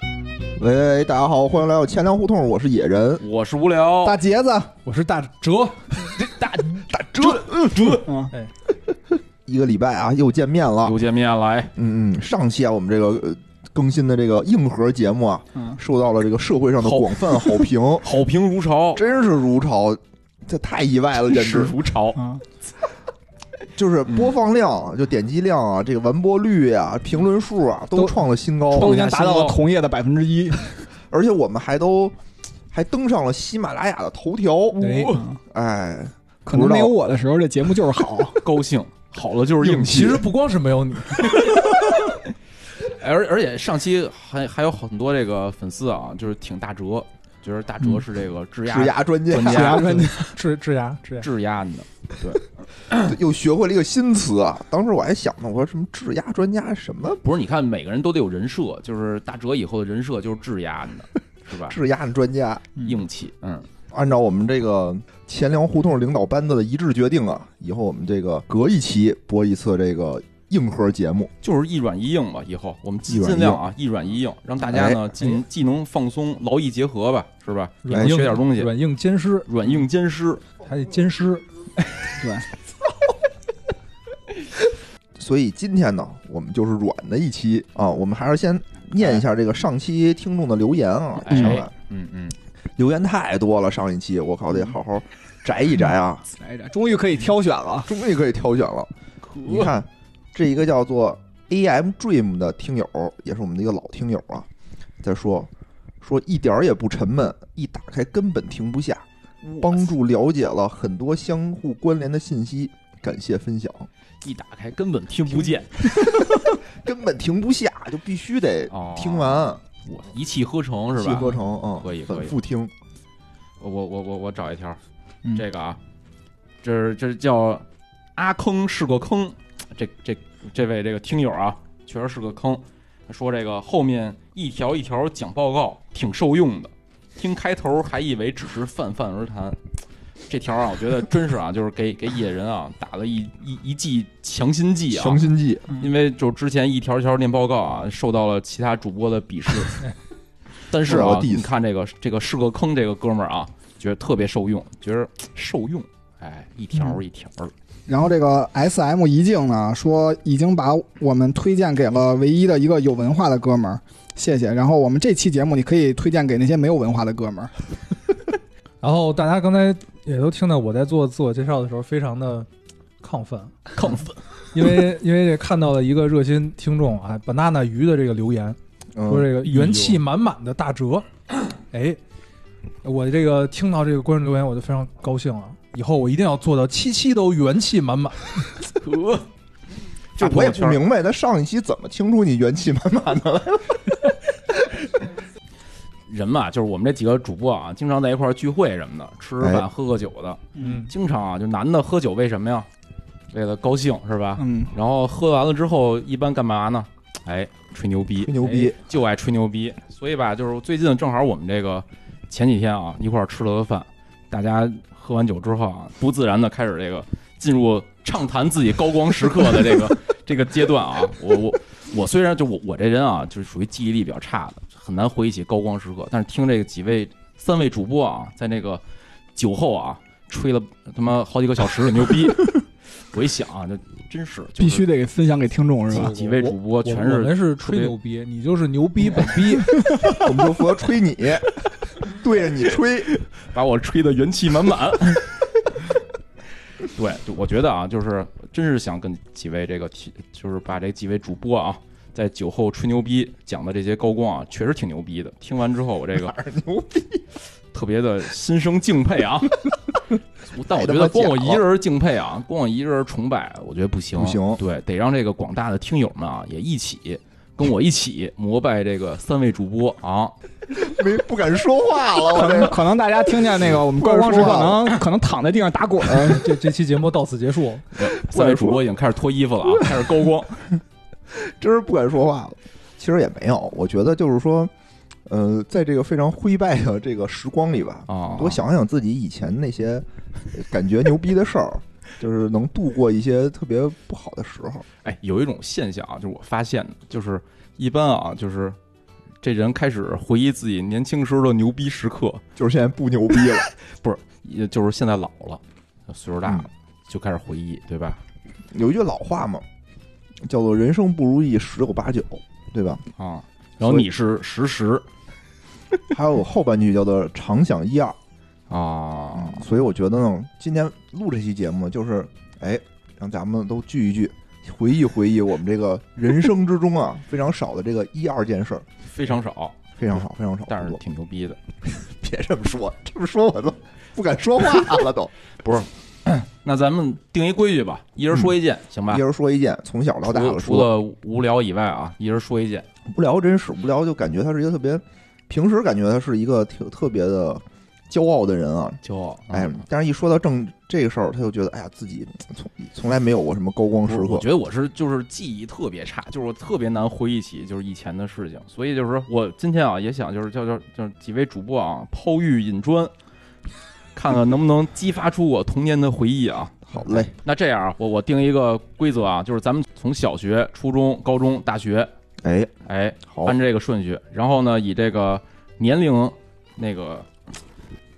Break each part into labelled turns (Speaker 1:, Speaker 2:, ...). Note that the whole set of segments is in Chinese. Speaker 1: 喂喂喂，大家好，欢迎来到钱粮胡同，我是野人，
Speaker 2: 我是无聊，
Speaker 3: 大杰子，
Speaker 4: 我是大哲，
Speaker 2: 大
Speaker 1: 大哲哲，一个礼拜啊，又见面了。
Speaker 2: 又见面了，哎，
Speaker 1: 嗯嗯，上期啊，我们这个呃更新的这个硬核节目啊，
Speaker 3: 嗯
Speaker 1: 受到了这个社会上的
Speaker 2: 好
Speaker 1: 广泛好评，
Speaker 2: 好评如潮，
Speaker 1: 真是如潮，这太意外了，简
Speaker 2: 是
Speaker 1: 直
Speaker 2: 如 潮，
Speaker 3: 啊，
Speaker 1: 就是播放量啊、就点击量啊、这个完播率啊、评论数啊，都
Speaker 3: 都
Speaker 1: 创了新高，
Speaker 3: 都已经达到了同业的百分之一。
Speaker 1: 而且我们还都还登上了喜马拉雅的头条，
Speaker 4: 哎
Speaker 3: 嗯
Speaker 1: 哎，
Speaker 3: 可能没有我的时候，这节目就是好。
Speaker 2: 高兴，好了就是硬气
Speaker 4: 其。实不光是没有你，
Speaker 2: 哎而而且上期还还有很多这个粉丝啊，就是挺大哲，觉得大哲是这个质押
Speaker 1: 质押专家
Speaker 2: 专
Speaker 3: 家
Speaker 4: 专家，治治牙治牙，
Speaker 2: 质押你的，
Speaker 1: 又学会了一个新词啊！当时我还想呢，我说什么质押专家什么
Speaker 2: 不是？你看每个人都得有人设，就是大哲以后的人设就是质押你的， 是吧？
Speaker 1: 质押专家，
Speaker 2: 硬气，嗯，
Speaker 1: 按照我们这个钱粮胡同领导班子的一致决定啊，以后我们这个隔一期播一次这个硬核节目，
Speaker 2: 就是一软一硬吧。以后我们
Speaker 1: 一
Speaker 2: 尽
Speaker 1: 软一硬
Speaker 2: 尽量啊，一软一硬，让大家呢既既能放松，劳逸结合吧，是吧？
Speaker 4: 软硬
Speaker 2: 学点东西，
Speaker 4: 软硬兼施，
Speaker 2: 软硬兼施，
Speaker 4: 还得兼施。
Speaker 1: 所以今天呢，我们就是软的一期啊，我们还是先念一下这个上期听众的留言啊，
Speaker 2: 哎
Speaker 1: 上来
Speaker 2: 嗯嗯。
Speaker 1: 留言太多了，上一期我靠得好好摘一摘啊，
Speaker 3: 来着，哎终于可以挑选了。
Speaker 1: 终于可以挑选了。你看，这一个叫做 AM Dream 的听友，也是我们的一个老听友啊，在说说一点儿也不沉闷，一打开根本停不下，
Speaker 3: 嗯
Speaker 1: 帮助了解了很多相互关联的信息，感谢分享，
Speaker 2: 一打开根本听不见，
Speaker 1: 根本停不下，就必须得
Speaker 2: 哦
Speaker 1: 听完，
Speaker 2: 我一气呵成是
Speaker 1: 集
Speaker 2: 吧？
Speaker 1: 合成嗯，
Speaker 2: 可以可以
Speaker 1: 反复听，
Speaker 2: 我我我我我找一条，
Speaker 3: 嗯
Speaker 2: 这个啊，这是这是叫阿坑是个坑，这这这位这个听友啊，确实是个坑。他说这个后面一条一条讲报告挺受用的，听开头还以为只是泛泛而谈。这条啊，我觉得真是啊，就是给给野人啊打了一一一剂强心剂啊，
Speaker 1: 强心剂，
Speaker 2: 因为就之前一条一条念报告啊，受到了其他主播的 鄙视。但是
Speaker 1: 我
Speaker 2: 啊，
Speaker 1: 要 diss
Speaker 2: 你看这个这个是个坑，这个哥们儿啊，觉得特别受用，觉得受用，哎，一条一条的，
Speaker 3: 然后这个 S M 怡静呢说，已经把我们推荐给了唯一的一个有文化的哥们儿，谢谢。然后我们这期节目你可以推荐给那些没有文化的哥们儿。
Speaker 4: 然后大家刚才也都听到我在做自我介绍的时候，非常的亢奋，
Speaker 2: 亢奋。
Speaker 4: 因为因为这看到了一个热心听众啊，banana 鱼的这个留言，说
Speaker 1: 嗯，
Speaker 4: 这个元
Speaker 2: 哎
Speaker 4: 气满满的 大哲，哎，我这个听到这个观众留言，我就非常高兴了。以后我一定要做到期期都元气满满。
Speaker 1: 就
Speaker 2: 发
Speaker 1: 我
Speaker 2: 朋
Speaker 1: 也不
Speaker 2: 友圈
Speaker 1: 明白他上一期怎么听出你元气满满的来，
Speaker 2: 人嘛，就是我们这几个主播啊，经常在一块儿聚会什么的，吃吃
Speaker 1: 哎
Speaker 2: 饭、喝喝酒的，
Speaker 4: 嗯，
Speaker 2: 经常啊，就男的喝酒为什么呀？为了高兴是吧？
Speaker 3: 嗯，
Speaker 2: 然后喝完了之后，一般干嘛呢？哎，吹牛逼，哎
Speaker 1: 吹牛逼，
Speaker 2: 就爱吹牛逼，所以吧，就是最近正好我们这个前几天啊一块儿吃了个饭，大家喝完酒之后啊，不自然的开始这个进入畅谈自己高光时刻的这个这个阶段啊。我我我虽然就我我这人啊，就是属于记忆力比较差的，很难回忆起高光时刻，但是听这个几位三位主播啊，在那个酒后啊吹了他妈好几个小时的牛逼， 我一想啊，这真是、就是、
Speaker 3: 必须得给分享给听众是吧？
Speaker 2: 几位主播全
Speaker 4: 我
Speaker 2: 是
Speaker 4: 们是吹牛逼，你就是牛逼本逼。
Speaker 1: 我们就负责吹你， 对着你吹，
Speaker 2: 把我吹得元气满满。 对，就我觉得啊，就是真是想跟几位这个提，就是把这几位主播啊，在酒后吹牛逼讲的这些高光啊，确实挺牛逼的。听完之后，我这个
Speaker 1: 牛
Speaker 2: 特别的心生敬 佩啊。我但我觉
Speaker 1: 太他妈
Speaker 2: 得光我
Speaker 1: 假
Speaker 2: 一
Speaker 1: 了
Speaker 2: 个人敬佩啊，光我一个人崇拜，我觉得不行，
Speaker 1: 不行
Speaker 2: 对，得让这个广大的听友们啊，也一起跟我一起膜拜这个三位主播啊。
Speaker 1: 没不敢说话了，我
Speaker 3: 可
Speaker 1: 这
Speaker 3: 能可能大家听见那个我们高光时刻，可能 可能躺在地上打滚儿。
Speaker 4: 这这期节目到此结束。
Speaker 2: 三位主播已经开始脱衣服了 啊，开始高光。
Speaker 1: 真是不敢说话了。其实也没有，我觉得就是说，呃，在这个非常灰败的这个时光里吧，
Speaker 2: 啊
Speaker 1: 多想想自己以前那些呃感觉牛逼的事儿， 就是能度过一些特别不好的时候。
Speaker 2: 哎，有一种现象啊，就是我发现的，就是一般啊，就是这人开始回忆自己年轻时候的牛逼时刻，
Speaker 1: 就是现在不牛逼了，
Speaker 2: 也就是现在老了，岁数大
Speaker 1: 嗯
Speaker 2: 了，就开始回忆，对吧？
Speaker 1: 有一句老话嘛，叫做“人生不如意十有八九”，对吧？
Speaker 2: 啊，然后你是实时
Speaker 1: 还有后半句叫做“常想一二
Speaker 2: 啊”，，
Speaker 1: 所以我觉得呢，今天录这期节目呢就是，哎，让咱们都聚一聚，回忆回忆我们这个人生之中啊非常少的这个一二件事儿，
Speaker 2: 非常少，
Speaker 1: 非常少，非常少。
Speaker 2: 但是
Speaker 1: 多
Speaker 2: 挺牛逼的。
Speaker 1: 别这么说， 这么说我都不敢说话了都。
Speaker 2: 那咱们定一规矩吧，一人说一件，行吧
Speaker 1: 嗯一？人说一件，从小到大
Speaker 2: 除
Speaker 1: 的
Speaker 2: 除
Speaker 1: 说，
Speaker 2: 了无聊以外啊，一人说一件。
Speaker 1: 无聊真是无聊，就感觉他是一个特别，平时感觉他是一个挺特别的骄傲的人啊，
Speaker 2: 骄傲。
Speaker 1: 哎
Speaker 2: 嗯，
Speaker 1: 但是一说到正这个事儿，他就觉得，哎呀，自己从从来没有过什么高光时
Speaker 2: 我我
Speaker 1: 刻
Speaker 2: 觉。得我是就是记忆特别差，就是我特别难回忆起就是以前的事情，所以就是说我今天啊也想就是叫叫叫几位主播啊抛玉引砖，看看能不能激发出我童年的回忆啊。
Speaker 1: 好嘞，
Speaker 2: 那这样啊，我我定一个规则啊，就是咱们从小学、初中、高中、大学，
Speaker 1: 哎，
Speaker 2: 哎，
Speaker 1: 好，
Speaker 3: 哦
Speaker 2: 按这个顺序，然后呢以这个年龄那个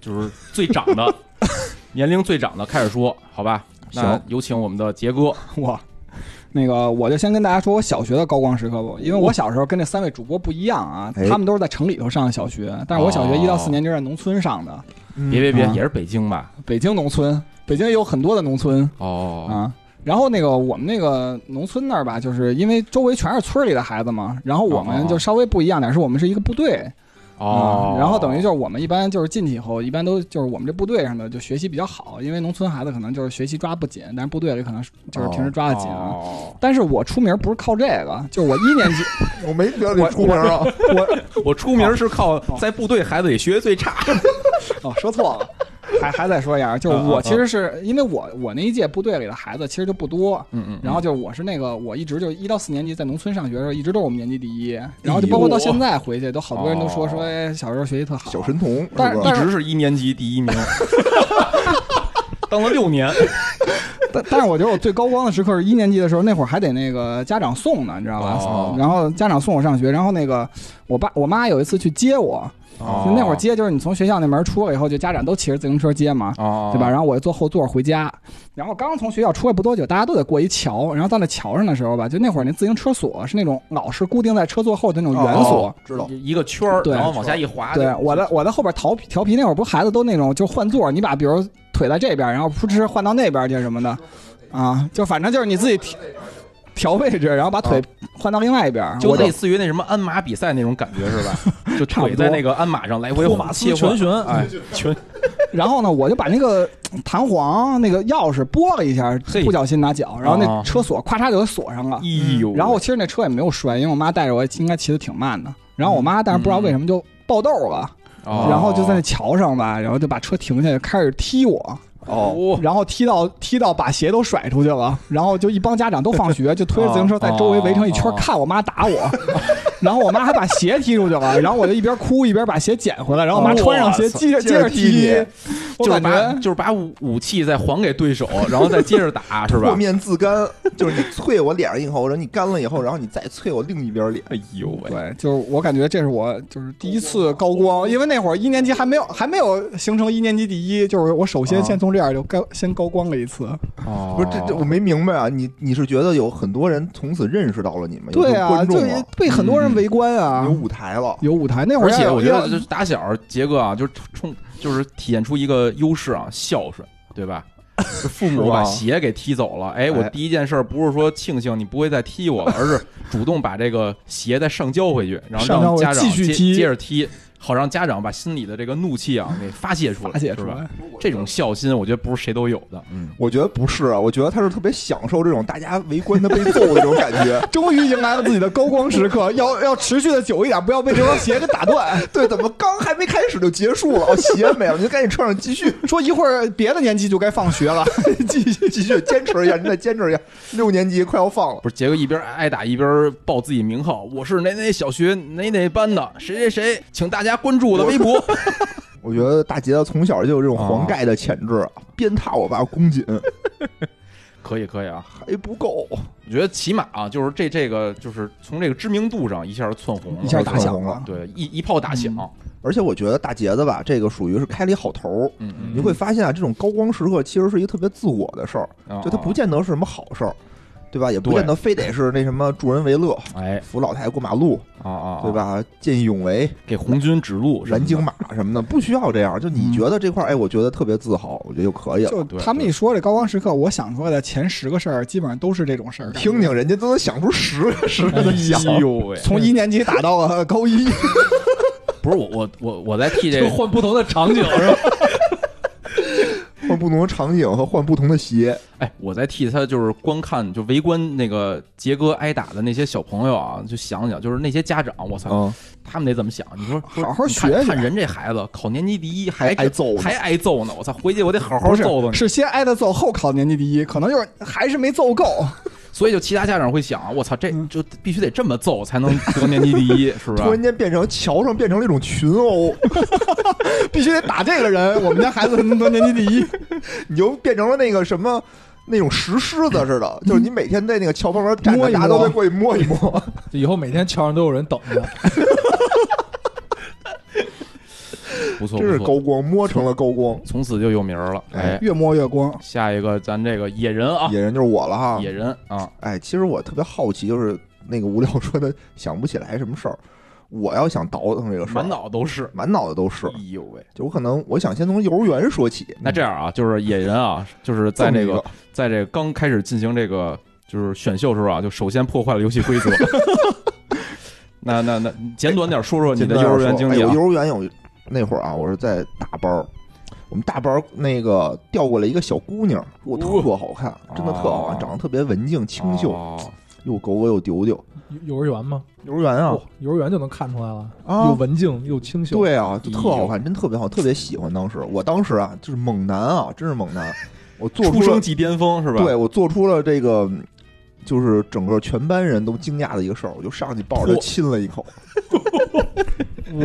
Speaker 2: 就是最长 的年龄最长的开始说，好吧？那
Speaker 1: 行
Speaker 2: 有请我们的杰哥。
Speaker 3: 我那个我就先跟大家说我小学的高光时刻吧，因为
Speaker 2: 哦
Speaker 3: 我小时候跟这三位主播不一样啊，
Speaker 1: 哎
Speaker 3: 他们都是在城里头上的小学，但是我小学一到
Speaker 2: 哦
Speaker 3: 四年级是在农村上的，
Speaker 2: 别别别，
Speaker 3: 啊
Speaker 2: 也是北京吧？
Speaker 3: 北京农村，北京也有很多的农村
Speaker 2: 哦，
Speaker 3: 啊。然后那个我们那个农村那儿吧，就是因为周围全是村里的孩子嘛，然后我
Speaker 2: 哦
Speaker 3: 们就稍微不一样点，是我们是一个部队
Speaker 2: 哦
Speaker 3: 啊，然后等于就是我们一般就是进去以后，一般都就是我们这部队上的就学习比较好，因为农村孩子可能就是学习抓不紧，但是部队里可能是就是平时抓得紧啊。
Speaker 2: 哦
Speaker 3: 但是我出名不是靠这个，就是我一年级，
Speaker 1: 我没觉得你出名啊，
Speaker 2: 我出名是靠在部队孩子里学最差。
Speaker 3: 哦，说错了，还还再说一下，就是
Speaker 2: 啊啊
Speaker 3: 我其实是因为我我那一届部队里的孩子其实就不多，
Speaker 2: 嗯嗯
Speaker 3: 然后就是我是那个我一直就一到四年级在农村上学的时候，一直都是我们年级第一，然后就包括到现在回去，都好多人都说说哎小时候学习特好，
Speaker 1: 小神童，
Speaker 3: 但
Speaker 1: 是吧
Speaker 3: 但
Speaker 2: 一直是一年级第一名，当了六年。
Speaker 3: 但但是我觉得我最高光的时刻是一年级的时候，那会儿还得那个家长送呢，你知道吧？
Speaker 2: 哦
Speaker 3: 然后家长送我上学，然后那个我爸我妈有一次去接我，
Speaker 2: 哦
Speaker 3: 就那会儿接就是你从学校那门出来以后，就家长都骑着自行车接嘛。
Speaker 2: 哦
Speaker 3: 对吧？？然后我就坐后座回家，然后刚从学校出来不多久，大家都得过一桥，然后到那桥上的时候吧，就那会儿那自行车锁是那种老是固定在车座后的那种
Speaker 1: 哦
Speaker 3: 圆锁，
Speaker 1: 知道，
Speaker 2: 一个圈儿，
Speaker 3: 对
Speaker 2: 然后往下一滑。
Speaker 3: 对，我在我在后边调皮调皮，那会儿不是孩子都那种就换座，你把比如腿在这边，然后噗嗤换到那边去什么的，啊，就反正就是你自己调调位置，然后把腿换到另外一边。
Speaker 2: 哦就
Speaker 3: 我
Speaker 2: 类似于那什么鞍马比赛那种感觉是吧？就
Speaker 3: 差不
Speaker 2: 腿
Speaker 3: 多
Speaker 2: 在那个鞍马上来回
Speaker 4: 托马斯
Speaker 2: 切
Speaker 4: 全
Speaker 2: 换。
Speaker 4: 旋，
Speaker 2: 哎，全
Speaker 3: 然后呢，我就把那个弹簧那个钥匙拨了一下
Speaker 2: 嘿，
Speaker 3: 不小心拿脚，然后
Speaker 2: 啊
Speaker 3: 那车锁咔嚓就给锁上了。
Speaker 2: 哎呦，
Speaker 3: 然后其实那车也没有摔，因为我妈带着我，应该骑得挺慢的。然后我妈，但是不知道为什么就爆痘了，
Speaker 2: 嗯哦
Speaker 3: 然后就在那桥上吧，然后就把车停下来，开始踢我。
Speaker 1: 哦，
Speaker 2: 哦
Speaker 3: 然后踢到踢到把鞋都甩出去了，然后就一帮家长都放学，就推着自行车在周围围成一圈
Speaker 2: 哦哦
Speaker 3: 看我妈打我，然后我妈还把鞋踢出去了，然后我就一边哭一边把鞋捡回来，然后我妈穿上鞋
Speaker 2: 哦哇塞
Speaker 3: 接着接着
Speaker 1: 接着
Speaker 3: 踢，我
Speaker 2: 就是
Speaker 3: 感
Speaker 2: 把
Speaker 3: 觉
Speaker 2: 就是把武武器再还给对手，然后再接着打是
Speaker 1: 和
Speaker 2: 吧？
Speaker 1: 面自 干，就是你啐我脸上以后，然后你干了以后，然后你再啐我另一边脸，
Speaker 2: 哎呦喂！
Speaker 3: 对，就是我感觉这是我就是第一次高光，因为那会儿一年级还没有还没有形成一年级第一，就是我首先
Speaker 1: 啊
Speaker 3: 先从这样就高先高光了一次，
Speaker 2: 哦
Speaker 1: 不是这这我没明白啊，你你是觉得有很多人从此认识到了你们，有
Speaker 3: 对啊，
Speaker 1: 观
Speaker 3: 就
Speaker 1: 众啊，
Speaker 3: 被很多人围观啊
Speaker 1: 有，舞台了，
Speaker 3: 有舞台那会儿
Speaker 2: 而且
Speaker 3: 要
Speaker 2: 我觉得，
Speaker 3: 要
Speaker 2: 就是打小杰哥啊，就是冲，就是体现出一个优势啊，孝顺，对 吧？就父母把鞋给踢走了，哎，我
Speaker 1: 哎
Speaker 2: 第一件事儿不是说庆幸你不会再踢我了，而是主动把这个鞋再上交回去，然后
Speaker 3: 上
Speaker 2: 让
Speaker 3: 交回去
Speaker 2: 家长
Speaker 3: 继续
Speaker 2: 接
Speaker 3: 踢
Speaker 2: 接着踢，好让家长把心里的这个怒气啊给发泄出来，
Speaker 3: 发泄
Speaker 2: 是
Speaker 3: 出
Speaker 2: 吧
Speaker 3: 来。。
Speaker 2: 这种孝心，我觉得不是谁都有的。嗯，
Speaker 1: 我觉得不是啊，我觉得他是特别享受这种大家围观他被揍的这种感觉。
Speaker 3: 终于迎来了自己的高光时刻，要要持续的久一点，不要被这双鞋给打断。
Speaker 1: 对，怎么刚还没开始就结束了？哦，鞋没了，你就赶紧穿上继续，
Speaker 3: 说一会儿别的年级就该放学了，
Speaker 1: 继续，继续，坚持一下，你再坚持一下。六年级快要放了，
Speaker 2: 不是杰哥一边挨打一边报自己名号，我是哪哪小学哪哪班的谁谁谁，请大家关注我的微博。
Speaker 1: 我觉得大杰从小就有这种
Speaker 2: 啊
Speaker 1: 黄盖的潜质啊，鞭挞我爸公瑾，
Speaker 2: 可以可以啊，
Speaker 1: 还不够，
Speaker 2: 我觉得起码啊，就是这这个就是从这个知名度上一下就窜红了，
Speaker 3: 一下打
Speaker 1: 小
Speaker 3: 响了。
Speaker 2: 对一一炮打响，
Speaker 1: 而且我觉得大杰子吧，这个属于是开了一好头儿。
Speaker 2: 嗯嗯
Speaker 1: 你会发现啊，这种高光时刻其实是一个特别自我的事儿，
Speaker 2: 嗯，
Speaker 1: 就它不
Speaker 2: 见
Speaker 1: 见得是什么好事儿，哦对吧？也不
Speaker 2: 对
Speaker 1: 见得非得是那什么助人为乐、
Speaker 2: 哎
Speaker 1: 扶老太太过马路，
Speaker 2: 啊啊，
Speaker 1: 对？吧？见义勇为、
Speaker 2: 给红军指路，
Speaker 1: 燃经，马什么的，不需要这样。就你觉得这块儿，哎，我觉得特别自豪，我觉得就可以了。
Speaker 3: 就
Speaker 2: 对
Speaker 3: 他们
Speaker 2: 对
Speaker 3: 一说这高光时刻，我想出来的前十个事儿，基本上都是这种事儿。
Speaker 1: 听听人家都能想出十个十个的想，
Speaker 2: 哎呦喂！
Speaker 3: 从一年级打到了高一，
Speaker 2: 不是我我我我在替这
Speaker 4: 就
Speaker 2: 个
Speaker 4: 换不同的场景是吧？
Speaker 1: 换不同的场景和换不同的鞋。
Speaker 2: 哎，我在替他就是观看就围观那个杰哥挨打的那些小朋友啊，就想想就是那些家长，我操，
Speaker 1: 嗯，
Speaker 2: 他们得怎么想？你说说
Speaker 3: 好好
Speaker 2: 你看
Speaker 3: 学学
Speaker 2: 看人这孩子考年级第一还
Speaker 1: 挨揍呢
Speaker 2: 还挨揍呢，我操，回去我得好好
Speaker 3: 不是
Speaker 2: 揍揍你。
Speaker 3: 是先挨的揍，后考年级第一，可能就是还是没揍够。
Speaker 2: 所以就其他家长会想，我操，这就必须得这么揍才能得年级第一，是不
Speaker 1: 突然
Speaker 2: 是？
Speaker 1: 间变成桥上变成了一种群 殴，
Speaker 3: 必须得打这个人，我们家孩子能得年级第一。
Speaker 1: 你就变成了那个什么。那种石狮子似 的，就是你每天在那个桥旁边站
Speaker 3: 摸
Speaker 1: 着，
Speaker 3: 一摸
Speaker 1: 大家都会过去摸一摸。
Speaker 4: 就以后每天桥上都有人等着，
Speaker 2: 不错
Speaker 1: 真是
Speaker 2: 不
Speaker 1: 高
Speaker 2: 错，
Speaker 1: 光，摸成了高光。
Speaker 2: 从此就有名儿了。哎，
Speaker 3: 越摸越光，
Speaker 2: 下一个咱这个野人啊，
Speaker 1: 野人就是我了哈
Speaker 2: 野。人啊，
Speaker 1: 哎，其实我特别好奇，就是那个无聊说的想不起来什么事儿，我要想倒腾这个事儿
Speaker 2: 满，脑都是。
Speaker 1: 满脑子都是嗯
Speaker 2: 哎。呦喂！
Speaker 1: 就我可能我想先从幼儿园说起。
Speaker 2: 那这样啊，就是野人啊，就是在
Speaker 1: 这么
Speaker 2: 那
Speaker 1: 一
Speaker 2: 个
Speaker 1: 个
Speaker 2: 在这刚开始进行这个就是选秀时候啊，就首先破坏了游戏规则。那那那，简短点说说你的幼儿园经历
Speaker 1: 哎
Speaker 2: 啊
Speaker 1: 我？幼儿园有那会儿啊，我是在大班儿，我们大班儿那个调过来一个小姑娘，我特好看，真的特好
Speaker 2: 哦
Speaker 1: 看，长得特别文静清秀，
Speaker 2: 哦
Speaker 1: 又狗狗又丢丢。
Speaker 4: 幼幼儿园吗？
Speaker 1: 幼儿园啊
Speaker 4: 哇，幼儿园就能看出来了，
Speaker 1: 啊
Speaker 2: 哦
Speaker 4: 又文静又清秀。，
Speaker 1: 对啊，就特
Speaker 2: 哎呦
Speaker 1: 好看，真特别好，特别喜欢。当时我当时啊，就是猛男啊，真是猛男，我做
Speaker 2: 出
Speaker 1: 出了
Speaker 2: 生即巅峰是吧？
Speaker 1: 对我做出了这个，就是整个全班人都惊讶的一个事儿，我就上去抱着
Speaker 2: 嚯
Speaker 1: 她亲了一口。
Speaker 3: 哇！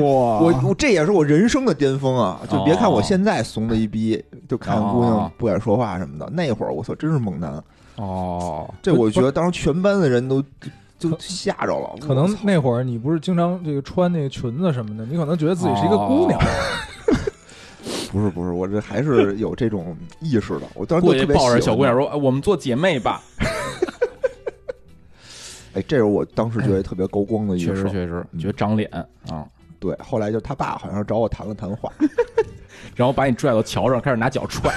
Speaker 1: 我我这也是我人生的巅峰啊！就别看
Speaker 2: 啊哦
Speaker 1: 我现在怂的一逼，就看姑
Speaker 2: 哦
Speaker 1: 娘不敢说话什么的。那会儿我操，真是猛男！
Speaker 2: 哦，
Speaker 1: 这我觉得当时全班的人都就就吓着了。
Speaker 4: 可能那会儿你不是经常这个穿那个裙子什么的，你可能觉得自己是一个姑娘，
Speaker 2: 哦
Speaker 1: 不是不是，我这还是有这种意识的。我当时就
Speaker 2: 过
Speaker 1: 特
Speaker 2: 去
Speaker 1: 别喜
Speaker 2: 抱
Speaker 1: 欢
Speaker 2: 着小姑娘说：“哎我们做姐妹吧。
Speaker 1: 哎，这是我当时觉得特别高光”的一
Speaker 2: 确
Speaker 1: 个
Speaker 2: 实
Speaker 1: 事儿。
Speaker 2: 确实，
Speaker 1: 嗯
Speaker 2: 觉得长脸啊，
Speaker 1: 对，后来就他爸好像找我谈了谈话，
Speaker 2: 然后把你拽到桥上，开始拿脚踹，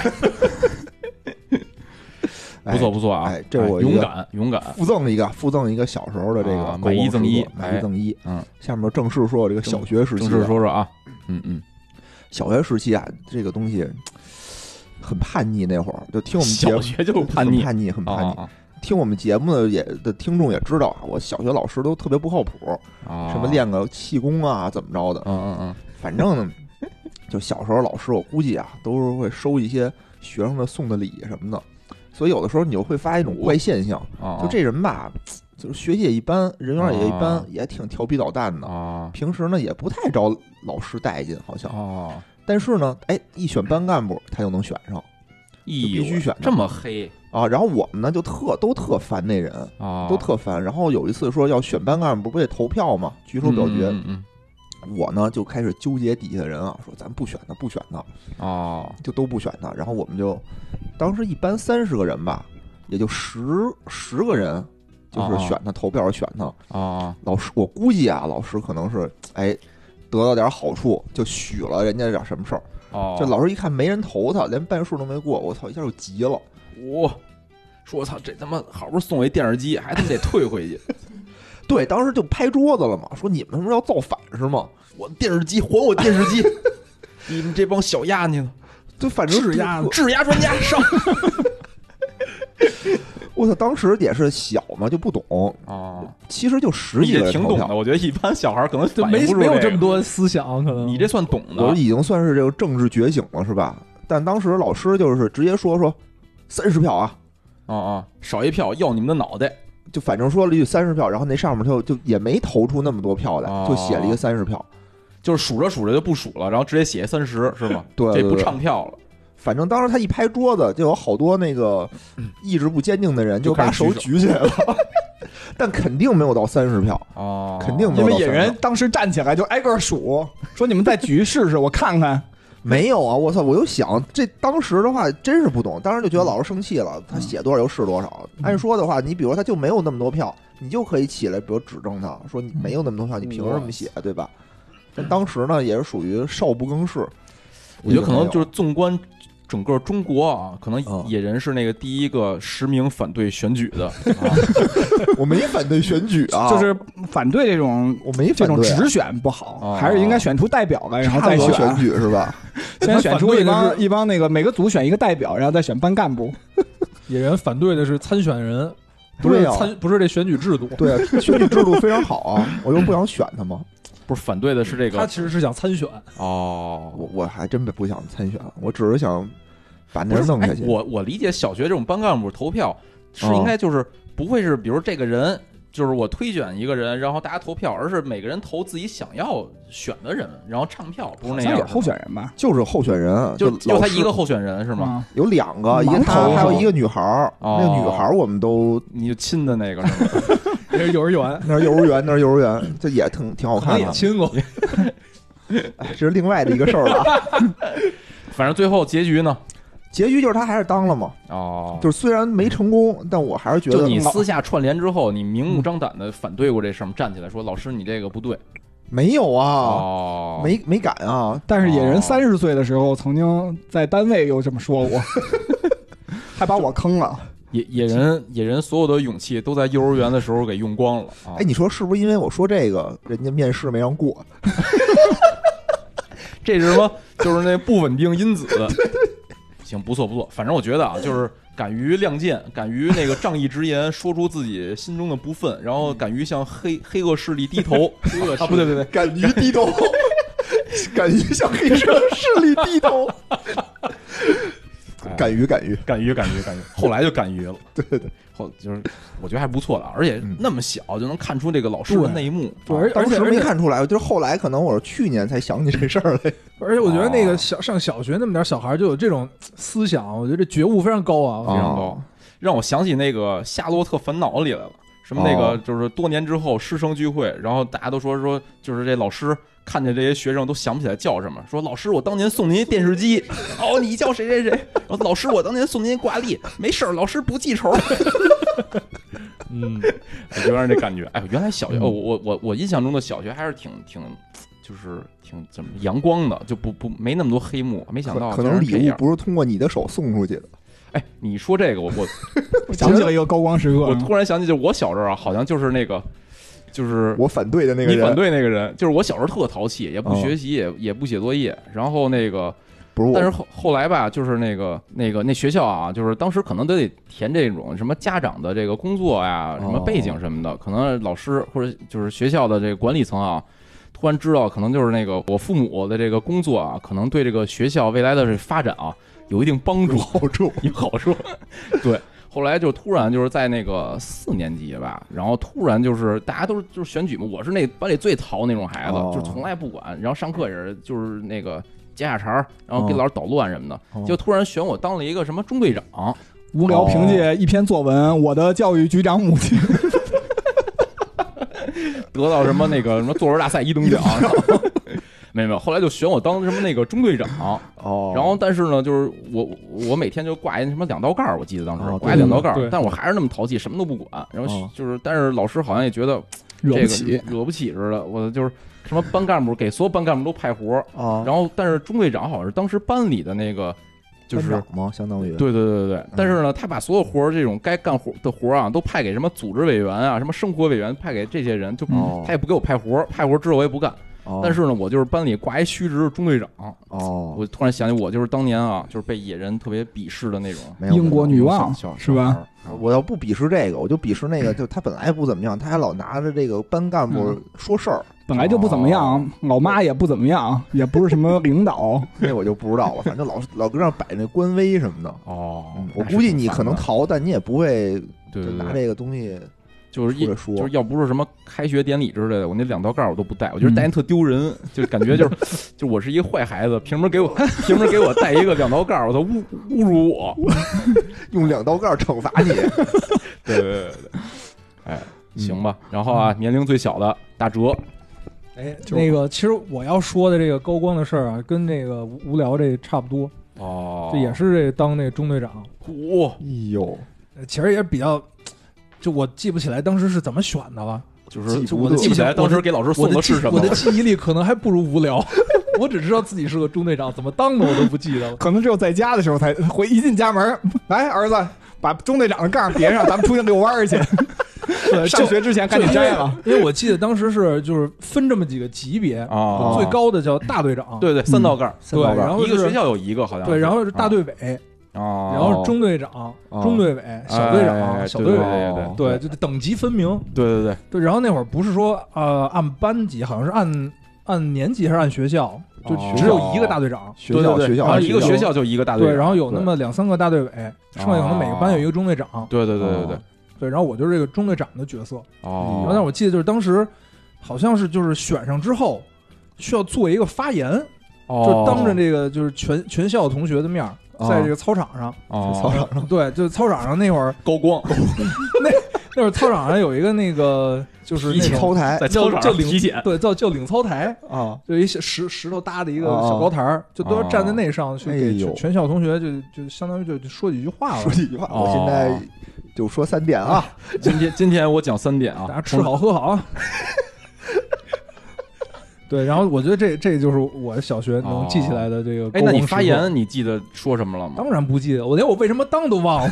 Speaker 1: 哎
Speaker 2: 不错不错啊！
Speaker 1: 哎这我
Speaker 2: 哎勇
Speaker 1: 一个
Speaker 2: 敢勇敢，
Speaker 1: 附赠了一个，附赠了一个小时候的这个
Speaker 2: 啊
Speaker 1: 高光
Speaker 2: 买一
Speaker 1: 时
Speaker 2: 赠一
Speaker 1: 刻买
Speaker 2: 哎
Speaker 1: 一赠一。
Speaker 2: 嗯，
Speaker 1: 下面正式说我这个小学时期
Speaker 2: 正
Speaker 1: 啊，
Speaker 2: 式说说啊，嗯嗯，
Speaker 1: 小学时期啊，这个东西很叛逆。那会儿就听我们节
Speaker 2: 小
Speaker 1: 目
Speaker 2: 学就叛
Speaker 1: 很
Speaker 2: 逆，
Speaker 1: 叛逆，很
Speaker 2: 啊
Speaker 1: 叛逆。
Speaker 2: 啊
Speaker 1: 听我们节目的也的听众也知道啊，我小学老师都特别不靠谱，
Speaker 2: 啊，
Speaker 1: 什么练个气功啊，怎么着的。
Speaker 2: 嗯嗯嗯，
Speaker 1: 反正呢，就小时候老师，我估计啊，都是会收一些学生的送的礼什么的。所以有的时候你就会发现一种怪现象，
Speaker 2: 啊
Speaker 1: 就这人吧，就是学习也一般，人缘也一般
Speaker 2: 啊，
Speaker 1: 也挺调皮捣蛋的。
Speaker 2: 啊
Speaker 1: 平时呢也不太招老师待见，好像。
Speaker 2: 哦，
Speaker 1: 但是呢，哎，一选班干部，他就能选上
Speaker 2: 必
Speaker 1: 必须选的
Speaker 2: 这么黑
Speaker 1: 啊。然后我们呢就特都特烦那人，
Speaker 2: 啊，
Speaker 1: 都特烦。然后有一次说要选班干部，不得投票吗？举手表决。
Speaker 2: 嗯嗯
Speaker 1: 我呢就开始纠结底下的人啊，说咱不选他，不选他，
Speaker 2: 嗯哦
Speaker 1: 就都不选他。然后我们就当时一般三十个人吧，也就十十个人。
Speaker 2: 啊
Speaker 1: 就是选他投票选他
Speaker 2: 哦
Speaker 1: 老师，我估计啊，老师可能是哎得到点好处，就许了人家点什么事儿。
Speaker 2: 哦，
Speaker 1: 这老师一看没人投他，连半数都没过，我操，一下就急了。
Speaker 2: 我说我操，这他妈好不容易送我一电视机，还他妈得退回去，
Speaker 1: 对，当时就拍桌子了嘛，说你们他妈要造反是吗？
Speaker 2: 我电视机还我电视机，你们这帮小丫呢？
Speaker 1: 就反正
Speaker 3: 质押了
Speaker 2: 质押 专家上
Speaker 1: 我操，当时也是小嘛，就不懂，
Speaker 2: 哦，
Speaker 1: 其实就十
Speaker 2: 你
Speaker 1: 几个
Speaker 2: 这
Speaker 1: 人
Speaker 2: 挺
Speaker 1: 投
Speaker 2: 懂
Speaker 1: 票
Speaker 2: 的，，我觉得一般小孩可能
Speaker 4: 就
Speaker 2: 反
Speaker 4: 没
Speaker 2: 应不出
Speaker 4: 没有
Speaker 2: 这
Speaker 4: 这
Speaker 2: 个
Speaker 4: 么，多思想，可能
Speaker 2: 你这算懂的，
Speaker 1: 我已经算是这个政治觉醒了是吧？但当时老师就是直接说说三十票啊，
Speaker 2: 哦哦，少一票要你们的脑袋，
Speaker 1: 就反正说了一句三十票，然后那上面就就也没投出那么多票来，
Speaker 2: 哦
Speaker 1: 就写了一个三十票。
Speaker 2: 就是数着数着就不数了，然后直接写三十是吗？
Speaker 1: 对
Speaker 2: 这不
Speaker 1: 对对
Speaker 2: 唱票了，
Speaker 1: 反正当时他一拍桌子，就有好多那个意志不坚定的人
Speaker 2: 嗯就
Speaker 1: 就
Speaker 2: 开
Speaker 1: 把
Speaker 2: 始
Speaker 1: 手举起来了， 但肯定没有到三十票，
Speaker 2: 哦，
Speaker 1: 肯定没
Speaker 3: 因
Speaker 1: 有
Speaker 3: 为
Speaker 1: 到
Speaker 3: 野
Speaker 1: 30
Speaker 3: 人
Speaker 1: 票
Speaker 3: 当时站起来就挨个数，说你们再举一试试，我看看。
Speaker 1: 没有啊！我操！我就想，这当时的话真是不懂，当时就觉得老师生气了，他写多少就是多少。按说的话，你比如说他就没有那么多票，你就可以起来，比如指证他说你没有那么多票，你凭什么写，对吧？但当时呢，也是属于少不更事。
Speaker 2: 我觉得可能就是是纵观整个中国啊，可能
Speaker 1: 嗯
Speaker 2: 野人是那个第一个实名反对选举 的，啊
Speaker 1: 我没反对选举啊，
Speaker 3: 就是反对这种
Speaker 1: 我没
Speaker 3: 这
Speaker 1: 反
Speaker 3: 种
Speaker 1: 对啊
Speaker 3: 直选不好，
Speaker 2: 哦
Speaker 3: 还是应该选出代表来，然后
Speaker 1: 差
Speaker 3: 再
Speaker 1: 不多
Speaker 3: 选
Speaker 1: 选。举是吧？
Speaker 3: 先选出一
Speaker 4: 反对的
Speaker 3: 帮
Speaker 4: 是
Speaker 3: 一帮那个每个组选一个代表，然后再选班干部。
Speaker 4: 野人反对的是参选人，不是
Speaker 1: 对啊
Speaker 4: 参不是这选举制度，
Speaker 1: 对啊，选举制度非常好啊，我又不想选他嘛。
Speaker 2: 不是反对的是这
Speaker 4: 他
Speaker 2: 个
Speaker 4: 其实是想参选，
Speaker 2: 哦。
Speaker 1: 我我还真不想参选，我只是想把那
Speaker 2: 不
Speaker 1: 人
Speaker 2: 是，
Speaker 1: 弄下
Speaker 2: 哎
Speaker 1: 去。
Speaker 2: 我我理解小学这种班干部投票是
Speaker 1: 哦
Speaker 2: 应该就是不会是比如这个人。就是我推选一个人，然后大家投票，而是每个人投自己想要选的人，然后唱票，不是那
Speaker 3: 咱
Speaker 2: 样
Speaker 3: 有
Speaker 2: 的。
Speaker 3: 后选人吧？嗯
Speaker 1: 就是候选人，
Speaker 2: 就就
Speaker 1: 老
Speaker 2: 他
Speaker 1: 师
Speaker 2: 一个候选人是
Speaker 3: 是
Speaker 2: 吗？？
Speaker 1: 有两个，一
Speaker 3: 盲
Speaker 1: 个他
Speaker 3: 投
Speaker 1: 还有
Speaker 2: 是吗
Speaker 1: 一个女孩儿。
Speaker 2: 哦
Speaker 1: 那个女孩儿我们都
Speaker 2: 你就亲的那个是吗？
Speaker 4: 也是幼儿园，
Speaker 1: 那是幼儿园，那是幼儿园， 这也挺挺好
Speaker 4: 可能
Speaker 1: 看
Speaker 4: 也
Speaker 2: 啊
Speaker 1: 的。
Speaker 4: 亲过，
Speaker 1: 哎，这是另外的一个事儿了 啊。
Speaker 2: 反正最后结局呢？
Speaker 1: 结局就是他还是当了嘛，
Speaker 2: 哦，
Speaker 1: 就是虽然没成功，但我还是觉
Speaker 2: 就
Speaker 1: 得
Speaker 2: 你
Speaker 1: 老嗯
Speaker 2: 私下串联之后，你明目张胆的反对过这事儿吗？站起来说：“老师，你这个不对。
Speaker 1: 没有”啊，
Speaker 2: 哦，
Speaker 1: 没没敢啊。
Speaker 3: 但是野
Speaker 2: 哦
Speaker 3: 人三十岁的时候，曾经在单位又这么说过， 还把我坑了。
Speaker 2: 野野人野人所有的勇气都在幼儿园的时候给用光了啊！
Speaker 1: 哎，你说是不是因为我说这个，人家面试没让过？
Speaker 2: 这是什么？ 就是那不稳定因子。 行，不错不错，反正我觉得啊，就是敢于亮剑，敢于那个仗义直言，说出自己心中的不忿，然后敢于向黑黑恶势力低头啊！不对不对，
Speaker 1: 敢于低头， 敢于向黑社势力低头，
Speaker 2: 哎
Speaker 1: 敢于敢于。
Speaker 2: 敢于，敢于，敢于，后来就敢于了。对对，嗯后就是我觉得还不错了，而且那么小就能看出这个老师的内幕。
Speaker 4: 对
Speaker 2: 啊
Speaker 4: 而
Speaker 1: 当时
Speaker 4: 而且
Speaker 1: 没看出来，就是后来可能我是去年才想起这事儿来。
Speaker 4: 而且我觉得那个小上小学那么点小孩就有这种思想，我觉得这觉悟非常高啊。
Speaker 2: 非常高
Speaker 1: 哦，
Speaker 2: 让我想起那个《夏洛特烦恼》里来了。什么那个
Speaker 1: 哦
Speaker 2: 就是多年之后师生聚会，然后大家都说说就是这老师看见这些学生都想不起来叫什么，说老师我当年送您一电视机， 哦你叫谁谁谁，然后老师我当年送您一挂历，没事儿老师不记 仇，
Speaker 4: 嗯，
Speaker 2: 哎有点这感觉。哎，原来小学，哦，
Speaker 1: 嗯
Speaker 2: 我我我印象中的小学还是挺挺，就是挺怎么阳光的，就不不没那么多黑幕。没想到
Speaker 1: 可可
Speaker 2: 竟
Speaker 1: 能
Speaker 2: 然这
Speaker 1: 礼物
Speaker 2: 样
Speaker 1: 不是通过你的手送出去的。
Speaker 2: 哎，你说这个，我我
Speaker 3: 我想起了一个高光时刻
Speaker 2: 我，突然想起，就我小时候啊，好像就是那个，就是
Speaker 1: 我反对的那个
Speaker 2: 你反
Speaker 1: 人，
Speaker 2: 对那个人，就是我小时候特淘气，也不
Speaker 1: 哦
Speaker 2: 学习，也也不写作业，然后那个。
Speaker 1: 不是我，
Speaker 2: 但是后后来吧，就是那个那个那学校啊，就是当时可能都得填这种什么家长的这个工作呀、什么背景什
Speaker 1: 哦
Speaker 2: 么的，可能老师或者就是学校的这个管理层啊，突然知道可能就是那个我父母的这个工作啊，可能对这个学校未来的这发展啊有一定帮助，
Speaker 1: 好 处。
Speaker 2: 有好 处。对，后来就突然就是在那个四年级吧，然后突然就是大家都是就是选举嘛，我是那班里最淘那种孩子，
Speaker 1: 哦
Speaker 2: 就从来不管，然后上课也是就是那个接下茬儿，然后给
Speaker 1: 哦
Speaker 2: 老师捣乱什么的，
Speaker 1: 哦
Speaker 2: 就突然选我当了一个什么中队长，
Speaker 3: 无聊凭
Speaker 2: 哦
Speaker 3: 借一篇作文《我的教育局长母亲》
Speaker 2: 得到什么那个什么作文大赛一等 奖。然后没有没有，后来就选我当什么那个中队长，
Speaker 1: 哦
Speaker 2: 然后但是呢，就是我我我每天就挂一什么两道杠儿，我记得当时、
Speaker 1: 哦
Speaker 2: 挂一
Speaker 1: 对
Speaker 2: 两道杠
Speaker 4: 对
Speaker 2: 儿，但我还是那么淘气，什么都不管。然后
Speaker 1: 哦
Speaker 2: 就是，但是老师好像也觉得
Speaker 3: 惹
Speaker 2: 这个
Speaker 3: 不起。
Speaker 2: 惹不起似的。我就是什么班干部给所有班干部都派活儿，
Speaker 1: 啊，
Speaker 2: 然后但是中队长好像是当时班里的那个，就是
Speaker 1: 班长嘛，相当于
Speaker 2: 对对对对对。但是呢，他把所有活儿这种该干活的活儿啊，都派给什么组织委员啊、什么生活委员，派给这些人，就
Speaker 1: 哦
Speaker 2: 他也不给我派活儿，派活儿之后我也不干。
Speaker 1: 哦
Speaker 2: 但是呢，我就是班里挂一虚职中队长。
Speaker 1: 哦，
Speaker 2: 我突然想起，我就是当年啊，就是被野人特别鄙视的那种
Speaker 1: 没有
Speaker 3: 英国女王
Speaker 2: 小小
Speaker 3: 是吧
Speaker 2: 小孩儿啊
Speaker 1: 我要不鄙视这个，我就鄙视那个，就他本来不怎么样，他还老拿着这个班干部
Speaker 2: 嗯
Speaker 1: 说事 儿，
Speaker 3: 本来就不怎么
Speaker 2: 哦
Speaker 3: 样，老妈也不怎么样，也不是什么 领导。
Speaker 1: 那我就不知道了。反正老老搁那摆那官威什么的。
Speaker 2: 哦
Speaker 1: 嗯嗯，我估计你可能
Speaker 2: 讨
Speaker 1: 逃，但你也不会
Speaker 2: 对
Speaker 1: 就
Speaker 2: 对
Speaker 1: 拿
Speaker 2: 对
Speaker 1: 这个东西
Speaker 2: 就是一
Speaker 1: 出来说
Speaker 2: 就是要不是什么开学典礼之类的，我那两道杠我都不带，我觉
Speaker 4: 嗯
Speaker 2: 得带那特丢人，就感觉就是 就我是一个坏孩子，凭什么给我凭什么给我带一个两道杠？我操，侮侮辱我！
Speaker 1: 用两道杠惩罚 你，
Speaker 2: 对对对对，对哎，
Speaker 4: 嗯
Speaker 2: 行吧。然后啊，年龄最小的大哲，
Speaker 4: 哎，
Speaker 3: 就是
Speaker 4: 那个其实我要说的这个高光的事儿啊，跟这个无无聊这差不多，
Speaker 2: 哦
Speaker 4: 这也是这当那中队长，
Speaker 2: 哇，
Speaker 1: 哎呦，
Speaker 4: 呃其实也比较，就我记不起来当时是怎么选的了，
Speaker 2: 就是
Speaker 1: 记
Speaker 2: 就
Speaker 1: 不
Speaker 2: 我都
Speaker 1: 住
Speaker 2: 记不起来当时给老师
Speaker 4: 我
Speaker 2: 送
Speaker 4: 的
Speaker 2: 的
Speaker 4: 记
Speaker 2: 是什
Speaker 4: 我
Speaker 2: 么
Speaker 4: 的
Speaker 2: 了。
Speaker 4: 记忆力可能还不如无聊， 我只知道自己是个中队长，怎么当的我都不记得 了。
Speaker 3: 可能只有在家的时候才回，一进家门，来儿子，把中队长的杠别上，咱们出去遛 弯儿去。
Speaker 4: 对，
Speaker 3: 上
Speaker 4: 就
Speaker 3: 学之前赶紧摘了。
Speaker 4: 因为我记得当时是就是分这么几个级别，
Speaker 2: 啊，
Speaker 4: 最高的叫大队长，
Speaker 2: 对对，三道杠，
Speaker 4: 对，然后
Speaker 2: 一个
Speaker 4: 是
Speaker 2: 学校有一个好像是。
Speaker 4: 对，然后是大
Speaker 2: 啊，
Speaker 4: 队委，
Speaker 2: 哦
Speaker 4: 然后中队长、
Speaker 1: 哦
Speaker 4: 中队委、小队
Speaker 2: 哎
Speaker 4: 长、小队
Speaker 2: 对
Speaker 4: 委，
Speaker 2: 对对
Speaker 4: 对，就等级分明。
Speaker 2: 对对对，
Speaker 4: 对，然后那会儿不是说呃按班级，好像是按按年级还是按学校，就
Speaker 2: 哦
Speaker 4: 只有一个大队长。
Speaker 1: 学校
Speaker 2: 对对对
Speaker 1: 学校
Speaker 2: 然后
Speaker 1: 啊
Speaker 2: 一个
Speaker 4: 学校
Speaker 2: 学校就一个大队长，
Speaker 4: 对，
Speaker 2: 哦
Speaker 4: 然后有那么两三个大队委，剩下可能每个班有一个中队长。
Speaker 2: 对对对对对，
Speaker 4: 对，然后我就是这个中队长的角色。
Speaker 2: 哦
Speaker 4: 然后但我记得就是当时好像是就是选上之后需要做一个发言，
Speaker 2: 哦
Speaker 4: 就当着这个就是全全校同学的面儿，在这个操场上，
Speaker 2: 哦
Speaker 4: 对，就是操场上那会儿
Speaker 2: 高光
Speaker 4: 那会儿操场上有一个那个就是那
Speaker 1: 一
Speaker 4: 种
Speaker 1: 操台
Speaker 2: 在
Speaker 4: 叫
Speaker 2: 操场上
Speaker 4: 叫领
Speaker 2: 体检，
Speaker 4: 对叫叫领操台，
Speaker 1: 啊，
Speaker 4: 就一小石石头搭的一个
Speaker 1: 哦
Speaker 4: 小高台儿，就都
Speaker 2: 哦
Speaker 4: 要站在那上去给
Speaker 1: 哎呦
Speaker 4: 全全校同学就就相当于就就说几句话了
Speaker 1: 说，几句
Speaker 2: 啊
Speaker 1: 话，我现在就说三点
Speaker 2: 哦
Speaker 1: 啊，
Speaker 2: 今天今天我讲三点
Speaker 4: 大
Speaker 2: 啊，
Speaker 4: 家吃好喝好 啊。对，然后我觉得这这就是我小学能记起来的这个
Speaker 2: 哎
Speaker 4: 高，
Speaker 2: 那
Speaker 4: 光
Speaker 2: 你
Speaker 4: 时
Speaker 2: 发
Speaker 4: 刻
Speaker 2: 言你记得说什么了吗？
Speaker 4: 当然不记得，我连我为什么当都忘了。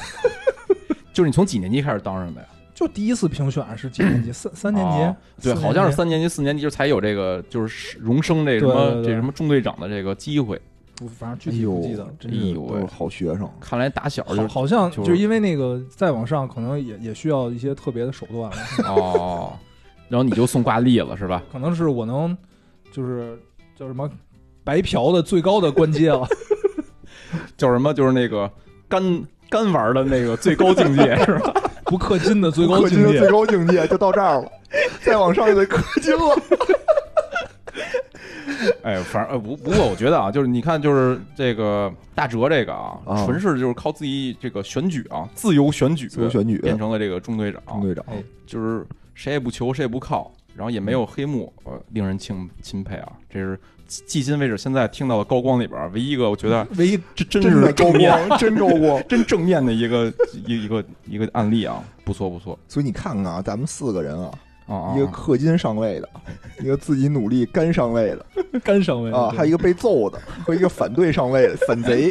Speaker 2: 就是你从几年级开始当上的呀？
Speaker 4: 就第一次评选是几年级？三三年
Speaker 2: 哦
Speaker 4: 级？
Speaker 2: 对，
Speaker 4: 四年级
Speaker 2: 好像是三年级、四年级就才有这个，就是荣升这什
Speaker 4: 对
Speaker 2: 么
Speaker 4: 对对
Speaker 2: 这什么中队长的这个机会。
Speaker 4: 不，反正具
Speaker 1: 哎
Speaker 4: 体
Speaker 1: 呦
Speaker 4: 不记得了。，
Speaker 1: 真是都是好学生，
Speaker 2: 看来打小就
Speaker 4: 好，好像
Speaker 2: 就
Speaker 4: 就是是因为那个再往上，可能也也需要一些特别的手段了。
Speaker 2: 哦，然后你就送挂历了是吧？
Speaker 4: 可能是我能，就是叫什么白嫖的最高的官阶 了。
Speaker 2: 叫什么？就是那个干干玩的那个最高境界 是吧？
Speaker 4: 不氪金的最高
Speaker 1: 氪金
Speaker 4: 境
Speaker 1: 的
Speaker 4: 界
Speaker 1: 最。高境界就到这儿了，再往上就得氪金 了。
Speaker 2: 哎，反正呃不不过我觉得啊，就是你看，就是这个大哲这个啊，
Speaker 1: 啊
Speaker 2: 纯是就是靠自己这个选举啊，自由选举，
Speaker 1: 自由选举
Speaker 2: 变成了哎这个中队长，啊
Speaker 1: 中队长，
Speaker 2: 就是谁也不求，谁也不靠，然后也
Speaker 1: 嗯
Speaker 2: 没有黑幕，呃，令人钦钦佩啊！这是迄今为止现在听到的高光里边儿唯一一个我觉得
Speaker 4: 唯一
Speaker 2: 这真
Speaker 1: 真
Speaker 2: 是
Speaker 1: 的高
Speaker 2: 正面、
Speaker 1: 光， 真高光。
Speaker 2: 真正面的一个一一个一个案例啊，不错不错
Speaker 1: 所以你看看啊，咱们四个人啊，
Speaker 2: 啊啊！
Speaker 1: 一个
Speaker 2: 啊
Speaker 1: 氪金上位的，一个自己努力干上位的
Speaker 4: 干上位
Speaker 1: 啊，还有一个被揍的和一个反对上位的反 贼，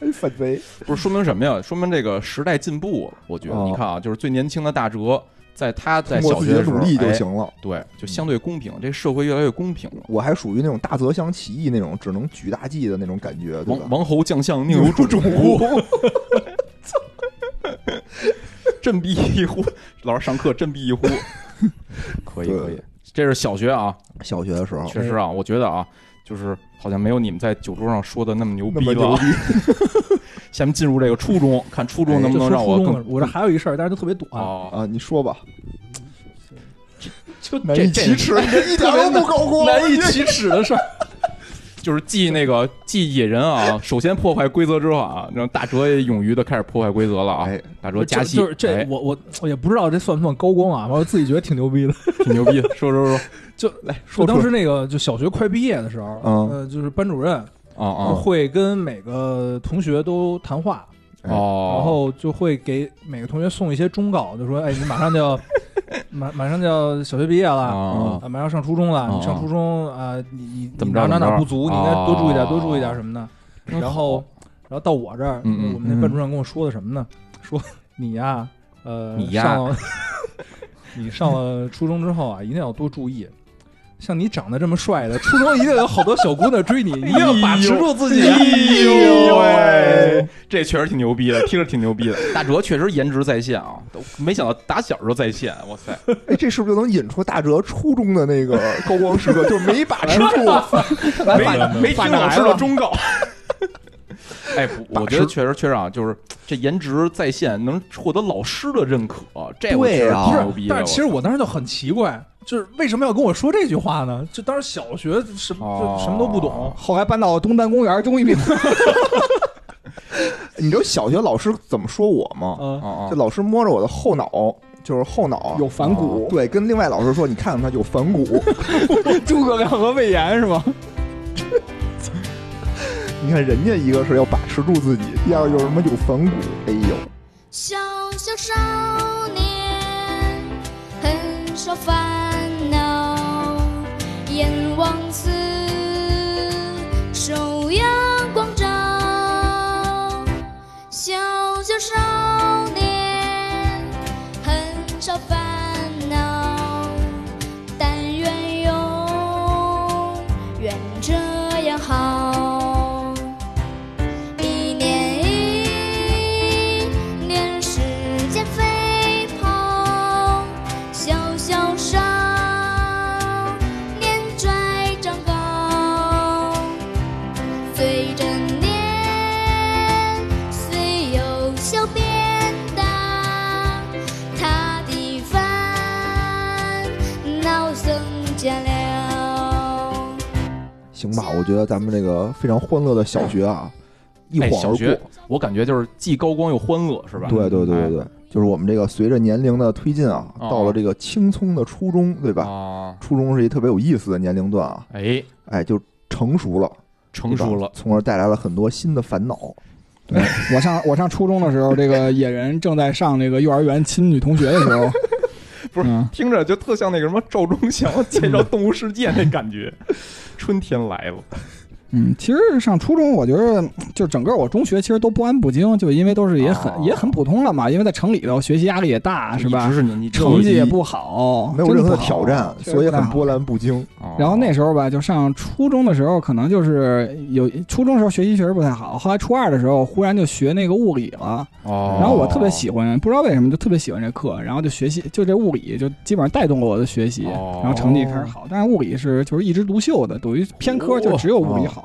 Speaker 1: 哎反贼
Speaker 2: 不是说明什么呀？说明这个时代进步了。我觉得，
Speaker 1: 哦
Speaker 2: 你看啊，就是最年轻的大哲，在他在
Speaker 1: 通过
Speaker 2: 小
Speaker 1: 自
Speaker 2: 学
Speaker 1: 己的
Speaker 2: 的时候
Speaker 1: 努力就
Speaker 2: 哎
Speaker 1: 行了。
Speaker 2: 对，就相对公平，这社会越来越公平了。
Speaker 1: 我还属于那种大泽乡起义那种只能举大计的那种感觉，对
Speaker 2: 王
Speaker 1: 吧？
Speaker 2: 王侯将相宁有种乎， 振臂一呼。老师上课振臂一呼，可以
Speaker 1: 对哦
Speaker 2: 可以。这是小学啊，
Speaker 1: 小学的时候
Speaker 2: 确实啊，我觉得啊，就是好像没有你们在酒桌上说的那么牛
Speaker 1: 那
Speaker 2: 逼
Speaker 1: 么
Speaker 2: 了
Speaker 1: 牛
Speaker 2: 啊。
Speaker 1: 逼，
Speaker 2: 下面进入这个初中，看初中能不能让我
Speaker 4: 我
Speaker 2: 更
Speaker 4: 我这还有一事儿，但是就特别短，
Speaker 2: 哦，
Speaker 1: 啊，你说吧，
Speaker 4: 就
Speaker 1: 难
Speaker 4: 这
Speaker 1: 以
Speaker 4: 这
Speaker 1: 启齿，你这一点都不高光，
Speaker 4: 难以启齿 的事儿。
Speaker 2: 就是继那个继野人啊，首先破坏规则之后啊，让大哲也勇于的开始破坏规则了啊。
Speaker 1: 哎
Speaker 2: 大哲加戏，
Speaker 4: 就是这
Speaker 2: 哎，
Speaker 4: 我我我也不知道这算不算高 光啊，反正我自己觉得挺牛逼的。
Speaker 2: 挺牛逼的，说说说
Speaker 1: 来说
Speaker 4: 我当
Speaker 1: 说
Speaker 4: 时那个就小学快毕业的时候，
Speaker 1: 嗯
Speaker 4: 呃，就是班主任
Speaker 2: 啊啊
Speaker 4: 会跟每个同学都谈话，
Speaker 1: 哎
Speaker 2: 哦，
Speaker 4: 然后就会给每个同学送一些忠告，就说：“哎，你马上 就要马马上就要小学毕业了，
Speaker 2: 啊
Speaker 4: 啊，马上上初中了，
Speaker 2: 啊
Speaker 4: 你上初中啊，你你
Speaker 2: 怎么
Speaker 4: 你哪
Speaker 2: 着
Speaker 4: 哪
Speaker 2: 怎么
Speaker 4: 哪
Speaker 2: 着
Speaker 4: 不足，你应该多注意点，
Speaker 2: 哦
Speaker 4: 多注意点什么的。”
Speaker 2: 真
Speaker 4: 然后然后到我这儿，
Speaker 2: 嗯嗯
Speaker 4: 我们那班主任跟我说的什么呢？说你呀，呃，
Speaker 2: 你呀
Speaker 4: 上了 你上了初中之后啊，一定要多注意。像你长得这么帅的，初中一定有好多小姑娘 追你，你一定要把持住自己。
Speaker 2: 哎呦
Speaker 1: 哎
Speaker 2: 喂，这确实挺牛逼的，听着挺牛逼的。大哲确实颜值在线啊，都没想到打小就在线，哇塞！
Speaker 1: 哎，这是不是就能引出大哲初中的那个高光 时刻？就没把持住，
Speaker 2: 没没听老师的忠告。哎，不我觉得确实确实啊，就是这颜值在线能获得老师的认可，这我
Speaker 1: 对
Speaker 2: 确实
Speaker 1: 啊
Speaker 2: 挺牛
Speaker 4: 不
Speaker 2: 逼
Speaker 4: 是，
Speaker 2: 的。
Speaker 4: 但是其实我当时就很奇怪，就是为什么要跟我说这句话呢？就当时小学什
Speaker 2: 哦
Speaker 4: 么就什么都不懂，
Speaker 3: 后来搬到东单公园中医病房，
Speaker 1: 你知道小学老师怎么说我吗？
Speaker 4: 嗯，
Speaker 2: 啊
Speaker 1: 这老师摸着我的后脑，就是后脑啊
Speaker 3: 有反骨，
Speaker 1: 对，跟另外老师说，你看看他有反骨，
Speaker 3: 诸葛亮和魏延是吗？
Speaker 1: 你看人家一个是要把持住自己，第二个就是什么有反骨，哎呦。
Speaker 5: 小小少年，很少烦恼，眼望此，受阳光照。小小少年，很少烦恼，但愿永远这样好。一年一年，时间飞跑，小小少年拽长高，随着年岁由小变大，他的烦恼增加了。
Speaker 1: 行吧，我觉得咱们这个非常欢乐的小学啊，一
Speaker 2: 哎
Speaker 1: 晃而
Speaker 2: 小
Speaker 1: 过。
Speaker 2: 学我感觉就是既高光又欢乐，是吧？
Speaker 1: 对对对对对，就是我们这个随着年龄的推进啊，
Speaker 2: 哦
Speaker 1: 到了这个青葱的初中，对吧？
Speaker 2: 啊，
Speaker 1: 初中是一特别有意思的年龄段啊，
Speaker 2: 哎，
Speaker 1: 哎，就成熟了，
Speaker 2: 成熟
Speaker 1: 对吧
Speaker 2: 了，
Speaker 1: 从而带来了很多新的烦恼。
Speaker 3: 我上我上初中的时候，这个野人正在上这个幼儿园亲女同学的 时候，
Speaker 2: 不是
Speaker 3: 嗯
Speaker 2: 听着就特像那个什么赵忠祥介绍《动物世界》那感 觉，春天来了。
Speaker 3: 嗯，其实上初中，我觉得就整个我中学其实都不安不惊，就因为都是也很、
Speaker 2: 哦
Speaker 3: 也很普通了嘛，因为在城里头学习压力也大，是
Speaker 2: 一
Speaker 3: 吧
Speaker 2: 直？是你
Speaker 3: 成绩也不好，
Speaker 1: 没有
Speaker 3: 真
Speaker 1: 任何的
Speaker 3: 不好啊
Speaker 1: 挑战，
Speaker 3: 确实
Speaker 1: 所以
Speaker 3: 不太
Speaker 1: 很
Speaker 3: 好
Speaker 1: 波澜不惊。
Speaker 3: 然后那时候吧，就上初中的时候，可能就是有初中时候学习确实不太好，后来初二的时候忽然就学那个物理了，
Speaker 2: 哦，
Speaker 3: 然后我特别喜欢，不知道为什么就特别喜欢这课，然后就学习就这物理就基本上带动了我的学习，
Speaker 2: 哦
Speaker 3: 然后成绩开始好。但是物理是就是一枝独秀的，等于偏科就只有物理
Speaker 2: 哦
Speaker 3: 好。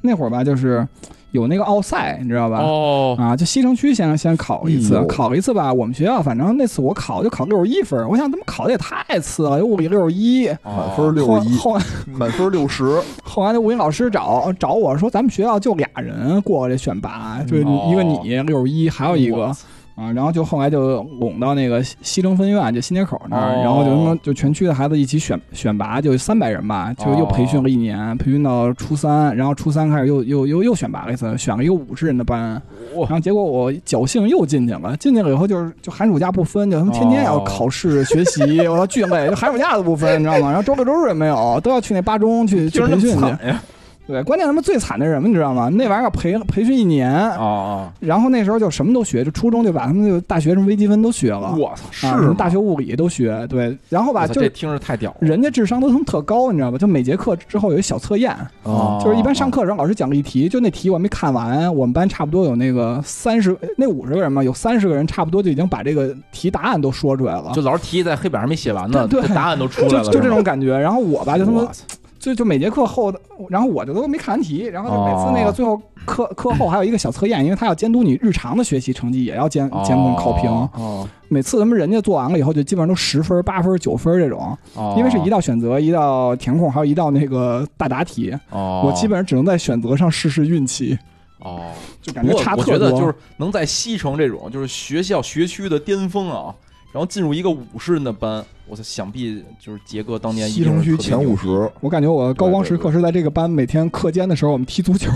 Speaker 3: 那会儿吧，就是有那个奥赛，你知道吧？
Speaker 2: 哦，嗯
Speaker 3: 啊，就西城区先先考了一次
Speaker 1: 哎，呦
Speaker 3: 考了一次吧。我们学校反正那次我考就考六十一分，我想他们考的也太次了，物理六十一，
Speaker 2: 哦
Speaker 1: 满分六
Speaker 3: 后
Speaker 1: 十 一，
Speaker 3: 后来
Speaker 1: 满分六十，
Speaker 3: 后来那物理老师找找我说，咱们学校就俩人过这选拔，就是一个
Speaker 2: 哦
Speaker 3: 你六十一，还有一个
Speaker 2: 哇
Speaker 3: 啊，然后就后来就拢到那个西西城分院，就新街口那儿，
Speaker 2: 哦
Speaker 3: 然后就他妈就全区的孩子一起选选拔，就三百人吧，就又培训了一年，
Speaker 2: 哦
Speaker 3: 培训到初三，然后初三开始又又又又选拔了一次，选了一个五十人的班，然
Speaker 2: 哇
Speaker 3: 后结果我侥幸又进去了，进去了以后就是就寒暑假不分，就他们天天要
Speaker 2: 哦
Speaker 3: 考试、学习，我操巨累，就寒暑假都不分，你知道吗？然后周六周日也没有，都要去那八中去去
Speaker 2: 就是那
Speaker 3: 培训
Speaker 2: 么
Speaker 3: 去。
Speaker 2: 惨呀！
Speaker 3: 对，关键他妈最惨的是什么，你知道吗？那玩意儿培培训一年，
Speaker 2: 哦
Speaker 3: 然后那时候就什么都学，就初中就把他们就大学什么微积分都学了
Speaker 2: 哦，，我操，是
Speaker 3: 啊，什么
Speaker 2: 吗
Speaker 3: 大学物理都学，对，然后吧，
Speaker 2: 我操
Speaker 3: 就
Speaker 2: 这
Speaker 3: 是
Speaker 2: 听着太屌了。
Speaker 3: 人家智商都他妈特高，你知道吧？就每节课之后有一小测验，
Speaker 2: 哦
Speaker 3: 就是一般上课的时候老师讲了一题，就那题我还没看完，我们班差不多有那个三十，那五十个人嘛，有三十个人差不多就已经把这个题答案都说出来了
Speaker 2: 就，老师题在黑板上没写完呢，
Speaker 3: 对对
Speaker 2: 这答案都出来
Speaker 3: 就
Speaker 2: 了，
Speaker 3: 就这
Speaker 2: 是吗
Speaker 3: 种感觉。然后我吧，就他妈
Speaker 2: 哇塞
Speaker 3: 就就每节课后，然后我就都没看完题，然后就每次那个
Speaker 2: 哦
Speaker 3: 最后课课后还有一个小测验，因为他要监督你日常的学习成绩，也要监监控考评
Speaker 2: 哦。哦
Speaker 3: 每次他们人家做完了以后，就基本上都十分、八分、九分这种，
Speaker 2: 哦，
Speaker 3: 因为是一道选择、一道填空，还有一道那个大答题，
Speaker 2: 哦，
Speaker 3: 我基本上只能在选择上试试运气，
Speaker 2: 哦，
Speaker 3: 就感
Speaker 2: 不
Speaker 3: 觉
Speaker 2: 过
Speaker 3: 差
Speaker 2: 我
Speaker 3: 特
Speaker 2: 觉得就
Speaker 3: 多
Speaker 2: 是。能在西城这种就是学校学区的巅峰啊，然后进入一个五十人的班，我操，想必就是杰哥当年
Speaker 1: 西城区前五
Speaker 2: 十。
Speaker 1: 十，
Speaker 3: 我感觉我高光时刻是在这个班，每天课间的时候我们踢足球，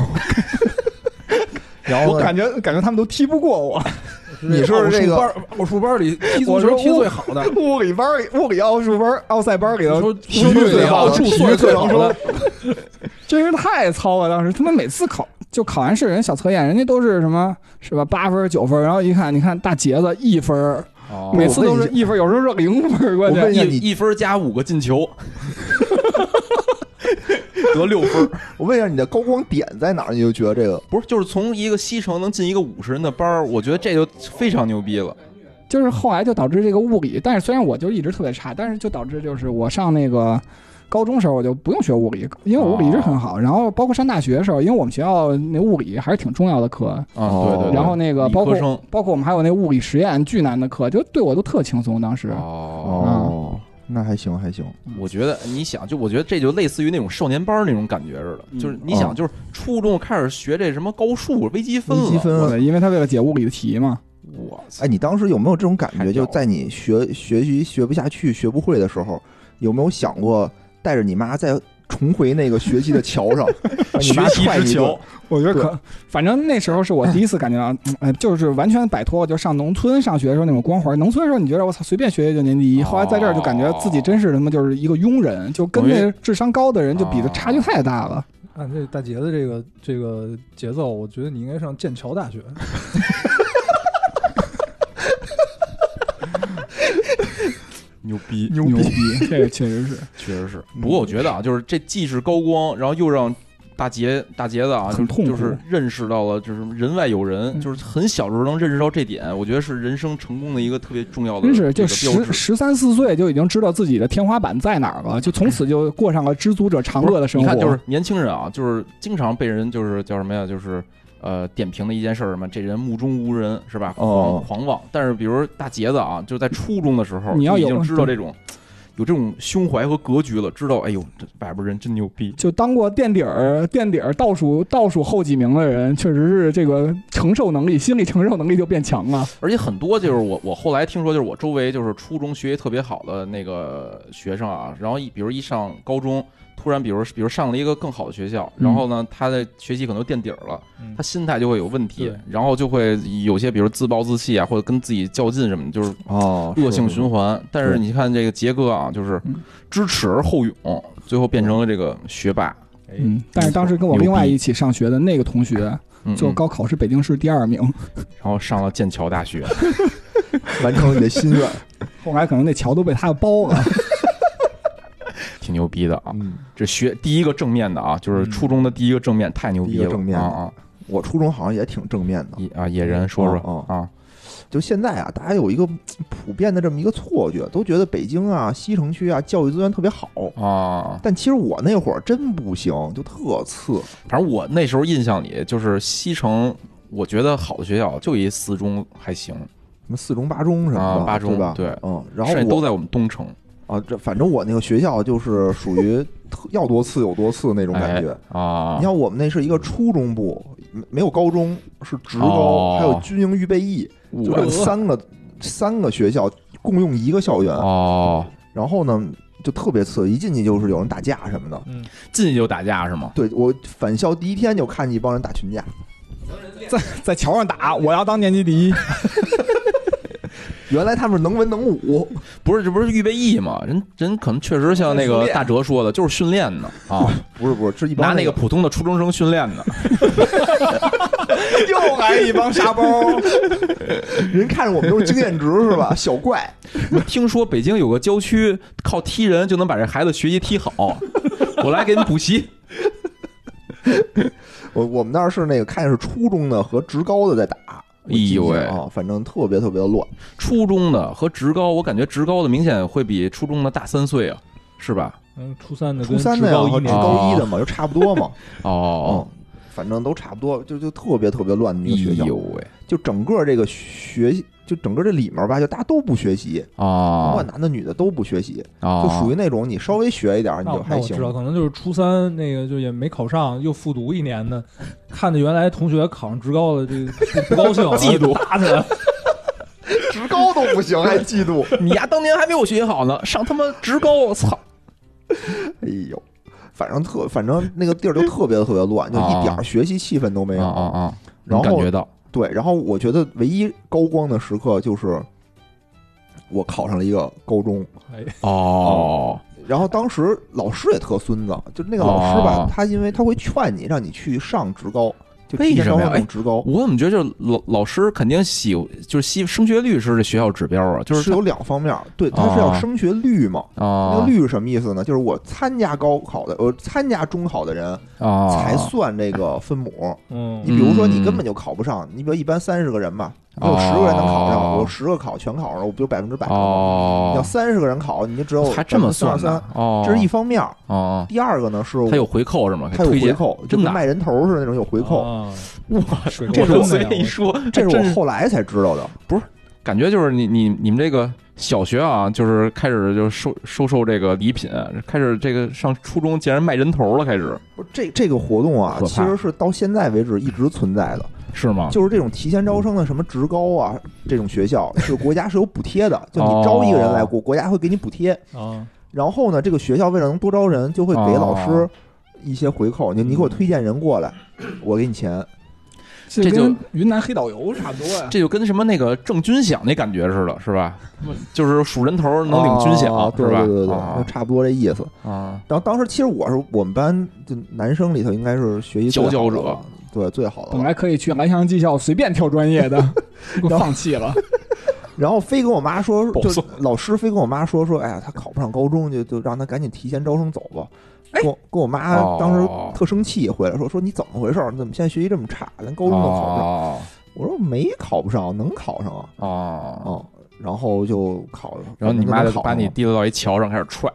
Speaker 1: 然
Speaker 3: 我
Speaker 1: 后呢
Speaker 3: 感觉感觉他们都踢不过我。
Speaker 1: 你是这个
Speaker 4: 奥数班奥数班里踢足
Speaker 3: 我说
Speaker 4: 球踢最好的，
Speaker 3: 物理班里、物理奥数班、奥赛班里头
Speaker 4: 说
Speaker 1: 体育
Speaker 2: 啊
Speaker 1: 最好的
Speaker 4: 奥数
Speaker 1: 体育
Speaker 4: 算是
Speaker 1: 最
Speaker 4: 最
Speaker 1: 好
Speaker 4: 好
Speaker 1: 的
Speaker 4: 的，
Speaker 3: 真是太糙了！当时他们每次考就考完试，人小测验，人家都是什么是吧？八分九分，然后一看，你看大杰子一分儿，
Speaker 2: 哦
Speaker 3: 每次都是一分儿，有时候是零分儿，关
Speaker 1: 我问一
Speaker 3: 键
Speaker 1: 下你
Speaker 2: 一一分加五个进球， 得六分。
Speaker 1: 我问一下你的高光点在哪儿？你就觉得这个
Speaker 2: 不是，就是从一个西城能进一个五十人的班儿，我觉得这就非常牛逼了。
Speaker 3: 就是后来就导致这个物理，但是虽然我就一直特别差，但是就导致就是我上那个高中时候我就不用学物理，因为我物理一直
Speaker 2: 哦
Speaker 3: 很好。然后包括上大学的时候，因为我们学校那物理还是挺重要的课，
Speaker 2: 啊，对对对。
Speaker 3: 哦然后那个
Speaker 2: 理
Speaker 3: 包
Speaker 2: 科
Speaker 3: 括
Speaker 2: 生
Speaker 3: 包括我们还有那物理实验巨难的课，就对我都特轻松。当时、
Speaker 2: 哦，
Speaker 1: 哦，那还行还行，
Speaker 2: 我觉得你想，就我觉得这就类似于那种少年班儿那种感觉似的，就是你
Speaker 3: 哦
Speaker 1: 嗯
Speaker 2: 想，就是初中开始学这什么高数、微积分
Speaker 1: 微
Speaker 2: 了，
Speaker 1: 积分
Speaker 3: 我的，因为他为了解物理的题嘛，
Speaker 2: 我操
Speaker 1: 哎，，你当时有没有这种感觉？
Speaker 2: 太屌
Speaker 1: 就
Speaker 2: 了
Speaker 1: 在你学学习学不下去、学不会的时候，有没有想过带着你妈再重回那个学习的桥 上， 把你妈踹一顿？，
Speaker 3: 我觉得
Speaker 1: 对
Speaker 3: 可，反正那时候是我第一次感觉到，嗯哎，就是完全摆脱，就上农村上学的时候那种光环。农村的时候，你觉得我操，随便学学就年级一，
Speaker 2: 哦
Speaker 3: 后来在这儿就感觉自己真是他妈就是一个庸人，就跟那智商高的人就比的
Speaker 2: 哦
Speaker 3: 差距太大了。
Speaker 4: 按啊这大杰的这个这个节奏，我觉得你应该上剑桥大学。
Speaker 2: 牛逼，
Speaker 3: 牛逼，这个确实是
Speaker 2: 确实是。
Speaker 1: 嗯
Speaker 2: 不过我觉得啊，就是这既是高光，然后又让大杰大杰子啊，
Speaker 3: 很
Speaker 2: 就是
Speaker 3: 痛苦
Speaker 2: 就是认识到了，就是人外有人，
Speaker 3: 嗯
Speaker 2: 就是很小时候能认识到这点，我觉得是人生成功的一个特别重要的
Speaker 3: 真
Speaker 2: 一
Speaker 3: 是
Speaker 2: 个
Speaker 3: 就
Speaker 2: 标
Speaker 3: 十
Speaker 2: 志。
Speaker 3: 十三四岁就已经知道自己的天花板在哪儿了，就从此就过上了知足者常乐的生
Speaker 2: 你
Speaker 3: 活。
Speaker 2: 看，就是年轻人啊，就是经常被人就是叫什么呀，就是。呃，点评的一件事儿什么，这人目中无人是吧？狂、
Speaker 1: 哦
Speaker 2: 狂妄。但是，比如大杰子啊，就在初中的时候，
Speaker 3: 你要
Speaker 2: 就已
Speaker 3: 有
Speaker 2: 经知道这种有这种胸怀和格局了，知道哎呦，这外边人真牛逼，
Speaker 3: 就当过垫底儿、垫底儿倒数倒数后几名的人，确实是这个承受能力、心理承受能力就变强 了。
Speaker 2: 而且很多就是我我后来听说，就是我周围就是初中学习特别好的那个学生啊，然后一比如一上高中，突然比如比如上了一个更好的学校，
Speaker 3: 嗯
Speaker 2: 然后呢他的学习可能就垫底儿了，
Speaker 4: 嗯
Speaker 2: 他心态就会有问题
Speaker 4: 对，
Speaker 2: 然后就会有些比如自暴自弃啊，或者跟自己较劲什么的，就是
Speaker 1: 哦，
Speaker 2: 恶性
Speaker 1: 是是
Speaker 2: 循环。但是你看这个杰哥啊，就是
Speaker 3: 嗯
Speaker 2: 知耻而后勇，最后变成了这个学霸。
Speaker 3: 嗯，但是当时跟我另外一起上学的那个同学，
Speaker 2: 嗯，
Speaker 3: 就
Speaker 2: 嗯
Speaker 3: 高考是北京市第二名，
Speaker 2: 然后上了剑桥大学，
Speaker 1: 完成了你的心愿。
Speaker 3: 后来可能那桥都被他包 了。
Speaker 2: 挺牛逼的 啊！
Speaker 1: 嗯，
Speaker 2: 这学第一个正面的啊，就是
Speaker 4: 嗯
Speaker 2: 初中的第一个正面，太牛逼
Speaker 1: 第一
Speaker 2: 了
Speaker 1: 个正面的
Speaker 2: 啊啊！
Speaker 1: 我初中好像也挺正面的。
Speaker 2: 野啊野人说说、
Speaker 1: 哦
Speaker 2: 啊，
Speaker 1: 就现在啊，大家有一个普遍的这么一个错觉，都觉得北京啊、西城区啊教育资源特别好。
Speaker 2: 啊，
Speaker 1: 但其实我那会儿真不行，就特次。
Speaker 2: 反正我那时候印象里就是西城，我觉得好的学校就一四中还行，
Speaker 1: 什么四中八中什么的，
Speaker 2: 啊八中
Speaker 1: 对吧？
Speaker 2: 对
Speaker 1: 嗯，然后
Speaker 2: 剩下
Speaker 1: 我
Speaker 2: 都在我们东城，
Speaker 1: 啊，这反正我那个学校就是属于特 要多次有多次那种感觉。
Speaker 2: 哎啊
Speaker 1: 你，像我们那是一个初中部，没没有高中，是职高，
Speaker 2: 哦
Speaker 1: 还有军营预备役，就这
Speaker 2: 我
Speaker 1: 三个三个学校共用一个校园。
Speaker 2: 哦，
Speaker 1: 然后呢，就特别次，一进去就是有人打架什么的。
Speaker 4: 嗯，
Speaker 2: 进去就打架是吗？
Speaker 1: 对我返校第一天就看见一帮人打群架，
Speaker 3: 在在桥上打，我要当年级第一。
Speaker 1: 原来他们是能文能武，
Speaker 2: 不是，这不是预备役吗？人人可能确实像那
Speaker 1: 训
Speaker 2: 个
Speaker 1: 练
Speaker 2: 大哲说的，就是训练呢啊，
Speaker 1: 不是不是，是一帮
Speaker 2: 拿那个普通的初中生训练 呢。
Speaker 1: 又
Speaker 3: 哎
Speaker 1: 来一帮沙包， 人看着我们都是经验值是吧？小怪，
Speaker 2: 听说北京有个郊区靠踢人就能把这孩子学习踢好，我来给你补习。
Speaker 1: 我我们那儿是那个看是初中的和职高的在打，我记
Speaker 2: 哎呦
Speaker 1: 得
Speaker 2: 喂
Speaker 1: 啊，反正特别特别乱。
Speaker 2: 初中的和职高，我感觉职高的明显会比初中的大三岁啊，是吧？
Speaker 4: 嗯，初三的
Speaker 1: 初
Speaker 4: 跟
Speaker 1: 三的
Speaker 4: 职
Speaker 1: 呀
Speaker 4: 高
Speaker 1: 和职
Speaker 4: 一年
Speaker 1: 高一的嘛，就差不多嘛，嗯
Speaker 2: 啊 哦，，
Speaker 1: 反正都差不多，就就特别特别乱的
Speaker 2: 哎
Speaker 1: 一个学校
Speaker 2: 呦，喂，
Speaker 1: 就整个这个学就整个这里面吧，就大家都不学习，甭
Speaker 2: 哦
Speaker 1: 管男的女的都不学习，
Speaker 2: 哦，
Speaker 1: 就属于那种你稍微学一点你就
Speaker 4: 那我那
Speaker 1: 还
Speaker 4: 我
Speaker 1: 行
Speaker 4: 知。道，可能就是初三那个就也没考上，又复读一年的，看着原来同学考上职高了，这个不不高兴，
Speaker 2: 嫉妒
Speaker 4: 打起来了。
Speaker 1: 职高都不行，还嫉妒。
Speaker 2: 你丫当年还没有学习好呢，上他妈职高，我操！
Speaker 1: 哎呦，反正特，反正那个地儿就特别特别乱，就一点儿学习气氛都没有。
Speaker 2: 啊啊啊！
Speaker 1: 然
Speaker 2: 能感
Speaker 1: 后
Speaker 2: 觉到
Speaker 1: 对，然后我觉得唯一高光的时刻就是我考上了一个高中，
Speaker 2: 哦，
Speaker 1: 然后当时老师也特孙子，就那个老师吧，
Speaker 2: 哦
Speaker 1: 他因为他会劝你让你去上职高，就
Speaker 2: 为
Speaker 1: 提前
Speaker 2: 什
Speaker 1: 高
Speaker 2: 么呀哎
Speaker 1: 考那种职高。
Speaker 2: 我怎么觉得就是老老师肯定喜就是西升学率是这学校指标啊，就是
Speaker 1: 是有两方面，对，它是要
Speaker 2: 哦
Speaker 1: 升学率嘛。那
Speaker 2: 啊
Speaker 1: 个率是什么意思呢？就是我参加高考的，呃，参加中考的人
Speaker 2: 啊
Speaker 1: 才算这个分母。
Speaker 4: 嗯
Speaker 1: 你比如说，你
Speaker 2: 嗯
Speaker 1: 根本就考不上，你比如一般三十个人吧，你有十个人能考上，
Speaker 2: 哦
Speaker 1: 我十个考全考上，我不就百分之百吗？你要
Speaker 2: 哦，
Speaker 1: 三十个人考，你就只有
Speaker 2: 还这么算
Speaker 1: 三
Speaker 2: 呢？哦，
Speaker 1: 这是一方面儿。
Speaker 2: 哦，
Speaker 1: 第二个呢是
Speaker 2: 它有回扣是吗？
Speaker 1: 它有
Speaker 2: 推
Speaker 1: 回
Speaker 2: 荐哦
Speaker 1: 扣，就
Speaker 2: 真的
Speaker 1: 跟
Speaker 2: 啊
Speaker 1: 卖人头似的那种有回扣。
Speaker 4: 啊
Speaker 2: 哇，
Speaker 4: 水
Speaker 2: 这
Speaker 4: 果
Speaker 2: 是
Speaker 4: 真
Speaker 2: 我
Speaker 4: 的
Speaker 2: 随
Speaker 4: 呀
Speaker 2: 便一说，
Speaker 1: 这是
Speaker 2: 真
Speaker 1: 我后来才知道的。
Speaker 2: 感觉就是你你你们这个小学啊，就是开始就收收受这个礼品，开始这个上初中竟然卖人头了，开始
Speaker 1: 不是这这个活动啊，
Speaker 2: 可怕哦
Speaker 1: 其实是到现在为止一直存在的，
Speaker 2: 是吗？
Speaker 1: 就是这种提前招生的什么职高啊，这种学校是国家是有补贴的，就
Speaker 2: 哦
Speaker 1: 你招一个人来，国国家会给你补贴。
Speaker 4: 啊，
Speaker 1: 然后呢，这个学校为了能多招人，就会给老师
Speaker 2: 哦
Speaker 1: 一些回扣，你你给我推荐人过来，我给你钱。
Speaker 3: 这
Speaker 2: 这就
Speaker 3: 跟云南黑导游差不多呀。
Speaker 2: 这就跟什么那个挣军饷那感觉似的，是吧？就是数人头能领军饷，
Speaker 1: 啊对
Speaker 2: 是吧？
Speaker 1: 嗯对对对，
Speaker 2: 啊
Speaker 1: 就差不多这意思。
Speaker 2: 啊，
Speaker 1: 然后当时其实我是我们班就男生里头应该是学习最好的
Speaker 2: 佼佼者，
Speaker 1: 对最好的
Speaker 3: 本
Speaker 1: 了。
Speaker 3: 来可以去蓝翔技校随便挑专业 的，我放弃了。
Speaker 1: 然后非跟我妈说，
Speaker 2: 保
Speaker 1: 就
Speaker 2: 送
Speaker 1: 老师非跟我妈说说，哎呀，他考不上高中，就就让他赶紧提前招生走吧。
Speaker 3: 哎
Speaker 1: 跟我跟我妈
Speaker 2: 哦
Speaker 1: 当时特生气，回来说说你怎么回事儿？你怎么现在学习这么差，连高中都考不上？
Speaker 2: 哦
Speaker 1: 我说没考不上，能考上啊。
Speaker 2: 哦，
Speaker 1: 嗯，然后就考了，
Speaker 2: 然后你妈
Speaker 1: 就
Speaker 2: 就
Speaker 1: 能考
Speaker 2: 把
Speaker 1: 上
Speaker 2: 你
Speaker 1: 了
Speaker 2: 提溜到一桥上开始踹，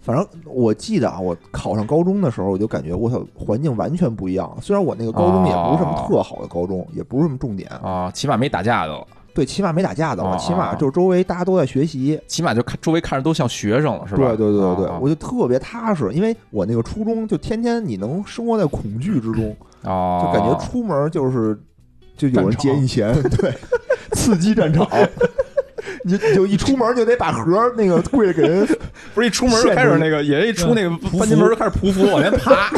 Speaker 1: 反正我记得啊，我考上高中的时候，我就感觉我操，环境完全不一样了。虽然我那个高中也不是什么特好的高中，也不是什么重点，
Speaker 2: 啊，起码没打架的了，
Speaker 1: 对，起码没打架的了，
Speaker 2: 哦
Speaker 1: 起码就是周围大家都在学习，
Speaker 2: 起码就看周围看着都像学生了，是吧？
Speaker 1: 对对对对对，
Speaker 2: 啊
Speaker 1: 我就特别踏实，因为我那个初中就天天你能生活在恐惧之中，
Speaker 2: 哦，
Speaker 1: 就感觉出门就是就有人
Speaker 4: 战场
Speaker 1: 劫你钱，
Speaker 2: 啊
Speaker 1: 对， 刺激战 场。你就你就一出门就得把盒儿那个柜给人，
Speaker 2: 不是一出门就开始那个，也一出那个
Speaker 4: 服
Speaker 2: 班级门就开始匍匐往前爬，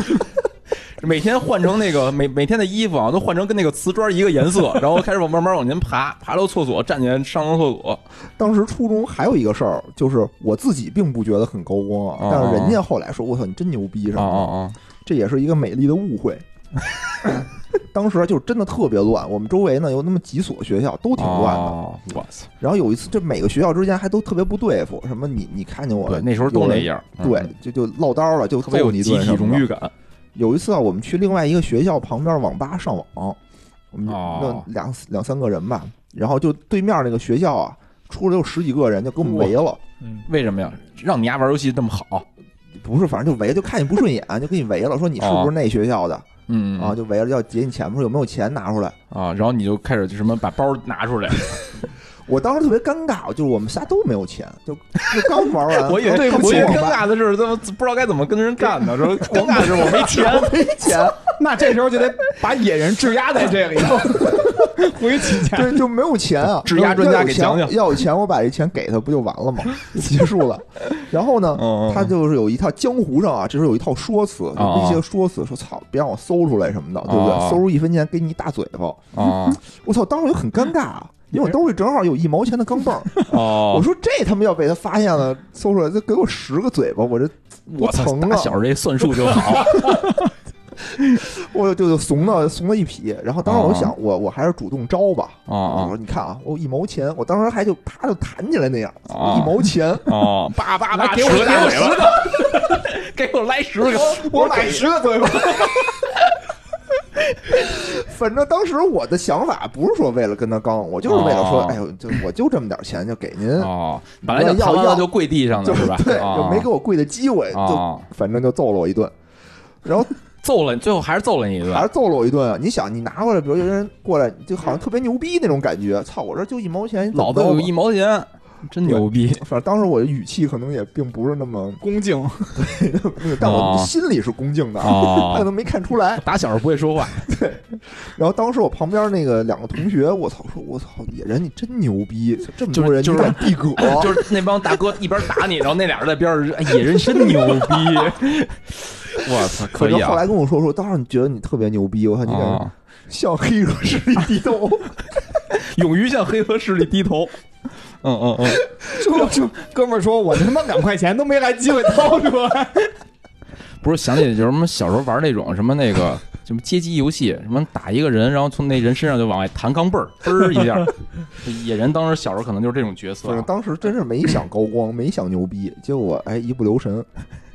Speaker 2: 每天换成那个每每天的衣服啊，都换成跟那个瓷砖一个颜色，然后开始往慢慢往前爬，爬到厕所，站起来上上厕所。
Speaker 1: 当时初中还有一个事儿，就是我自己并不觉得很高光啊，
Speaker 2: 哦
Speaker 1: 但是人家后来说：“我操，你真牛逼！”什
Speaker 2: 啊
Speaker 1: 么
Speaker 2: 啊
Speaker 1: 的，
Speaker 2: 啊！
Speaker 1: 这也是一个美丽的误 会。当时就真的特别乱，我们周围呢有那么几所学校都挺乱的，
Speaker 2: 哦我操！
Speaker 1: 然后有一次，这每个学校之间还都特别不对付，什么你你看见我
Speaker 2: 对，那时候都那
Speaker 1: 有人，
Speaker 2: 样。嗯
Speaker 1: 对，，就就落刀了，就
Speaker 2: 特别有
Speaker 1: 揍你一
Speaker 2: 集
Speaker 1: 顿
Speaker 2: 体
Speaker 1: 什么
Speaker 2: 荣誉
Speaker 1: 的。
Speaker 2: 感。
Speaker 1: 有一次啊，我们去另外一个学校旁边网吧上网，我们就
Speaker 2: 哦
Speaker 1: 那两两三个人吧，然后就对面那个学校啊，出了有十几个人，就给我们围了，
Speaker 4: 嗯，。
Speaker 2: 为什么呀？让你丫玩游戏这么好？
Speaker 1: 不是，反正就围，就看你不顺眼，就给你围了，说你是不是那学校的
Speaker 2: 嗯
Speaker 1: 啊？
Speaker 2: 啊
Speaker 1: 就围了，要劫你钱，说有没有钱拿出来。
Speaker 2: 啊！然后你就开始就什么把包拿出来，
Speaker 1: 我当时特别尴尬，就是我们仨都没有钱，就就刚玩完，
Speaker 2: 我以为
Speaker 1: 对不
Speaker 2: 我
Speaker 1: 起
Speaker 2: 以为
Speaker 1: 网
Speaker 2: 尴
Speaker 1: 吧
Speaker 2: 尬的是，他妈不知道该怎么跟人干呢。说尴尬的是我没钱，。
Speaker 1: 没钱。
Speaker 3: 那这时候就得把野人质押在这里头，回请假。
Speaker 1: 对，就没有钱啊
Speaker 2: 质押专家给讲
Speaker 1: 要有
Speaker 2: 讲
Speaker 1: 钱要有钱，我把这钱给他，不就完了吗？ 结束了。然后呢
Speaker 2: 嗯嗯，嗯
Speaker 1: 他就是有一套江湖上啊，这是有一套说辞，
Speaker 2: 哦
Speaker 1: 就一些说辞，说操，别让我搜出来什么的，对不对
Speaker 2: 哦？
Speaker 1: 搜出一分钱给你一大嘴巴。
Speaker 2: 啊
Speaker 1: 我操，当时我就很尴尬，因为我兜里正好有一毛钱的钢镚儿，
Speaker 2: 哦
Speaker 1: 我说这他妈要被他发现了，搜出来，再给我十个嘴巴，我这
Speaker 2: 我操
Speaker 1: 疼
Speaker 2: 打
Speaker 1: 啊！
Speaker 2: 小这算术就 好，
Speaker 1: 我就就怂到怂到一匹。然后当时我就
Speaker 2: 哦
Speaker 1: 想，我我还是主动招吧。我
Speaker 2: 哦
Speaker 1: 说你看啊，我一毛钱，我当时还就啪就弹起来那样，
Speaker 2: 哦
Speaker 1: 一毛钱，
Speaker 2: 哦 哦，叭叭叭，
Speaker 3: 给我
Speaker 2: 十个大
Speaker 3: 给我
Speaker 2: 嘴巴， 给我来十个，
Speaker 1: 我买十个嘴巴。 反正当时我的想法不是说为了跟他刚，我就是为了说，
Speaker 2: 哦
Speaker 1: 哎呦，就我就这么点钱，就给您，
Speaker 2: 哦，本来就
Speaker 1: 要
Speaker 2: 要
Speaker 1: 要
Speaker 2: 要就跪地上
Speaker 1: 就
Speaker 2: 的是吧？
Speaker 1: 对，
Speaker 2: 哦
Speaker 1: 就没给我跪的机会，就
Speaker 2: 哦，
Speaker 1: 反正就揍了我一顿，然后
Speaker 2: 揍了，最后还是揍了你一
Speaker 1: 还
Speaker 2: 顿
Speaker 1: 是揍了我一顿啊！你想，你拿过来，比如有人过来，就好像特别牛逼那种感觉，操，我这就一毛钱，你怎么
Speaker 2: 嗯老子
Speaker 1: 着
Speaker 2: 有
Speaker 1: 吧
Speaker 2: 一毛钱，真牛逼！
Speaker 1: 反正当时我的语气可能也并不是那么，
Speaker 3: 恭敬，
Speaker 1: 但我
Speaker 2: 哦
Speaker 1: 心里是恭敬的，他 可
Speaker 2: 哦，
Speaker 1: 能没看出来。
Speaker 2: 打小是不会说 话，
Speaker 1: 然后当时我旁边那个两个同学，我操，说我操，野人你真牛逼，这么多人
Speaker 2: 就是
Speaker 1: 你敢 递葛，
Speaker 2: 就是那帮大哥一边打你，然后那俩人在边上说，哎，野人真牛逼！ 我操，可
Speaker 1: 反
Speaker 2: 以
Speaker 1: 正后
Speaker 2: 啊！
Speaker 1: 来跟我说说，当时你觉得你特别牛逼，我操，你敢
Speaker 2: 啊，
Speaker 1: 向黑恶势力低头，
Speaker 2: 勇于向黑恶势力低 头。嗯嗯嗯，
Speaker 3: 说说哥们儿说，我他妈两块钱都没来机会掏出来。
Speaker 2: 不是想起就是什么小时候玩那种什么那个 什么街机游戏，什么打一个人，然后从那人身上就往外弹钢镚儿，嘣儿一下。 野人当时小时候可能就是这种角色啊
Speaker 1: 反正，当时真是没想高 光，没想牛逼，结果哎一不留神。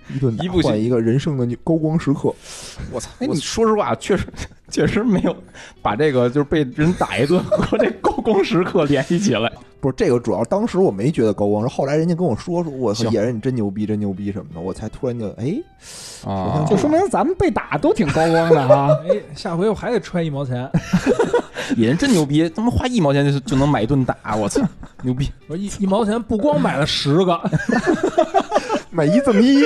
Speaker 1: 一顿打
Speaker 2: 一不小
Speaker 1: 换一个人生的牛高光时刻，哎
Speaker 2: 我操！我说实话，确实确实没有把这个就是被人打一顿和这高 光时刻联系起来。
Speaker 1: 不是这个，主要当时我没觉得高光，是后来人家跟我说说，我操，
Speaker 2: 行
Speaker 1: 野人你真牛逼，真牛逼什么的，我才突然就哎，
Speaker 2: 啊
Speaker 3: 就说明咱们被打都挺高光的啊
Speaker 4: 哎，下回我还得揣一毛钱。
Speaker 2: 野人真牛逼，他妈花一毛钱就就能买一顿打，我操， 牛逼！
Speaker 4: 我一一毛钱不光买了十个，
Speaker 1: 买一赠一，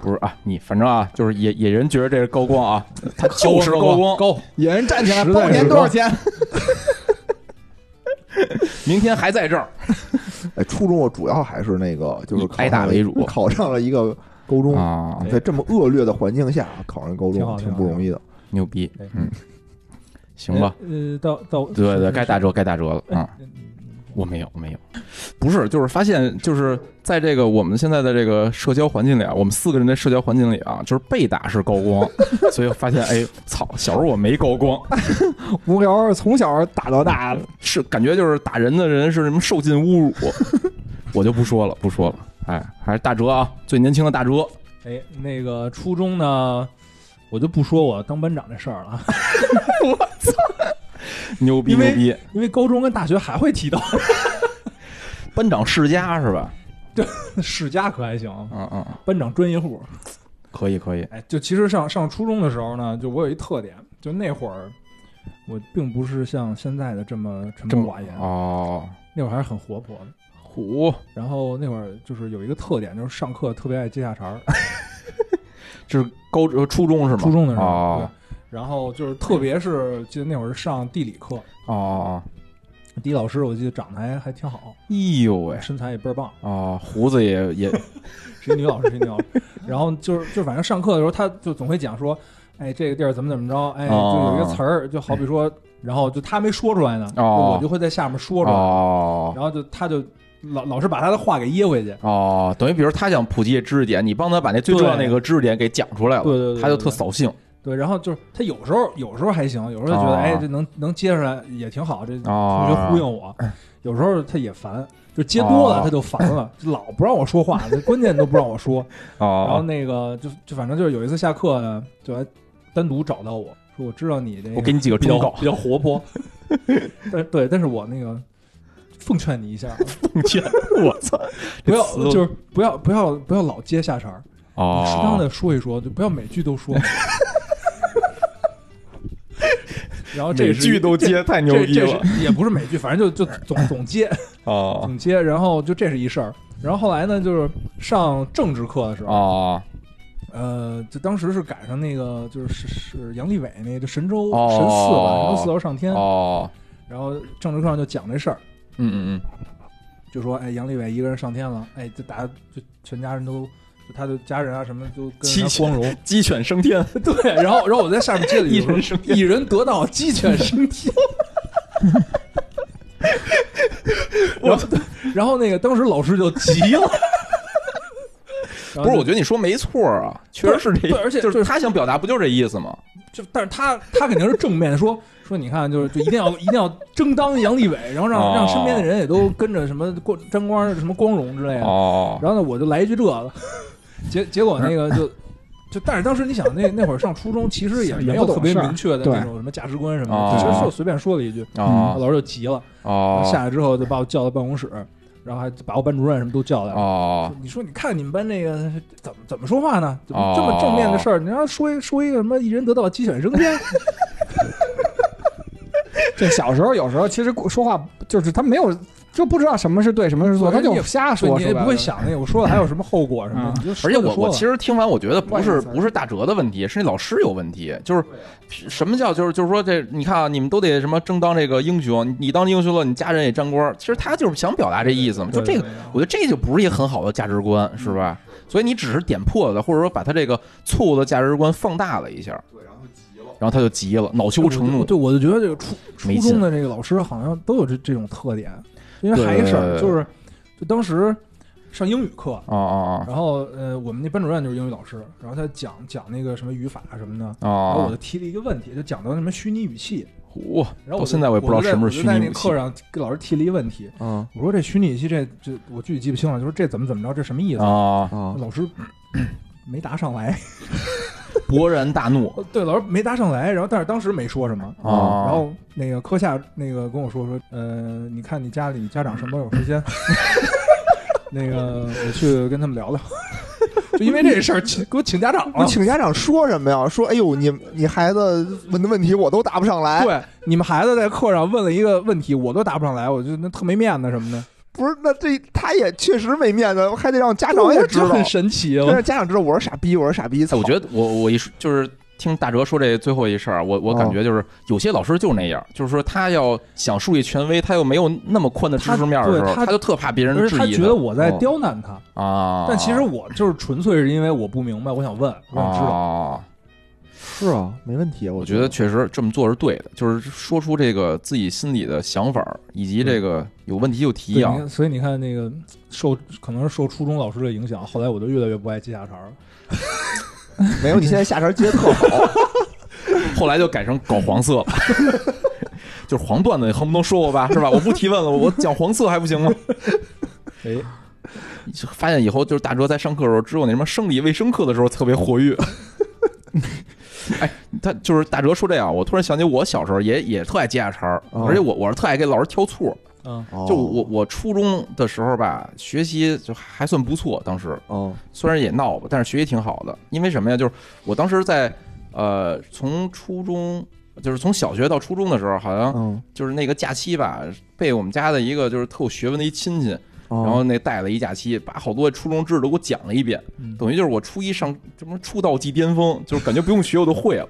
Speaker 2: 不是啊，你反正啊，就是野野人觉得这是高光啊，他就是高光。
Speaker 4: 高，
Speaker 3: 野人站起来，
Speaker 4: 实在
Speaker 3: 包
Speaker 4: 是
Speaker 3: 年多少钱？
Speaker 2: 明天还在这儿，
Speaker 1: 哎，初中我主要还是那个就是
Speaker 2: 以
Speaker 1: 考
Speaker 2: 挨打
Speaker 1: 上
Speaker 2: 为
Speaker 1: 了
Speaker 2: 主
Speaker 1: 考上了一个高中，
Speaker 2: 啊哎
Speaker 1: 在这么恶劣的环境下考上高
Speaker 4: 挺
Speaker 1: 中，
Speaker 4: 好
Speaker 1: 挺不容易的。
Speaker 2: 牛逼
Speaker 4: 对，
Speaker 2: 嗯， 行吧，
Speaker 4: 呃，到到
Speaker 2: 对对，该打
Speaker 4: 折。
Speaker 2: 折该打折
Speaker 4: 哎
Speaker 2: 了啊。
Speaker 4: 嗯
Speaker 2: 我没有，我没有，不是，就是发现，就是在这个我们现在的这个社交环境里啊，我们四个人的社交环境里啊，就是被打是高 光，所以发现，哎，操，小时候我没高光，
Speaker 3: 无聊，从小打到 大，
Speaker 2: 是感觉就是打人的人是什么受尽侮辱， 我就不说了，不说了，哎，还是大哲啊，最年轻的大哲，
Speaker 4: 哎，那个初中呢，我就不说我当班长这事儿了 啊，
Speaker 2: 牛逼
Speaker 4: 因
Speaker 2: 牛
Speaker 4: 为
Speaker 2: 逼，
Speaker 4: 因为高中跟大学还会提到
Speaker 2: 班长世家是吧？
Speaker 4: 世家，可还行，
Speaker 2: 嗯嗯，嗯
Speaker 4: 班长专业户。
Speaker 2: 可以可以，
Speaker 4: 哎，就其实上上初中的时候呢，就我有一特点，就那会儿我并不是像现在的这么沉
Speaker 2: 这
Speaker 4: 默
Speaker 2: 么
Speaker 4: 寡言，
Speaker 2: 哦，
Speaker 4: 那会儿还是很活泼的。
Speaker 2: 虎，
Speaker 4: 然后那会儿就是有一个特点，就是上课特别爱接下茬儿。
Speaker 2: 这是高呃初中是吗？
Speaker 4: 初中的时候，
Speaker 2: 哦
Speaker 4: 对。然后就是特别是记得那会儿上地理课，
Speaker 2: 哦哦，哦
Speaker 4: 地理老师我记得长得还还挺好，
Speaker 2: 哎呦喂，
Speaker 4: 身材也倍儿棒，
Speaker 2: 哦，胡子也也
Speaker 4: 是一女老师，是一女老师。 然后就是就反正上课的时候，他就总会讲说，哎，这个地儿怎么怎么着，哎，就
Speaker 2: 哦
Speaker 4: 有一个词儿，就好比说，然后就他没说出来呢，就
Speaker 2: 嗯哦
Speaker 4: 我就会在下面说出来，
Speaker 2: 哦
Speaker 4: 然后就他就老老是把他的话给噎回去。
Speaker 2: 哦，等于比如他想普及知识点，你帮他把那最重要那个知识点给讲出来了，
Speaker 4: 对对对对
Speaker 2: 他就特扫兴
Speaker 4: 对，然后就是他有时候有时候还行，有时候觉得、
Speaker 2: 哦
Speaker 4: 哎这能能接出来也挺好，这同学
Speaker 2: 哦
Speaker 4: 呼应我。有时候他也烦，就接多了
Speaker 2: 哦
Speaker 4: 他就烦了，就老不让我说话，就关键都不让我说。然后
Speaker 2: 哦。
Speaker 4: 那个就就反正就是有一次下课呢，就还单独找到我说我知道你这个
Speaker 2: 我给你几个
Speaker 4: 比
Speaker 2: 忠
Speaker 4: 较
Speaker 2: 告，
Speaker 4: 比较活泼，但对，但是我那个奉劝你一下，
Speaker 2: 我操，
Speaker 4: 不要
Speaker 2: 这词都
Speaker 4: 就是不要不要不要老接下茬儿，
Speaker 2: 哦
Speaker 4: 你，适当的说一说，就不要每句都 说。然后这
Speaker 2: 每
Speaker 4: 是
Speaker 2: 句都
Speaker 4: 这
Speaker 2: 接，太牛
Speaker 4: 这
Speaker 2: 逼
Speaker 4: 这
Speaker 2: 了
Speaker 4: 是也不是每句，反正就就总总接
Speaker 2: 哦
Speaker 4: 总接，然后就这是一事儿。然后后来呢，就是上政治课的时候，
Speaker 2: 哦
Speaker 4: 呃，就当时是赶上那个就是是是杨利伟那个神州
Speaker 2: 哦
Speaker 4: 神四吧，神州四楼上天，
Speaker 2: 哦，
Speaker 4: 然后政治课上就讲这事儿，
Speaker 2: 嗯嗯
Speaker 4: 就说哎杨利伟一个人上天了，哎就大家就全家人都就他的家人啊什么都跟着
Speaker 2: 七
Speaker 4: 他光荣
Speaker 2: 嗯，，鸡犬升天，
Speaker 4: 对，然后然后我在下面接了一句
Speaker 2: 一人升
Speaker 4: 一人得道鸡犬升天。 我，然后那个当时老师就急 了，
Speaker 2: 不是，我觉得你说没错啊，确实是这，
Speaker 4: 对而且
Speaker 2: 就
Speaker 4: 就是
Speaker 2: 他想表达不就这意思吗？
Speaker 4: 就，但是他他肯定是正面的说说，你看就是就一定要一定要争当杨利伟，然后让、
Speaker 2: 哦
Speaker 4: 让身边的人也都跟着什么光沾光什么光荣之类的。
Speaker 2: 哦，
Speaker 4: 然后呢，我就来一句这个， 结结果那个就就，但是当时你想那那会儿上初中，其实也没有特别明确的
Speaker 3: 对
Speaker 4: 那种什么价值观什么
Speaker 2: 哦
Speaker 4: 的，其实就随便说嗯了一句，
Speaker 2: 哦
Speaker 4: 老师就急了，
Speaker 2: 哦
Speaker 4: 下来之后就把我叫到办公室，然后还把我班主任什么都叫来了。
Speaker 2: 哦
Speaker 4: 你说，你看你们班那个怎么怎么说话呢？怎
Speaker 2: 哦
Speaker 4: 么这么正面的事儿？你让他说一说一个什么一人得道鸡犬升 天？
Speaker 3: 这小时候有时候其实说话就是他没有就不知道什么是对，什么是错，
Speaker 4: 对
Speaker 3: 他就瞎
Speaker 4: 对
Speaker 3: 说，
Speaker 4: 你也
Speaker 3: 说白了
Speaker 4: 不会想那个我说的还有什么后果什么的
Speaker 3: 嗯。
Speaker 4: 你就说
Speaker 2: 而且我
Speaker 4: 就说
Speaker 2: 我
Speaker 4: 了
Speaker 2: 其实听完，我觉得不是
Speaker 3: 不好意思
Speaker 2: 不是大哲的问题，是那老师有问题。就是什么叫就是就是说这你看啊，你们都得什么争当这个英雄，你你当英雄了，你家人也沾光。其实他就是想表达这意思嘛。就
Speaker 4: 对嗯
Speaker 2: 这个，我觉得这就不是一个很好的价值观，是吧？所以你只是点破了，或者说把他这个错误的价值观放大了一下。对，然后他就急了，恼羞成怒。
Speaker 4: 对，我就觉得这个初
Speaker 2: 没
Speaker 4: 初
Speaker 2: 劲
Speaker 4: 中的这个老师好像都有这这种特点。因为
Speaker 2: 对
Speaker 4: 还有一事
Speaker 2: 对
Speaker 4: 儿
Speaker 2: 对
Speaker 4: 就是，就当时上英语课，
Speaker 2: 哦哦
Speaker 4: 然后呃，我们那班主任就是英语老师，然后他讲讲那个什么语法什么的，
Speaker 2: 哦
Speaker 4: 然后我就
Speaker 2: 哦，
Speaker 4: 提了一个问题，就讲到什么虚拟语气，
Speaker 2: 哇！
Speaker 4: 然
Speaker 2: 到
Speaker 4: 后我
Speaker 2: 现在我也不知道什么是虚
Speaker 4: 我就在
Speaker 2: 拟
Speaker 4: 那
Speaker 2: 武
Speaker 4: 个
Speaker 2: 器
Speaker 4: 课。上给老师提了一个问题，
Speaker 2: 嗯
Speaker 4: 我说这虚拟语气这这我具体记不清了， 就是这怎么怎么着，这什么意思？
Speaker 2: 啊，
Speaker 1: 啊，
Speaker 4: 老师没答上来，
Speaker 2: 勃然大怒
Speaker 4: 对，老师没搭上来，然后但是当时没说什么。
Speaker 2: 啊！
Speaker 4: 嗯然后那个科夏那个跟我说说，呃，你看你家里家长什么时候有时间？ 那个我去跟他们聊 聊，就因为 这事儿请给我请家长
Speaker 1: 我
Speaker 4: 了。
Speaker 1: 请家长说什么呀？说哎呦，你你孩子问的问题我都答不上来。
Speaker 4: 对，你们孩子在课上问了一个问题，我都答不上来，我就那特没面子什么的。
Speaker 1: 不是，那这他也确实没面子，还得让家长也
Speaker 4: 我
Speaker 1: 知
Speaker 4: 就
Speaker 1: 道
Speaker 4: 很，神奇。哦
Speaker 1: 让
Speaker 4: 我
Speaker 1: 家长知道我是傻逼，我是傻逼。
Speaker 2: 哎，
Speaker 1: 操
Speaker 2: 我觉得我我一说就是听大哲说这最后一事儿，我
Speaker 4: 嗯
Speaker 2: 我感觉就是有些老师就是那样，就是说他要想树立权威，他又没有那么宽的知识面的时候，
Speaker 4: 他对他
Speaker 2: 他就特怕别人
Speaker 4: 而
Speaker 2: 质
Speaker 4: 是他
Speaker 2: 疑
Speaker 4: 觉得我在
Speaker 1: 哦
Speaker 4: 刁难他，
Speaker 2: 啊。
Speaker 4: 但其实我就是纯粹是因为我不明白，我想问，我想知道。嗯
Speaker 2: 啊，
Speaker 1: 是啊，没问题。
Speaker 2: 我
Speaker 1: 我
Speaker 2: 觉得确实这么做是对的，就是说出这个自己心里的想法儿，以及这个有问题就提
Speaker 4: 嗯对，你
Speaker 2: 啊。
Speaker 4: 看所以你看那个受，可能是受初中老师的影响，后来我就越来越不爱接下茬了。
Speaker 1: 没有，你现在下茬接得特好。
Speaker 2: 后来就改成搞黄色了， 就是黄段子，你恨不能说我吧，是吧？我不提问了，我讲黄色还不行吗？
Speaker 4: 哎，
Speaker 2: 发现以后就是大哲在上课的时候，只有那什么生理卫生课的时候特别活 跃。哎，他就是大哲说这样，我突然想起我小时候也也特爱接下茬儿，
Speaker 1: 哦
Speaker 2: 而且我我是特爱给老师挑错儿。
Speaker 4: 嗯，
Speaker 2: 就我我初中的时候吧，学习就还算不错，当时
Speaker 1: 哦，
Speaker 2: 虽然也闹吧，但是学习挺好的。因为什么呀？就是我当时在呃，从初中就是从小学到初中的时候，好像
Speaker 1: 嗯，
Speaker 2: 就是那个假期吧，被我们家的一个就是特有学问的一亲戚，
Speaker 1: 然
Speaker 2: 然后那带了一假期，把好多初中知识都给我讲了一遍，
Speaker 4: 嗯
Speaker 2: 等于就是我初一上什么出道即巅峰，就是感觉不用学我都会了。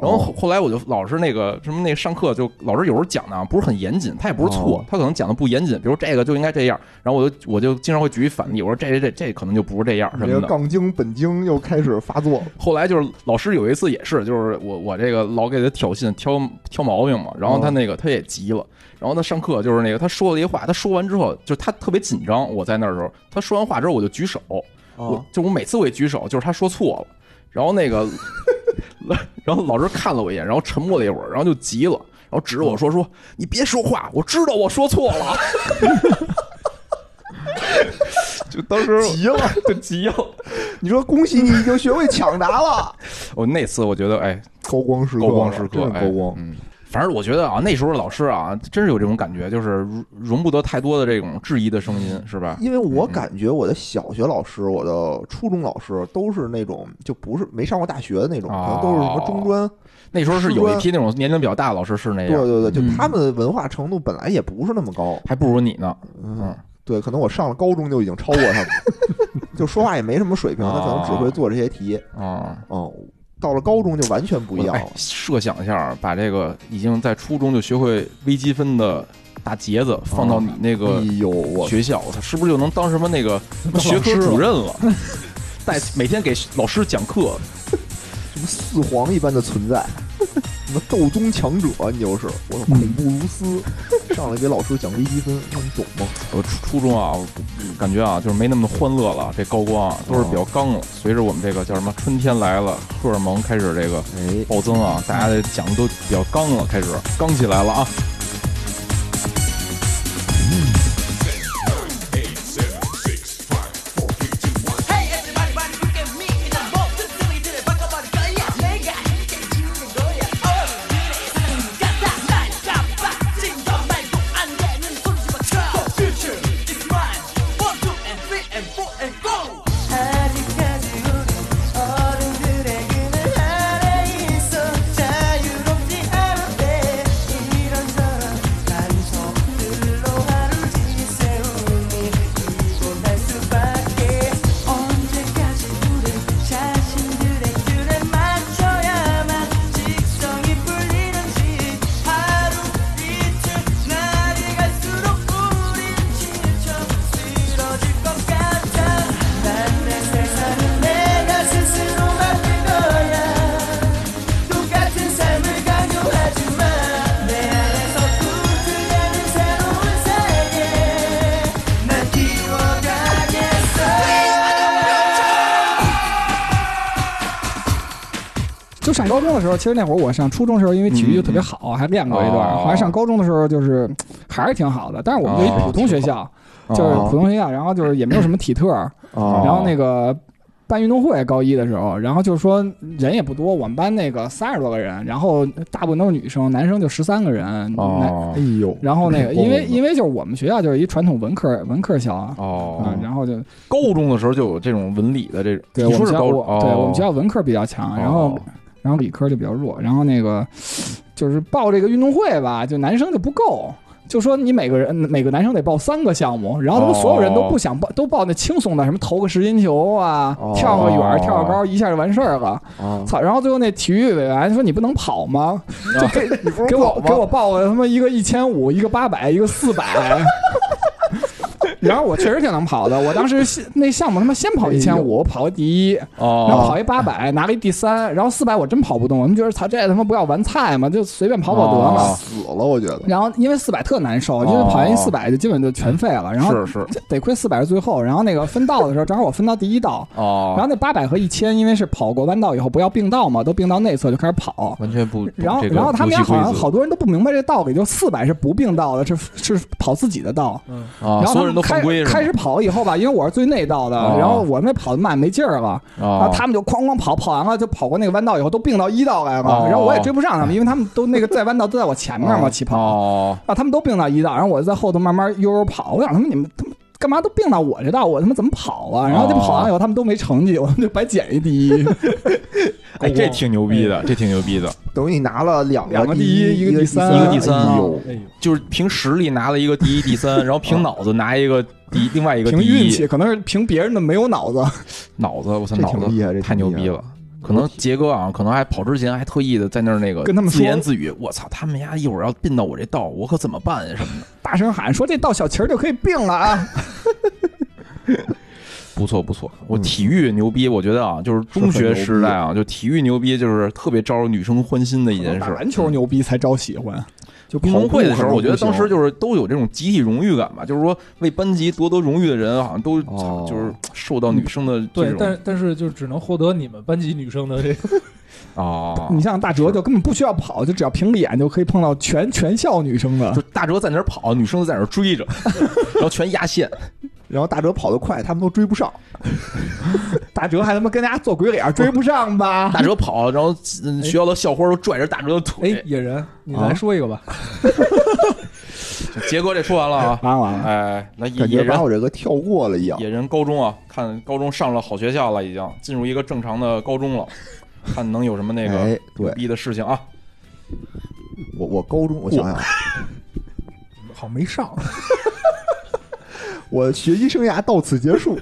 Speaker 2: 然后后后来我就老是那个什么那上课就老师有时候讲的啊不是很严谨，他也不是错
Speaker 1: 哦，
Speaker 2: 他可能讲的不严谨，比如这个就应该这样，然后我就我就经常会举一反例，我说这这这这可能就不是这样什
Speaker 1: 你这
Speaker 2: 么
Speaker 1: 个
Speaker 2: 的。
Speaker 1: 杠精本精又开始发作，
Speaker 2: 后来就是老师有一次也是，就是我我这个老给他挑衅挑挑毛病嘛，然后他那个他也急了，然后他上课就是那个他说了一话，他说完之后就是他特别紧张，我在那儿的时候，他说完话之后我就举手，我
Speaker 1: 哦，
Speaker 2: 就我每次我也举手，就是他说错了，然后那个，然后老师看了我一眼，然后沉默了一会儿，然后就急了，然后指着我说说你别说话，我知道我说错了， 就当时
Speaker 1: 急了。
Speaker 2: 就急了。
Speaker 1: 你说恭喜你已经学会抢答了，
Speaker 2: 我那次我觉得哎，
Speaker 1: 高光时刻，啊
Speaker 2: 高光时刻
Speaker 1: 真，的
Speaker 2: 哎
Speaker 1: 高光。
Speaker 2: 嗯。反正我觉得啊，那时候老师啊，真是有这种感觉，就是容容不得太多的这种质疑的声音，是吧？
Speaker 1: 因为我感觉我的小学老师、我的初中老师都是那种就不是没上过大学的那种，可能
Speaker 2: 哦
Speaker 1: 都是什么中专。
Speaker 2: 那时候是有一批那种年龄比较大的老师是那样，
Speaker 1: 对对对，就
Speaker 2: 嗯
Speaker 1: 他们的文化程度本来也不是那么高。
Speaker 2: 还不如你呢。
Speaker 1: 嗯
Speaker 2: 嗯，
Speaker 1: 对，可能我上了高中就已经超过他们，就说话也没什么水平，他可能只会做这些题。
Speaker 2: 啊、
Speaker 1: 嗯，到了高中就完全不一样
Speaker 2: 哎
Speaker 1: 了。。
Speaker 2: 设想一下，啊把这个已经在初中就学会微积分的大杰子放到你那
Speaker 1: 哎
Speaker 2: 个
Speaker 1: 呦，我
Speaker 2: 学校，他是不是就能当什么那个什么学科主任了？ 带每天给老师讲课，
Speaker 1: 什么四皇一般的存在， 什么斗宗强者，啊你就是我恐怖如斯，上来给老师讲微积分，他们懂吗？
Speaker 2: 我初初中啊，我感觉啊就是没那么欢乐了。这高光啊都是比
Speaker 3: 嗯
Speaker 2: 较刚了。随着我们这个叫什么春天来了，荷尔蒙开始这个
Speaker 1: 哎，
Speaker 2: 暴增啊，大家
Speaker 3: 嗯
Speaker 2: 的讲的都比较刚了，开始刚起来了啊。
Speaker 6: Hey everybody, everybody, look at me in the boat. This silly did it, buckle body, gun, yeah. 내가 이제 주는 거야. Oh, 그래. 가다 날까봐 진정 말고 안 되는 소리 좀 쳐. The future is mine. One, two, and three, and four, and go. 아직까지 우리 어른들의 그늘 아래 있어 자유롭지 않은데 이런 저런 단속들로 하루 뒤새우니 피곤할 수밖에 언제까지 우리 자신들의 균에 맞춰야만 직성이 풀리는지 하루 이틀 날이 갈수록 우린 지쳐 쓰러질 것 같아 난 내 세상은 내가 스스로 만든 거야 똑같은 삶을 강요하지만 내 안에서 꿈틀대는 새로운 세계 난 키워가겠어
Speaker 3: 就上高中的时候，其实那会儿我上初中的时候，因为体育就特别好，还练过一段。
Speaker 2: 哦
Speaker 3: 后来上高中的时候，就是嗯还是挺好的，但是我们就一普通学校，
Speaker 2: 哦
Speaker 3: 就是普通学校，然后就是也没有什么体特，
Speaker 1: 啊
Speaker 3: 然后那个办运动会，高一的时候，然后就是说人也不多，我们班那个三十多个人，然后大部分都是女生，男生就十三个人。男
Speaker 2: 哦
Speaker 1: 哎呦，
Speaker 3: 然后那 个，因为
Speaker 1: 哦
Speaker 3: 因为就是我们学校就是一传统文科文科校啊，啊
Speaker 2: 哦，
Speaker 3: 然后就
Speaker 2: 高中的时候就有这种文理的这种，
Speaker 3: 对
Speaker 2: 你
Speaker 3: 我
Speaker 2: 说
Speaker 3: 们
Speaker 2: 是
Speaker 3: 学
Speaker 2: 高
Speaker 3: 校
Speaker 2: 中，
Speaker 3: 我对
Speaker 2: 哦
Speaker 3: 我们学校文科比较强，然后
Speaker 2: 哦
Speaker 3: 然后理科就比较弱，然后那个就是报这个运动会吧，就男生就不够。就说你每个人每个男生得报三个项目，然后他们
Speaker 2: 哦
Speaker 3: 所有人都不想报，都报那轻松的，什么投个十斤球啊，
Speaker 1: 哦
Speaker 3: 跳个远儿，跳个高儿，一下就完事儿了。
Speaker 2: 哦
Speaker 1: 啊，
Speaker 3: 操！然后最后那体育委员说你不能跑吗？
Speaker 1: 就给你不是
Speaker 3: 给
Speaker 1: 跑
Speaker 3: 我
Speaker 1: 吗
Speaker 3: 给我报个他妈一个一千五，一个八百，一个四百。 然后我确实挺能跑的，我当时先那项目他妈先跑一千五，我跑个第一，然后
Speaker 2: 哦，
Speaker 3: 跑一八百，拿了一第三，然后四百我真跑不动，我们觉得操这他妈不要完菜嘛，就随便跑跑得
Speaker 2: 哦
Speaker 3: 了。
Speaker 1: 死了，我觉得
Speaker 3: 然后因为四百特难受，就是跑完一四百就基本就全废了，然后
Speaker 2: 哦是是
Speaker 3: 得亏四百是最后，然后那个分道的时候正好我分到第一道，然后
Speaker 2: 哦，
Speaker 3: 那八百和一千因为是跑过弯道以后不要并道嘛，都并到内侧就开始跑，
Speaker 2: 完全不，
Speaker 3: 然后，
Speaker 2: 这个
Speaker 3: 然后他们
Speaker 2: 游
Speaker 3: 家
Speaker 2: 戏规
Speaker 3: 好像
Speaker 2: 则
Speaker 3: 好多人都不明白这道理，就四百是不并道的，是是跑自己的道。
Speaker 2: 啊，
Speaker 3: 然
Speaker 2: 所
Speaker 3: 后他
Speaker 2: 有人
Speaker 3: 们
Speaker 2: 都
Speaker 3: 开
Speaker 2: 犯规是吗
Speaker 3: 开始跑以后吧，因为我是最内道的，
Speaker 2: 哦
Speaker 3: 然后我那跑的慢没劲儿了，然后
Speaker 2: 啊，
Speaker 3: 他们就哐哐跑，跑完了就跑过那个弯道以后都并到一道来了，
Speaker 2: 哦
Speaker 3: 然后我也追不上他们，因为他们都那个在弯道都在我前面嘛起跑，
Speaker 2: 哦，
Speaker 3: 啊，他们都并到一道，然后我就在后头慢慢悠悠跑，我想他们你们他们。干嘛都并到我这道，我他妈怎么跑啊？然后就
Speaker 2: 哦
Speaker 3: 跑完以后，他们都没成绩，我们就白捡一第一。
Speaker 2: 哎，这挺牛逼的，这挺牛逼的，
Speaker 1: 等于你拿了两
Speaker 3: 两个
Speaker 1: 个
Speaker 3: 第一
Speaker 1: 一，
Speaker 3: 一个
Speaker 1: 个
Speaker 3: 第三
Speaker 2: 一个第三
Speaker 1: 哎呦，
Speaker 4: 哎呦，
Speaker 2: 就是凭实力拿了一个第一、第三，然后凭脑子拿一个第另外一个
Speaker 3: 凭
Speaker 2: 第
Speaker 3: 运
Speaker 2: 一，
Speaker 3: 气，可能是凭别人的没有脑子。
Speaker 2: 脑子，我操，
Speaker 1: 这
Speaker 2: 脑
Speaker 1: 挺
Speaker 2: 子
Speaker 1: 厉害，这挺
Speaker 2: 太牛逼
Speaker 1: 厉害
Speaker 2: 了。可能杰哥啊，可能还跑之前还特意的在那儿那个
Speaker 3: 跟他们说
Speaker 2: 自言自语，我操，他们家一会儿要并到我这道，我可怎么办呀？什么的，
Speaker 3: 大声喊说：“这道小旗儿就可以并了啊
Speaker 2: 不错不错，我
Speaker 1: 嗯
Speaker 2: 体育牛逼，我觉得啊，就是
Speaker 1: 是
Speaker 2: 中
Speaker 1: 很
Speaker 2: 学
Speaker 1: 牛逼
Speaker 2: 时代啊，就体育牛逼，就是特别招女生欢心的！”一件
Speaker 3: 打
Speaker 2: 事。
Speaker 3: 篮球牛逼才招喜欢，
Speaker 1: 就
Speaker 2: 运动会的时
Speaker 1: 跑
Speaker 2: 候，
Speaker 1: 步
Speaker 2: 我觉得当时
Speaker 1: 可能不行
Speaker 2: 就是都有这种集体荣誉感吧，就是说为班级夺得荣誉的人，好像都
Speaker 1: 哦
Speaker 2: 就是受到女生的这
Speaker 4: 对，
Speaker 2: 种
Speaker 4: 但但是就只能获得你们班级女 生的这个，
Speaker 2: 哦，
Speaker 3: 你像大哲就根本不需要跑，就只要凭脸就可以碰到全全校女生的
Speaker 2: 就。大哲在那儿跑，女生在那儿追着， 然后全压线。
Speaker 1: 然后大哲跑得快，他们都追不上，
Speaker 3: 大哲还他妈跟大家做鬼 脸，追不上吧？
Speaker 2: 大哲跑，然后
Speaker 1: 哎
Speaker 2: 嗯学校的校花都拽着大哲的
Speaker 4: 哎，
Speaker 2: 腿。
Speaker 4: 野人，你
Speaker 1: 啊
Speaker 4: 来说一个吧，
Speaker 2: 杰哥这说完了啊，
Speaker 3: 完了完了，
Speaker 2: 哎，那野
Speaker 1: 感觉
Speaker 2: 野
Speaker 1: 把
Speaker 2: 人
Speaker 1: 我这个跳过了一样。
Speaker 2: 野人高中啊，看高中上了好学校了，已经进入一个正常的高中了，看能有什么那个
Speaker 1: 哎，对
Speaker 2: 逼的事情啊？
Speaker 1: 我我高中我想想啊，
Speaker 4: 好没上，
Speaker 1: 我学习生涯到此结束。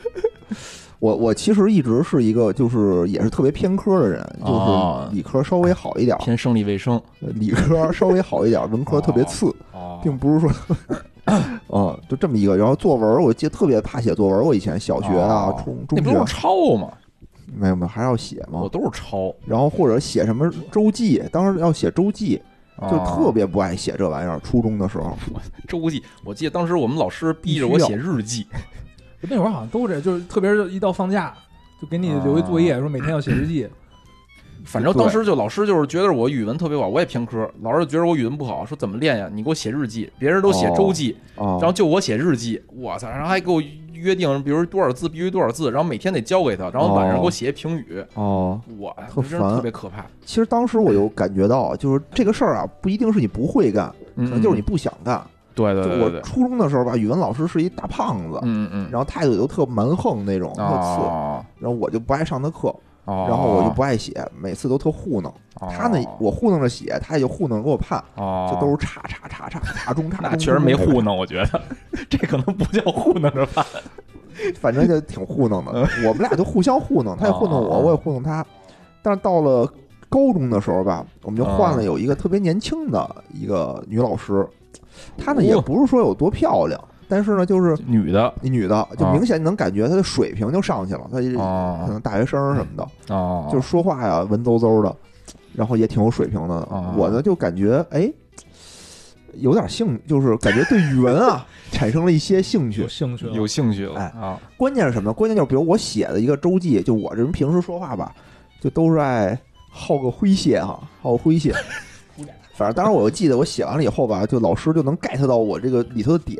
Speaker 1: 我我其实一直是一个就是也是特别偏科的人，
Speaker 2: 哦
Speaker 1: 就是理科稍微好一点，
Speaker 2: 偏生理卫生
Speaker 1: 理科稍微好一点，文科特别次，
Speaker 2: 哦，
Speaker 1: 并不是说，啊，就这么一个。然后作文，我记得特别怕写作文，我以前小学啊、
Speaker 2: 哦
Speaker 1: 中
Speaker 2: 那
Speaker 1: 中
Speaker 2: 不
Speaker 1: 学
Speaker 2: 都是抄
Speaker 1: 啊
Speaker 2: 吗？
Speaker 1: 没有没有还要写
Speaker 2: 我
Speaker 1: 嘛。
Speaker 2: 都是抄，
Speaker 1: 然后或者写什么周记，当时要写周记，
Speaker 2: 就
Speaker 1: 就特别不爱写这玩意儿。初中的时候，
Speaker 2: 周记。我记得当时我们老师逼着我
Speaker 1: 需要
Speaker 2: 写日记，
Speaker 4: 那会儿好像都这，就是特别是一到放假，就给你
Speaker 2: 啊
Speaker 4: 留一作业，说每天要写 日记，
Speaker 2: 反正当时就老师就是觉得我语文特别不好，我也偏科，老师就觉得我语文不好，说怎么练呀？你给我写日记，别人都写周记，
Speaker 1: 啊，
Speaker 2: 然后就我写日记，我操，然后还给我约定，比如多少字必须多少字，然后每天得交给他，然后晚上给我写评语，
Speaker 1: 哦，
Speaker 2: 我
Speaker 1: 特
Speaker 2: 真是特
Speaker 1: 烦
Speaker 2: 别可怕，
Speaker 1: 其实当时我就感觉
Speaker 2: 嗯
Speaker 1: 到，就是这个事儿啊，不一定是你不会干，
Speaker 2: 可
Speaker 1: 可能就是你不想干。
Speaker 2: 嗯对嗯
Speaker 1: 就
Speaker 2: 对对对
Speaker 1: 我
Speaker 2: 对，
Speaker 1: 初中的时候吧，语文老师是一大胖子，
Speaker 2: 嗯嗯嗯，
Speaker 1: 然后态度也都特蛮横那种，特次。
Speaker 2: 哦
Speaker 1: 然后我就不爱上他课，
Speaker 2: 哦，
Speaker 1: 然后我就不爱写，每次都特糊弄。他呢，我糊弄着写，他也就糊弄给我判，
Speaker 2: 哦，
Speaker 1: 就都是叉叉叉叉叉中叉中。
Speaker 2: 那确实没
Speaker 1: 中中
Speaker 2: 糊弄，我觉得 这可能不叫糊弄着吧。
Speaker 1: 反正就挺糊弄的。我们俩就互相糊弄，他也糊弄我，
Speaker 2: 嗯哦
Speaker 1: 我也糊弄他。但是到了高中的时候吧，我们就换了
Speaker 2: 哦
Speaker 1: 有一个特别年轻的一个女老师，她呢
Speaker 2: 哦
Speaker 1: 也不是说有多漂亮，但是呢就是
Speaker 2: 女的
Speaker 1: 一女的，就明显你能感觉她的水平就上去了，她也可
Speaker 2: 哦
Speaker 1: 能大学生什么的，
Speaker 2: 哦，
Speaker 1: 嗯就是说话呀文绉绉的，然后也挺有水平的
Speaker 2: 哦。
Speaker 1: 我呢就感觉哎。有点兴，就是感觉对语文啊 产生了一些兴趣
Speaker 4: 有，兴趣了
Speaker 2: 有兴趣了
Speaker 1: 哎
Speaker 2: 啊
Speaker 1: 关键是什么呢？关键就是，比如我写的一个周记，就我这人平时说话吧，就都是爱好个诙谐哈，好个诙 谐。反正当时我记得，我写完了以后吧，就老师就能 get 到我这个里头的点，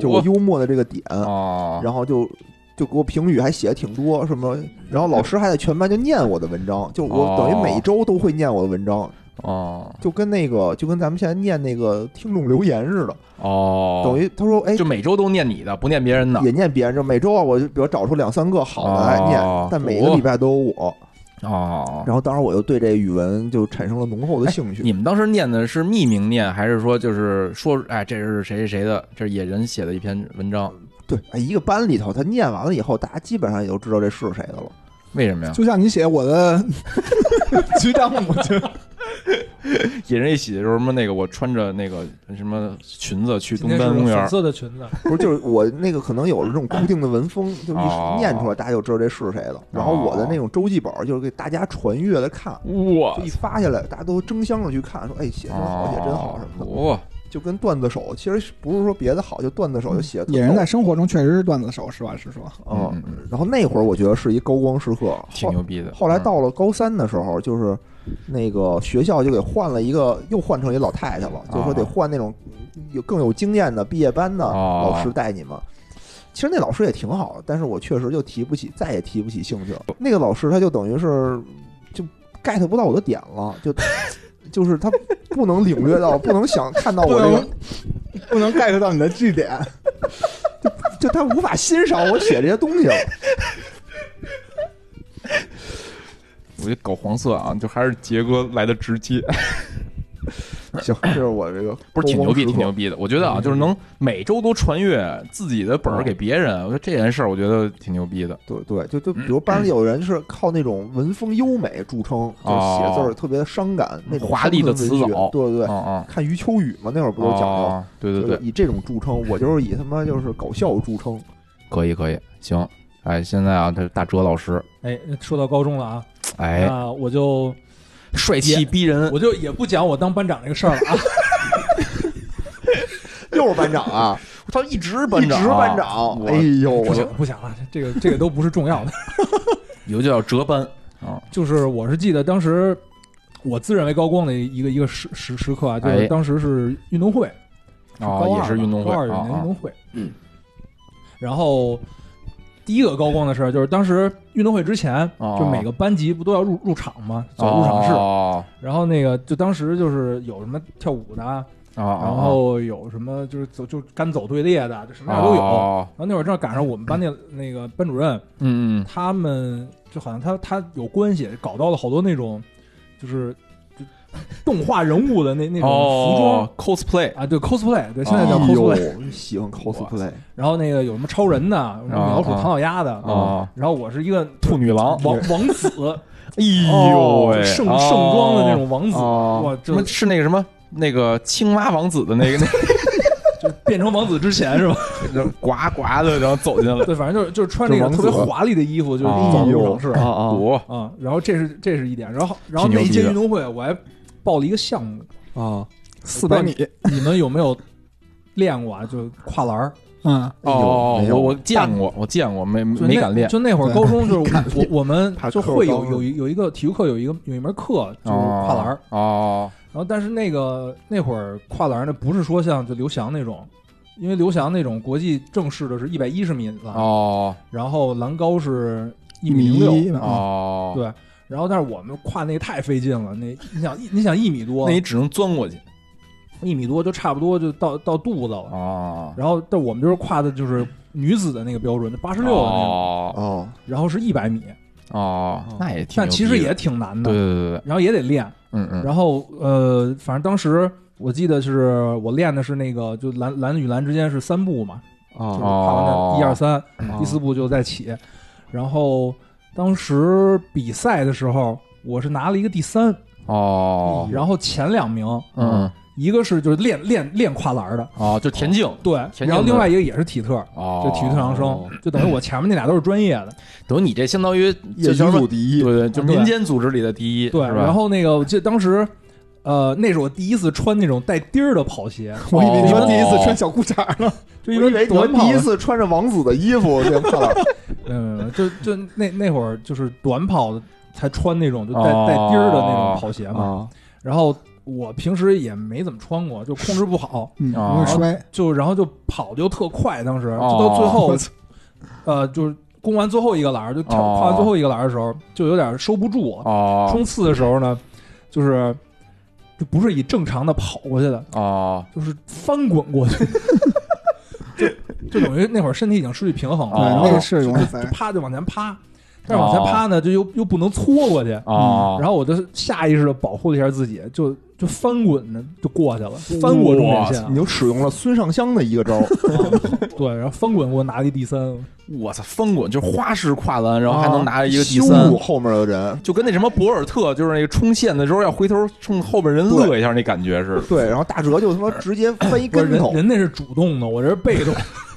Speaker 1: 就我幽默的这个点，
Speaker 2: 哦，
Speaker 1: 然后就就给我评语还写的挺多，什么，然后老师还在全班就念我的文章，就我
Speaker 2: 哦
Speaker 1: 等于每周都会念我的文章，
Speaker 2: 哦
Speaker 1: 就跟那个就跟咱们现在念那个听众留言似的，
Speaker 2: 哦，
Speaker 1: 等于他说哎
Speaker 2: 就每周都念你的，不念别人的。
Speaker 1: 也念别人，就每周啊我就比如找出两三个好的来念，
Speaker 2: 哦
Speaker 1: 但每个礼拜都有我，
Speaker 2: 哦，
Speaker 1: 然后当时我就对这语文就产生了浓厚的兴趣。
Speaker 2: 哎你们当时念的是匿名念，还是说就是说，哎，这是谁谁谁的，这是野人写的一篇文章？
Speaker 1: 对，哎一个班里头他念完了以后，大家基本上也都知道这是谁的了。
Speaker 2: 为什么 呀？
Speaker 3: 就像你写我的局长母亲，
Speaker 2: 野人一起的时候，什么那个我穿着那个什么裙子去
Speaker 4: 今
Speaker 2: 东
Speaker 4: 天是
Speaker 2: 单公
Speaker 4: 粉
Speaker 2: 园，
Speaker 4: 色的裙子，
Speaker 1: 不是，就是我那个可能有了这种固定的文风，就是
Speaker 2: 哦
Speaker 1: 一念出来大家就知道这是谁了。然后我的那种周记本就是给大家传阅来看，
Speaker 2: 哇
Speaker 1: 就一发下来，大家都争相着去看，说哎写真
Speaker 2: 哦
Speaker 1: 好，写真好什么的，
Speaker 2: 哇，
Speaker 1: 就跟段子手其实不是说别的好，就段子手就
Speaker 2: 嗯
Speaker 1: 写的
Speaker 3: 野人在生活中确实是段子手，实话实说。
Speaker 1: 啊
Speaker 2: 嗯嗯嗯。
Speaker 1: 然后那会儿我觉得是一高光时刻，
Speaker 2: 挺牛逼的。嗯
Speaker 1: 后来到了高三的时候，就是那个学校就给换了一个，又换成一老太太了，就说得换那种有更有经验的毕业班的
Speaker 2: 哦
Speaker 1: 老师带你们。其实那老师也挺好，但是我确实就提不起，再也提不起兴趣了。那个老师他就等于是就 get 不到我的点了，就就是他不能领略到，不能想看到我这个，
Speaker 3: 不能 get 到你的据点，
Speaker 1: 就他无法欣赏我写这些东西了。
Speaker 2: 嗯，我就搞黄色啊，就还是杰哥来的直接，
Speaker 1: 行，这是我这个
Speaker 2: 不是挺牛
Speaker 1: 高光
Speaker 2: 逼，
Speaker 1: 时刻
Speaker 2: 挺牛逼的。我觉得啊，就是能每周都传阅自己的本儿给别人，我觉得这件事儿，我觉得挺牛逼的。
Speaker 1: 对对，就就比如班里有人是靠那种文风优美著称，就是写字儿特别伤感，那种
Speaker 2: 华丽的词藻
Speaker 1: 乡村文学对对对，
Speaker 2: 哦
Speaker 1: 看余秋雨嘛，那会儿
Speaker 2: 哦，
Speaker 1: 不都讲究，
Speaker 2: 哦对对
Speaker 1: 就是
Speaker 2: 对，
Speaker 1: 以这种著称，我就是以他妈就是搞笑著称。
Speaker 2: 可以可以，行。哎，现在啊，这是大哲老师，
Speaker 4: 哎，说到高中了啊，
Speaker 2: 哎，
Speaker 4: 那我就
Speaker 2: 帅气逼人
Speaker 4: 我，就也不讲我当班长这个事 儿了啊，
Speaker 1: 又是班长 啊，
Speaker 2: 他一直
Speaker 1: 一直班长，哎呦，
Speaker 4: 不
Speaker 1: 我就
Speaker 4: 讲不讲了，这个这个都不是重要的。
Speaker 2: 有就叫哲班啊，
Speaker 4: 就是我是记得当时我自认为高光的一个一个时时时刻啊，就
Speaker 2: 哎
Speaker 4: 是当时是运动会，
Speaker 2: 啊
Speaker 4: 高二
Speaker 2: 也是
Speaker 4: 吧
Speaker 2: 运动会
Speaker 4: 高
Speaker 2: 啊
Speaker 4: 二有年运
Speaker 2: 啊
Speaker 4: 动会，嗯，然后第一个高光的事儿就是当时运动会之前，
Speaker 2: 哦
Speaker 4: 就每个班级不都要入入场吗？走入场式，
Speaker 2: 哦
Speaker 4: 然后那个就当时就是有什么跳舞的，啊
Speaker 2: 哦哦，
Speaker 4: 然后有什么就是走就干走队列的，就什么样都有。
Speaker 2: 哦
Speaker 4: 然后那会儿正好赶上我们班那那个班主任，
Speaker 2: 嗯嗯
Speaker 4: 他们就好像他他有关系，搞到了好多那种就是就动画人物的那那
Speaker 2: 嗯，
Speaker 4: 种服装、
Speaker 2: 哦 cosplay
Speaker 4: 啊，对 cosplay，对现在
Speaker 1: 哎
Speaker 4: 叫
Speaker 2: 哦
Speaker 4: cosplay、
Speaker 1: 呦，喜欢 cosplay，
Speaker 4: 然后那个有什么超人的，有什么
Speaker 2: 哦
Speaker 4: 老鼠、唐老鸭的，
Speaker 2: 哦
Speaker 4: 然后我是一个
Speaker 2: 兔女郎
Speaker 4: 王王子，
Speaker 2: 哎呦喂，啊
Speaker 4: 盛
Speaker 2: 哦
Speaker 4: 盛装的那种王子，
Speaker 1: 哦
Speaker 4: 哇，
Speaker 2: 什
Speaker 4: 就
Speaker 2: 么是那个什么那个青蛙王子的那个那
Speaker 4: 变成王子之 前是吧？
Speaker 2: 个呱呱的，然后走进来，
Speaker 4: 对，反正就是就是穿那
Speaker 1: 就
Speaker 4: 个
Speaker 1: 王子
Speaker 4: 特别华丽的衣服，就是
Speaker 2: 哦
Speaker 4: 走入场式
Speaker 1: 啊啊
Speaker 2: 我
Speaker 4: 啊。然后这是这是一点，然后然后
Speaker 2: 挺牛
Speaker 4: 那
Speaker 2: 逼
Speaker 4: 一
Speaker 2: 的
Speaker 4: 届运动会我还报了一个项目，
Speaker 1: 啊！
Speaker 3: 四百米，
Speaker 4: 你们有没有练过啊？就跨栏儿，
Speaker 3: 嗯，
Speaker 1: 哎呦
Speaker 2: 哦
Speaker 1: 没，有
Speaker 2: 我我见过，我见过，没
Speaker 4: 就
Speaker 2: 没
Speaker 4: 那
Speaker 2: 敢练
Speaker 4: 就那会儿
Speaker 3: 对
Speaker 4: 高中， 就是我我们
Speaker 1: 怕
Speaker 4: 就会
Speaker 1: 扣
Speaker 4: 有
Speaker 1: 着
Speaker 4: 有一有一个体育课，有一个有一门课就是
Speaker 2: 哦
Speaker 4: 跨栏儿。
Speaker 2: 哦，
Speaker 4: 然后但是那个那会儿跨栏儿呢，不是说像就刘翔那种。因为刘翔那种国际正式的是一百一十米栏，
Speaker 2: 哦
Speaker 4: 然后栏高是一
Speaker 3: 一米
Speaker 4: 零六，
Speaker 3: 一啊，
Speaker 2: 哦，
Speaker 4: 对然后但是我们跨那个太费劲了，那你想一你想一米多，
Speaker 2: 那你只能钻过去
Speaker 4: 一米多就差不多就到到肚子了。
Speaker 2: 哦，
Speaker 4: 然后但我们就是跨的就是女子的那个标准，八十六的那种，
Speaker 2: 哦
Speaker 1: 哦，
Speaker 4: 然后是一百米，
Speaker 2: 哦，那也挺牛逼的，
Speaker 4: 嗯但其实也哎挺难
Speaker 2: 对
Speaker 4: 的，
Speaker 2: 对对对，
Speaker 4: 然后也得练。
Speaker 2: 嗯嗯，
Speaker 4: 然后呃，反正当时我记得是我练的是那个就栏栏与栏之间是三步嘛，就是
Speaker 1: 啊
Speaker 4: 跨完
Speaker 2: 哦
Speaker 4: 的一二三，
Speaker 1: 啊
Speaker 4: 第四步就再起。然后当时比赛的时候，我是拿了一个第三，
Speaker 2: 哦，
Speaker 4: 然后前两名，
Speaker 2: 嗯，
Speaker 4: 一个是就是练练练跨栏的，
Speaker 2: 哦，就田径，
Speaker 4: 对，
Speaker 2: 田径
Speaker 4: 然后
Speaker 2: 的
Speaker 4: 另外一个也是体特，
Speaker 2: 哦，
Speaker 4: 就体育特长生，就等于我前面那俩都是专业的，
Speaker 2: 等于你哦这相当于
Speaker 1: 业
Speaker 2: 就
Speaker 1: 余
Speaker 2: 叫什
Speaker 1: 组
Speaker 2: 么？
Speaker 1: 第一
Speaker 2: 对，对，就
Speaker 4: 啊对
Speaker 2: 民间组织里的第一，
Speaker 4: 对。
Speaker 2: 是吧
Speaker 4: 然后那个我记得当时，呃，那是我第一次穿那种带钉儿的跑鞋，
Speaker 3: 我以为你
Speaker 2: 哦
Speaker 3: 说第一次穿小裤衩 呢，
Speaker 1: 我
Speaker 4: 就
Speaker 1: 以
Speaker 4: 因
Speaker 1: 为我
Speaker 4: 短跑啊
Speaker 1: 第一
Speaker 4: 的，
Speaker 1: 次穿着王子的衣服练跨栏，
Speaker 4: 没有没有没有，就就那那会儿就是短跑的才穿那种就带
Speaker 2: 哦
Speaker 4: 带钉儿的那种跑鞋嘛，
Speaker 1: 啊
Speaker 4: 然后。我平时也没怎么穿过，就控制 不好，
Speaker 3: 嗯，
Speaker 2: 啊
Speaker 3: 容易摔，
Speaker 4: 就然后就跑的又特快，当时就
Speaker 2: 哦
Speaker 4: 到最后
Speaker 3: 我，操
Speaker 4: 呃，就是攻完最后一个栏儿，就跳
Speaker 2: 哦
Speaker 4: 跨完最后一个栏儿的时候，就有点收不住。
Speaker 2: 哦
Speaker 4: 冲刺的时候呢，就是就不是以正常的跑过去的，
Speaker 2: 哦
Speaker 4: 就是翻滚过 去，就就等于那会儿身体已经失去平衡了，
Speaker 2: 哦
Speaker 4: 然
Speaker 3: 哎那
Speaker 4: 后
Speaker 3: 个是
Speaker 4: 就
Speaker 3: 容易塞
Speaker 4: 就啪就往前趴，但是往前趴呢，就又又不能搓过去，
Speaker 2: 哦，
Speaker 4: 然后我就下意识的保护了一下自己，就就翻滚呢就过去了，翻过终点线
Speaker 1: 你，就使用了孙尚香的一个招儿，
Speaker 4: 对，然后翻滚我拿了一第三，
Speaker 2: 我操，翻滚就是花式跨栏，然后
Speaker 1: 哦
Speaker 2: 还能拿一个第
Speaker 1: 羞
Speaker 2: 三
Speaker 1: 辱，后面的人。
Speaker 2: 就跟那什么博尔特，就是那个冲线的时候要回头冲后边人乐一下那感觉似的。
Speaker 1: 对，然后大哲就他妈直接翻一
Speaker 4: 不是
Speaker 1: 跟
Speaker 4: 人
Speaker 1: 头，
Speaker 4: 人那是主动的，我 这是被动，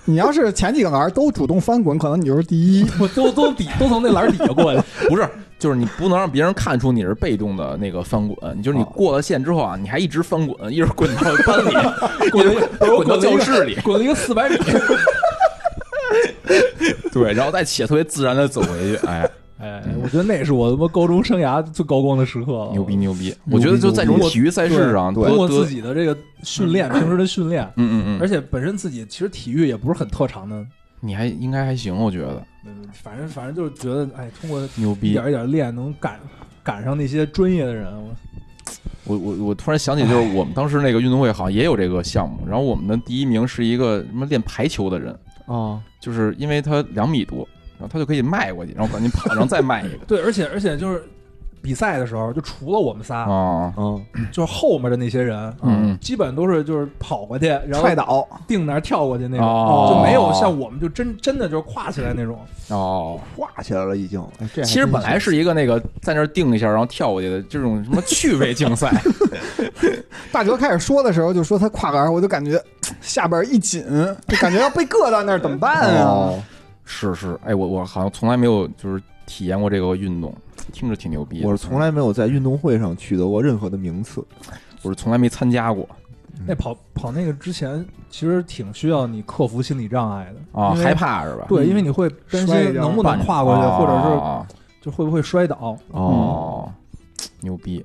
Speaker 3: 你要是前几个栏儿都主动翻滚，可能你就是第一。
Speaker 4: 我都都底都从那栏底下过去，
Speaker 2: 不是，就是你不能让别人看出你是被动的那个翻滚，就是你
Speaker 1: 哦
Speaker 2: 过了线之后啊，你还一直翻滚，一直滚到班 里，滚滚到教室里，
Speaker 4: 滚了一个四百米，
Speaker 2: 对，然后再且特别自然的走回去， 哎，
Speaker 4: 哎，我觉得那是我他妈高中生涯最高光的时刻了，
Speaker 2: 牛逼牛逼！
Speaker 1: 哦牛逼
Speaker 2: 我觉得就在这种体育赛事上，
Speaker 1: 对
Speaker 2: 得
Speaker 1: 对
Speaker 4: 通过
Speaker 2: 得
Speaker 4: 自，己的这个训练，平时的训练，
Speaker 2: 嗯嗯
Speaker 4: 而
Speaker 2: 嗯，
Speaker 4: 且本身自己其实体育也不是很特长的，
Speaker 2: 你还应该还行，我觉得
Speaker 4: 嗯反正反正就是觉得，哎，通过
Speaker 2: 牛
Speaker 4: 一
Speaker 2: 逼。
Speaker 4: 点一点练，能赶赶上那些专业的人。
Speaker 2: 我
Speaker 4: 我
Speaker 2: 我我突然想起，就是我们当时那个运动会好像也有这个项目，然后我们的第一名是一个什么练排球的人，
Speaker 3: 哦，
Speaker 2: 就是因为他两米多，然后他就可以迈过去，然后赶紧跑，然后再迈一个
Speaker 4: 对，而且而且就是比赛的时候，就除了我们仨，
Speaker 2: 啊，
Speaker 3: 嗯，
Speaker 4: 就是后面的那些人，
Speaker 2: 嗯嗯
Speaker 4: 基本都是就是跑过去，然后
Speaker 3: 踹倒，
Speaker 4: 定那儿跳过去那种，
Speaker 2: 哦
Speaker 4: 就没有像我们就真真的就是跨起来那种。
Speaker 2: 哦，
Speaker 1: 挂起来了已经。
Speaker 2: 其实本来是一个那个在那儿定一下，然后跳过去的这种什么趣味竞赛，
Speaker 3: 大哲开始说的时候就说他跨栏，我就感觉下边一紧，就感觉要被硌到那儿，怎么办 啊？
Speaker 1: 哦，
Speaker 2: 是是，哎，我我好像从来没有就是体验过这个运动，听着挺牛逼的。
Speaker 1: 我是从来没有在运动会上取得过任何的名次。
Speaker 2: 我是从来没参加过
Speaker 3: 嗯
Speaker 4: 那跑跑那个之前，其实挺需要你克服心理障碍的
Speaker 2: 啊，
Speaker 4: 因为
Speaker 2: 害怕是吧？
Speaker 4: 对，因为你会担
Speaker 3: 摔一
Speaker 4: 心
Speaker 3: 跤
Speaker 4: 能不能跨过去，
Speaker 2: 啊
Speaker 4: 或者是就会不会摔倒。
Speaker 2: 哦，牛逼！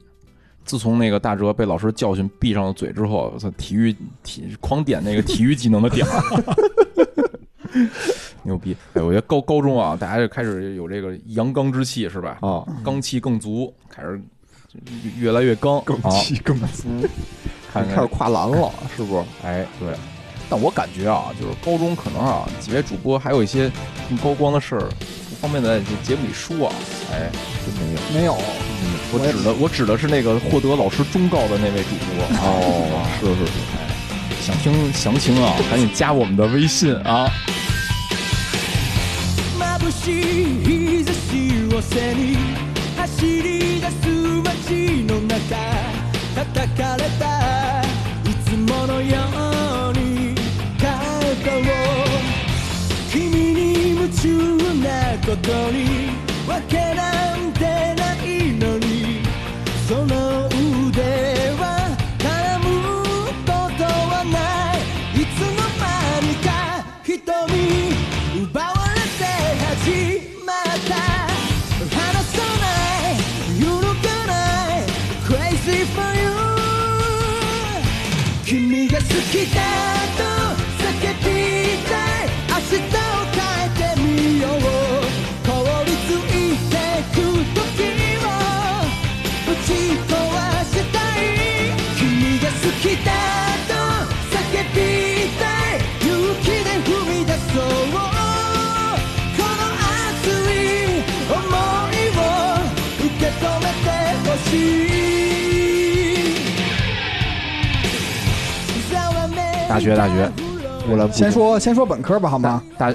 Speaker 2: 自从那个大哲被老师教训闭上了嘴之后，他体育体狂点那个体育技能的点儿， 牛逼！哎，我觉得高高中啊，大家就开始有这个阳刚之气是吧？
Speaker 1: 啊，
Speaker 2: 刚气更足，开始越来越刚，
Speaker 1: 更
Speaker 2: 啊，
Speaker 1: 气更足，
Speaker 2: 看
Speaker 1: 开始
Speaker 2: 看，
Speaker 1: 跨栏了，是不是？
Speaker 2: 哎，对。但我感觉啊，就是高中可能啊，几位主播还有一些更高光的事儿，不方便在节目里说啊，哎。
Speaker 1: 真没有。
Speaker 3: 没有，
Speaker 2: 我
Speaker 3: 我也
Speaker 2: 指的我指的是那个获得老师忠告的那位主播。哦，
Speaker 1: 是是是，
Speaker 2: 想听详情啊，赶紧加我们的微信啊。
Speaker 6: 眩しい日差しを背に走り出す街の中叩かれたいつものように肩を君に夢中なことにわけなんてないのにその腕は絡むことはないいつの間にか瞳奪われて始まった離さない揺るがない Crazy for you 君が好きだと叫びたい明日を変えてみよう凍りついてく時をぶち壊したい君が好きだと叫びたい勇気で踏み出そうこの熱い想いを受け止めてほしい
Speaker 2: 大学大学
Speaker 1: 我来补
Speaker 3: 先说先说本科吧，好吗？
Speaker 2: 大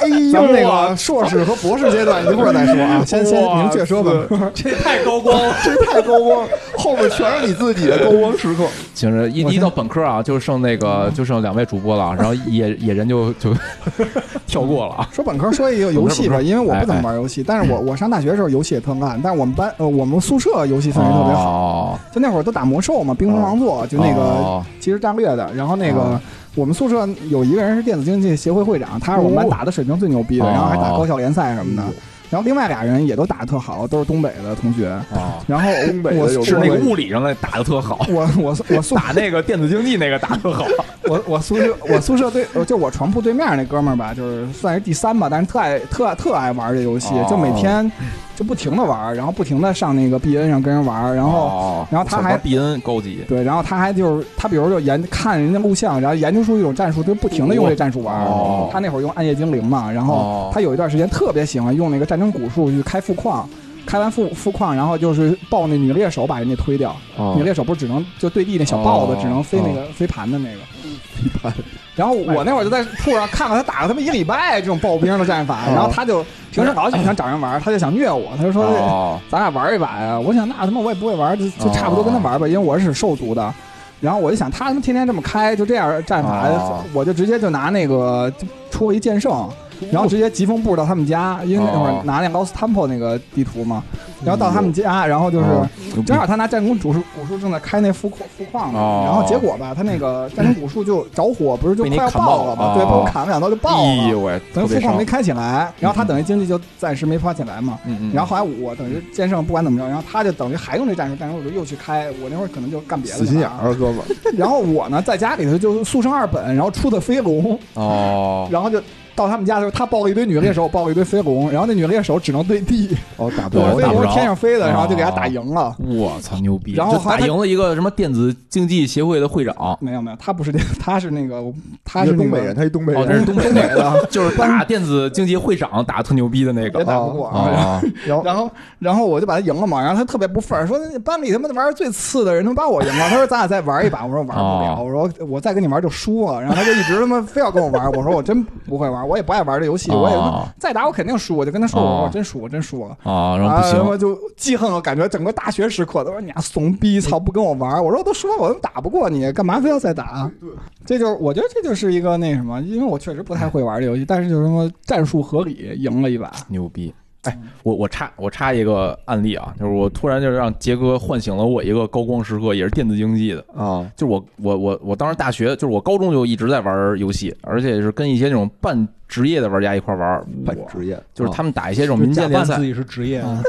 Speaker 3: 哎呦，咱们那个硕士和博士阶段一会儿再说 啊，先先明确说本科，
Speaker 4: 这太高光了。
Speaker 1: 这太高光，后面全是你自己的高光时刻。
Speaker 2: 行着一一到本科啊，就剩那个就剩两位主播了，然后野野人就 就跳过了啊。
Speaker 3: 说本科说一个哎游
Speaker 2: 本科本
Speaker 3: 戏
Speaker 2: 科
Speaker 3: 吧，因为我不怎么玩游戏，但是我我上大学的时候游戏也特烂，但是我们班呃我们宿舍游戏氛围特别好，
Speaker 2: 哦
Speaker 3: 就那会儿都打魔兽嘛，冰封王座就那个
Speaker 2: 哦
Speaker 3: 即时战略的，然后那个
Speaker 2: 哦
Speaker 3: 我们宿舍哦有一个人是电子竞技协会会长，他是我们班打的水平最牛逼的，
Speaker 2: 哦
Speaker 3: 然后还打高校联赛什么的。然后另外俩人也都打得特好，都是东北的同学。
Speaker 2: 啊，
Speaker 3: 然后
Speaker 1: 东北
Speaker 3: 我
Speaker 1: 的有
Speaker 2: 是
Speaker 1: 多
Speaker 2: 那个
Speaker 1: 少
Speaker 2: 物理上的打的特 好，
Speaker 3: 我我我宿
Speaker 2: 打那个电子竞技那个打得特好，
Speaker 3: 我我宿舍我宿舍对，呃就我床铺对面那哥们儿吧，就是算是第三吧，但是特爱特爱特爱玩这游戏
Speaker 2: 哦，
Speaker 3: 就每天就不停的玩，然后不停的上那个 B N 上跟人玩，然后
Speaker 2: 哦
Speaker 3: 然后他
Speaker 2: 我操
Speaker 3: 还
Speaker 2: BN 高级，
Speaker 3: 对，然后他还就是他，比如就研看人家录像，然后研究出一种战术，就不停的用这战术玩儿。
Speaker 2: 哦
Speaker 3: 他那会儿用暗夜精灵嘛，然
Speaker 2: 哦
Speaker 3: 后他有一段时间特别喜欢用那个战争古树去开副矿，开完副副矿，然后就是抱那女猎手把人家推掉，
Speaker 2: 哦
Speaker 3: 女猎手不是只能就对地那小豹子，只能飞那个、飞盘的那个。然后我那会儿就在铺上看了他打了他们一礼拜这种刨冰的战
Speaker 2: 哦
Speaker 3: 法，然后他就平时老想想找人玩儿，他就想虐我，他就说
Speaker 2: 哦
Speaker 3: 咱俩玩一把呀。我想那他妈我也不会玩，就就差不多跟他玩吧，因为我是兽族的。然后我就想他他妈天天这么开，就这样战法
Speaker 2: 哦，
Speaker 3: 我就直接就拿那个就出了一剑圣，然后直接疾风步到他们家，因为那会
Speaker 2: 哦
Speaker 3: 儿拿那 Lost Temple 那个地图嘛，然后到他们家，然后就是。
Speaker 2: 哦
Speaker 3: 正好他拿战功主树古树正在开那副矿副矿呢，
Speaker 2: 哦
Speaker 3: 然后结果吧，他那个战功古树就着火，不是就
Speaker 2: 被你
Speaker 3: 快要
Speaker 2: 砍
Speaker 3: 爆
Speaker 2: 爆
Speaker 3: 了
Speaker 2: 了
Speaker 3: 吗？
Speaker 2: 哦
Speaker 3: 对，被我砍了两刀就爆
Speaker 2: 哎
Speaker 3: 了，
Speaker 2: 呦喂，特
Speaker 3: 等于副
Speaker 2: 别
Speaker 3: 矿
Speaker 2: 伤
Speaker 3: 没，开起来，然后他等于经济就暂时没发起来嘛。
Speaker 2: 嗯嗯，
Speaker 3: 然后后来我等于剑圣不管怎么着，然后他就等于还用这战术，战术我就又去开，我那会儿可能就干别的去
Speaker 1: 死
Speaker 3: 了
Speaker 1: 心眼儿，哥们儿，
Speaker 3: 然后我呢在家里头就速生二本，然后出的飞龙，
Speaker 2: 哦，
Speaker 3: 然后就到他们家的时候，他抱了一堆女猎手，我抱了一堆飞龙，然后那女猎手只能对地，
Speaker 1: 哦，打不
Speaker 2: 对
Speaker 1: 着
Speaker 3: 飞
Speaker 2: 打不
Speaker 3: 龙
Speaker 2: 着
Speaker 3: 是天上飞的，然后就给他
Speaker 2: 哦
Speaker 3: 打赢了。
Speaker 2: 我操牛逼，
Speaker 3: 然后
Speaker 2: 就打
Speaker 3: 还他
Speaker 2: 赢了一个什么电子竞技协会的会长，
Speaker 3: 没有没有，他不是这， 他是那个，他
Speaker 1: 一
Speaker 3: 是
Speaker 1: 个
Speaker 3: 那
Speaker 1: 东
Speaker 3: 个
Speaker 1: 北人，他一东北
Speaker 2: 哦，这是
Speaker 1: 人，
Speaker 2: 东北的，就是打电子竞技会长打得特牛逼的那
Speaker 3: 也
Speaker 2: 个。
Speaker 3: 打不过。
Speaker 2: 啊，
Speaker 1: 然后
Speaker 3: 然后，然后我就把他赢了嘛，然后他特别不忿儿，说班里他妈玩儿最次的人能把我赢了。他说咱俩再玩一把，我说玩不了，
Speaker 2: 哦
Speaker 3: 我说我再跟你玩就输了。然后他就一直他妈非要跟我玩，我说我真不会玩，我也不爱玩这游戏，我
Speaker 2: 哦
Speaker 3: 也再打我肯定输，我就跟他说我
Speaker 2: 哦
Speaker 3: 说我真输，我真输了。
Speaker 2: 啊，然后
Speaker 3: 啊，
Speaker 2: 不
Speaker 3: 然
Speaker 2: 行，
Speaker 3: 后就记恨我，感觉整个大学时刻都说你丫怂逼，操，不跟我玩儿。我说我都说了，我都打不过你，干嘛非要再打？这就是我觉得这就是一个那什么，因为我确实不太会玩这游戏，但是就是说战术合理，赢了一把。
Speaker 2: 牛逼！哎，我我插我插一个案例啊，就是我突然就让杰哥唤醒了我一个高光时刻，也是电子竞技的。
Speaker 1: 啊，
Speaker 2: 就是我我我我当时大学，就是我高中就一直在玩游戏，而且是跟一些那种半职业的玩家一块玩，
Speaker 1: 半职业啊
Speaker 2: 就是他们打一些这种
Speaker 4: 哦就
Speaker 2: 民
Speaker 4: 假
Speaker 2: 间
Speaker 4: 扮
Speaker 2: 联赛嗯啊
Speaker 4: 自，己是职业，啊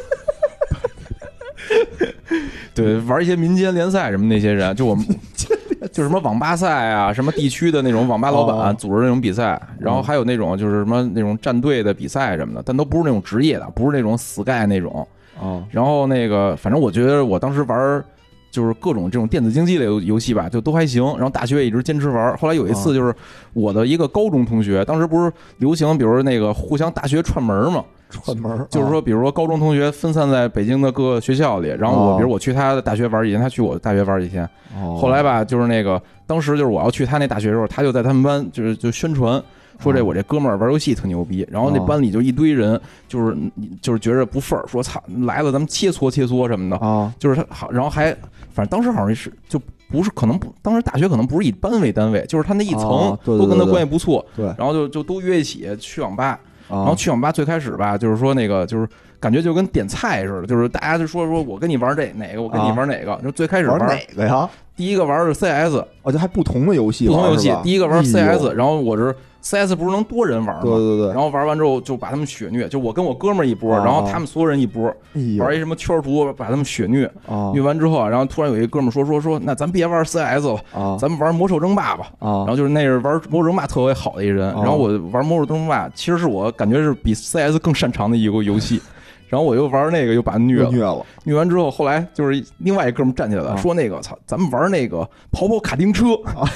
Speaker 2: 对，
Speaker 4: 嗯
Speaker 2: 玩一些民间联赛什么那些人，就我们 就什么网吧赛啊，什么地区的那种网吧老板、啊
Speaker 1: 哦
Speaker 2: 组织那种比赛，然
Speaker 4: 嗯
Speaker 2: 后还有那种就是什么那种战队的比赛什么的，但都不是那种职业的，不是那种 sky 那种。
Speaker 1: 啊，
Speaker 2: 然后那个，反正我觉得我当时玩。就是各种这种电子竞技类游游戏吧，就都还行。然后大学也一直坚持玩。后来有一
Speaker 4: 哦
Speaker 2: 次，就是我的一个高中同学，当时不是流行，比如那个互相大学串门嘛，
Speaker 1: 串门儿，
Speaker 2: 就是说，比如说高中同学分散在北京的各个学校里，然后
Speaker 1: 哦
Speaker 2: 我比如我去他的大学玩几天，他去我的大学玩几天。
Speaker 1: 哦，
Speaker 2: 后来吧，就是那个当时就是我要去他那大学的时候，他就在他们班就是就宣传。说这我这哥们儿玩游戏特牛逼，然后那
Speaker 1: 哦
Speaker 2: 班里就一堆人，就是就是觉着不忿儿，说操来了咱们切磋切磋什么的，
Speaker 1: 啊，
Speaker 2: 就是他好，然后还反正当时好像是就不是可能不，当时大学可能不是以班为单位，就是他那一层
Speaker 1: 哦对对
Speaker 2: 都跟
Speaker 1: 对
Speaker 2: 他
Speaker 1: 对
Speaker 2: 关系不错，
Speaker 1: 对，
Speaker 2: 然后就就都约一起去网吧，
Speaker 1: 然
Speaker 2: 然后去网吧最开始吧，就是说那个就是感觉就跟点菜似的，就是大家就说说我跟你玩这哪个，我跟你玩哪个。就最开始
Speaker 1: 哦玩哪个呀？
Speaker 2: 第一个玩的是 CS，
Speaker 1: 哦，这还不同的游戏
Speaker 2: 不
Speaker 1: 玩
Speaker 2: 同
Speaker 1: 儿
Speaker 2: 游
Speaker 1: 是
Speaker 2: 戏
Speaker 1: 吧，
Speaker 2: 第一个玩
Speaker 1: 哎呦
Speaker 2: CS，然后我是 CS 不是能多人玩
Speaker 1: 对
Speaker 2: 吗？
Speaker 1: 对对，
Speaker 2: 然后玩完之后就把他们血虐，就我跟我哥们儿一波，
Speaker 1: 啊
Speaker 2: 然后他们所有人一波，
Speaker 1: 哎呦
Speaker 2: 玩一什么圈图把他们血虐，
Speaker 1: 啊
Speaker 2: 虐完之后啊，然后突然有一哥们儿说说说，那咱别玩 CS 了，
Speaker 1: 啊
Speaker 2: 咱们玩魔兽争霸吧。
Speaker 1: 啊
Speaker 2: 然后就是那是玩魔兽争霸特别好的一人，
Speaker 1: 哦
Speaker 2: 然后我玩魔兽争霸其实是我感觉是比 CS 更擅长的一个游戏， 然后我又玩那个又把他虐
Speaker 1: 又
Speaker 2: 了，
Speaker 1: 虐了，
Speaker 2: 虐完之后，后来就是另外一哥们站起来
Speaker 1: 啊
Speaker 2: 了，说那个操，咱们玩那个跑跑卡丁车。
Speaker 1: 哦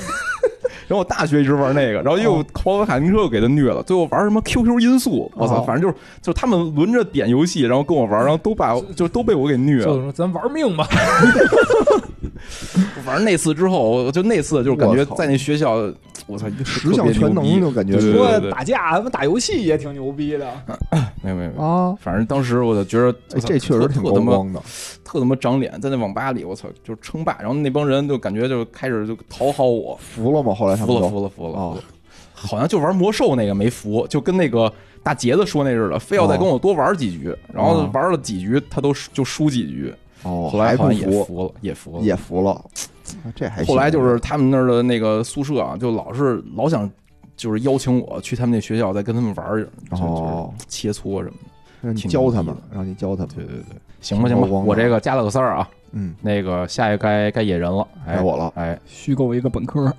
Speaker 2: 然后我大学一直玩那个，然后又跑跑卡丁车又给他虐了，最后玩什么 QQ 音速，我操，
Speaker 1: 哦
Speaker 2: 反正就是就是他们轮着点游戏，然后跟我 玩，然后都把就都被我给虐了
Speaker 4: 就。是说咱玩命吧，
Speaker 2: 反正那次之后，我就那次就是感
Speaker 1: 我
Speaker 2: 觉
Speaker 1: 操
Speaker 2: 在那学校，我操，
Speaker 1: 十项全能就
Speaker 2: 就
Speaker 1: 感觉
Speaker 2: 对
Speaker 1: 是
Speaker 2: 对对
Speaker 3: 不
Speaker 2: 对
Speaker 3: 过
Speaker 2: 对
Speaker 3: 打架他妈打游戏也挺牛逼的，
Speaker 2: 没有没有没有。
Speaker 1: 啊，
Speaker 2: 反正当时我就觉得，
Speaker 1: 哎这确实挺高
Speaker 2: 特他妈
Speaker 1: 光的，
Speaker 2: 特他妈长脸，在那网吧里，我操，就是称霸。然后那帮人就感觉就开始就讨好我，
Speaker 1: 服了吗？后来他们
Speaker 2: 服了
Speaker 1: 都
Speaker 2: 服了服了
Speaker 1: 哦
Speaker 2: 服了。好像就玩魔兽那个没服，就跟那个大杰子说那似的，非要再跟我多玩几局，然后
Speaker 1: 哦
Speaker 2: 玩了几局他都输就输几局，
Speaker 1: 哦，
Speaker 2: 后来
Speaker 1: 还
Speaker 2: 好
Speaker 1: 不
Speaker 2: 像也
Speaker 1: 服，
Speaker 2: 服了，也服了，
Speaker 1: 也服了，这还行
Speaker 2: 后来就是他们那儿的那个宿舍啊，就老是老想就是邀请我去他们那学校，再跟他们玩儿，就就是
Speaker 1: 哦
Speaker 2: 切磋什么的。
Speaker 1: 让你
Speaker 2: 挺
Speaker 1: 教他
Speaker 2: 牛
Speaker 1: 们
Speaker 2: 逼的，
Speaker 1: 让你教他们。
Speaker 2: 对对对，行吧行吧，
Speaker 1: 王
Speaker 2: 我这个加了个三儿啊，
Speaker 1: 嗯，
Speaker 2: 那个下一个该该野人了，哎
Speaker 1: 该我了，
Speaker 2: 哎，
Speaker 3: 虚构一个本科，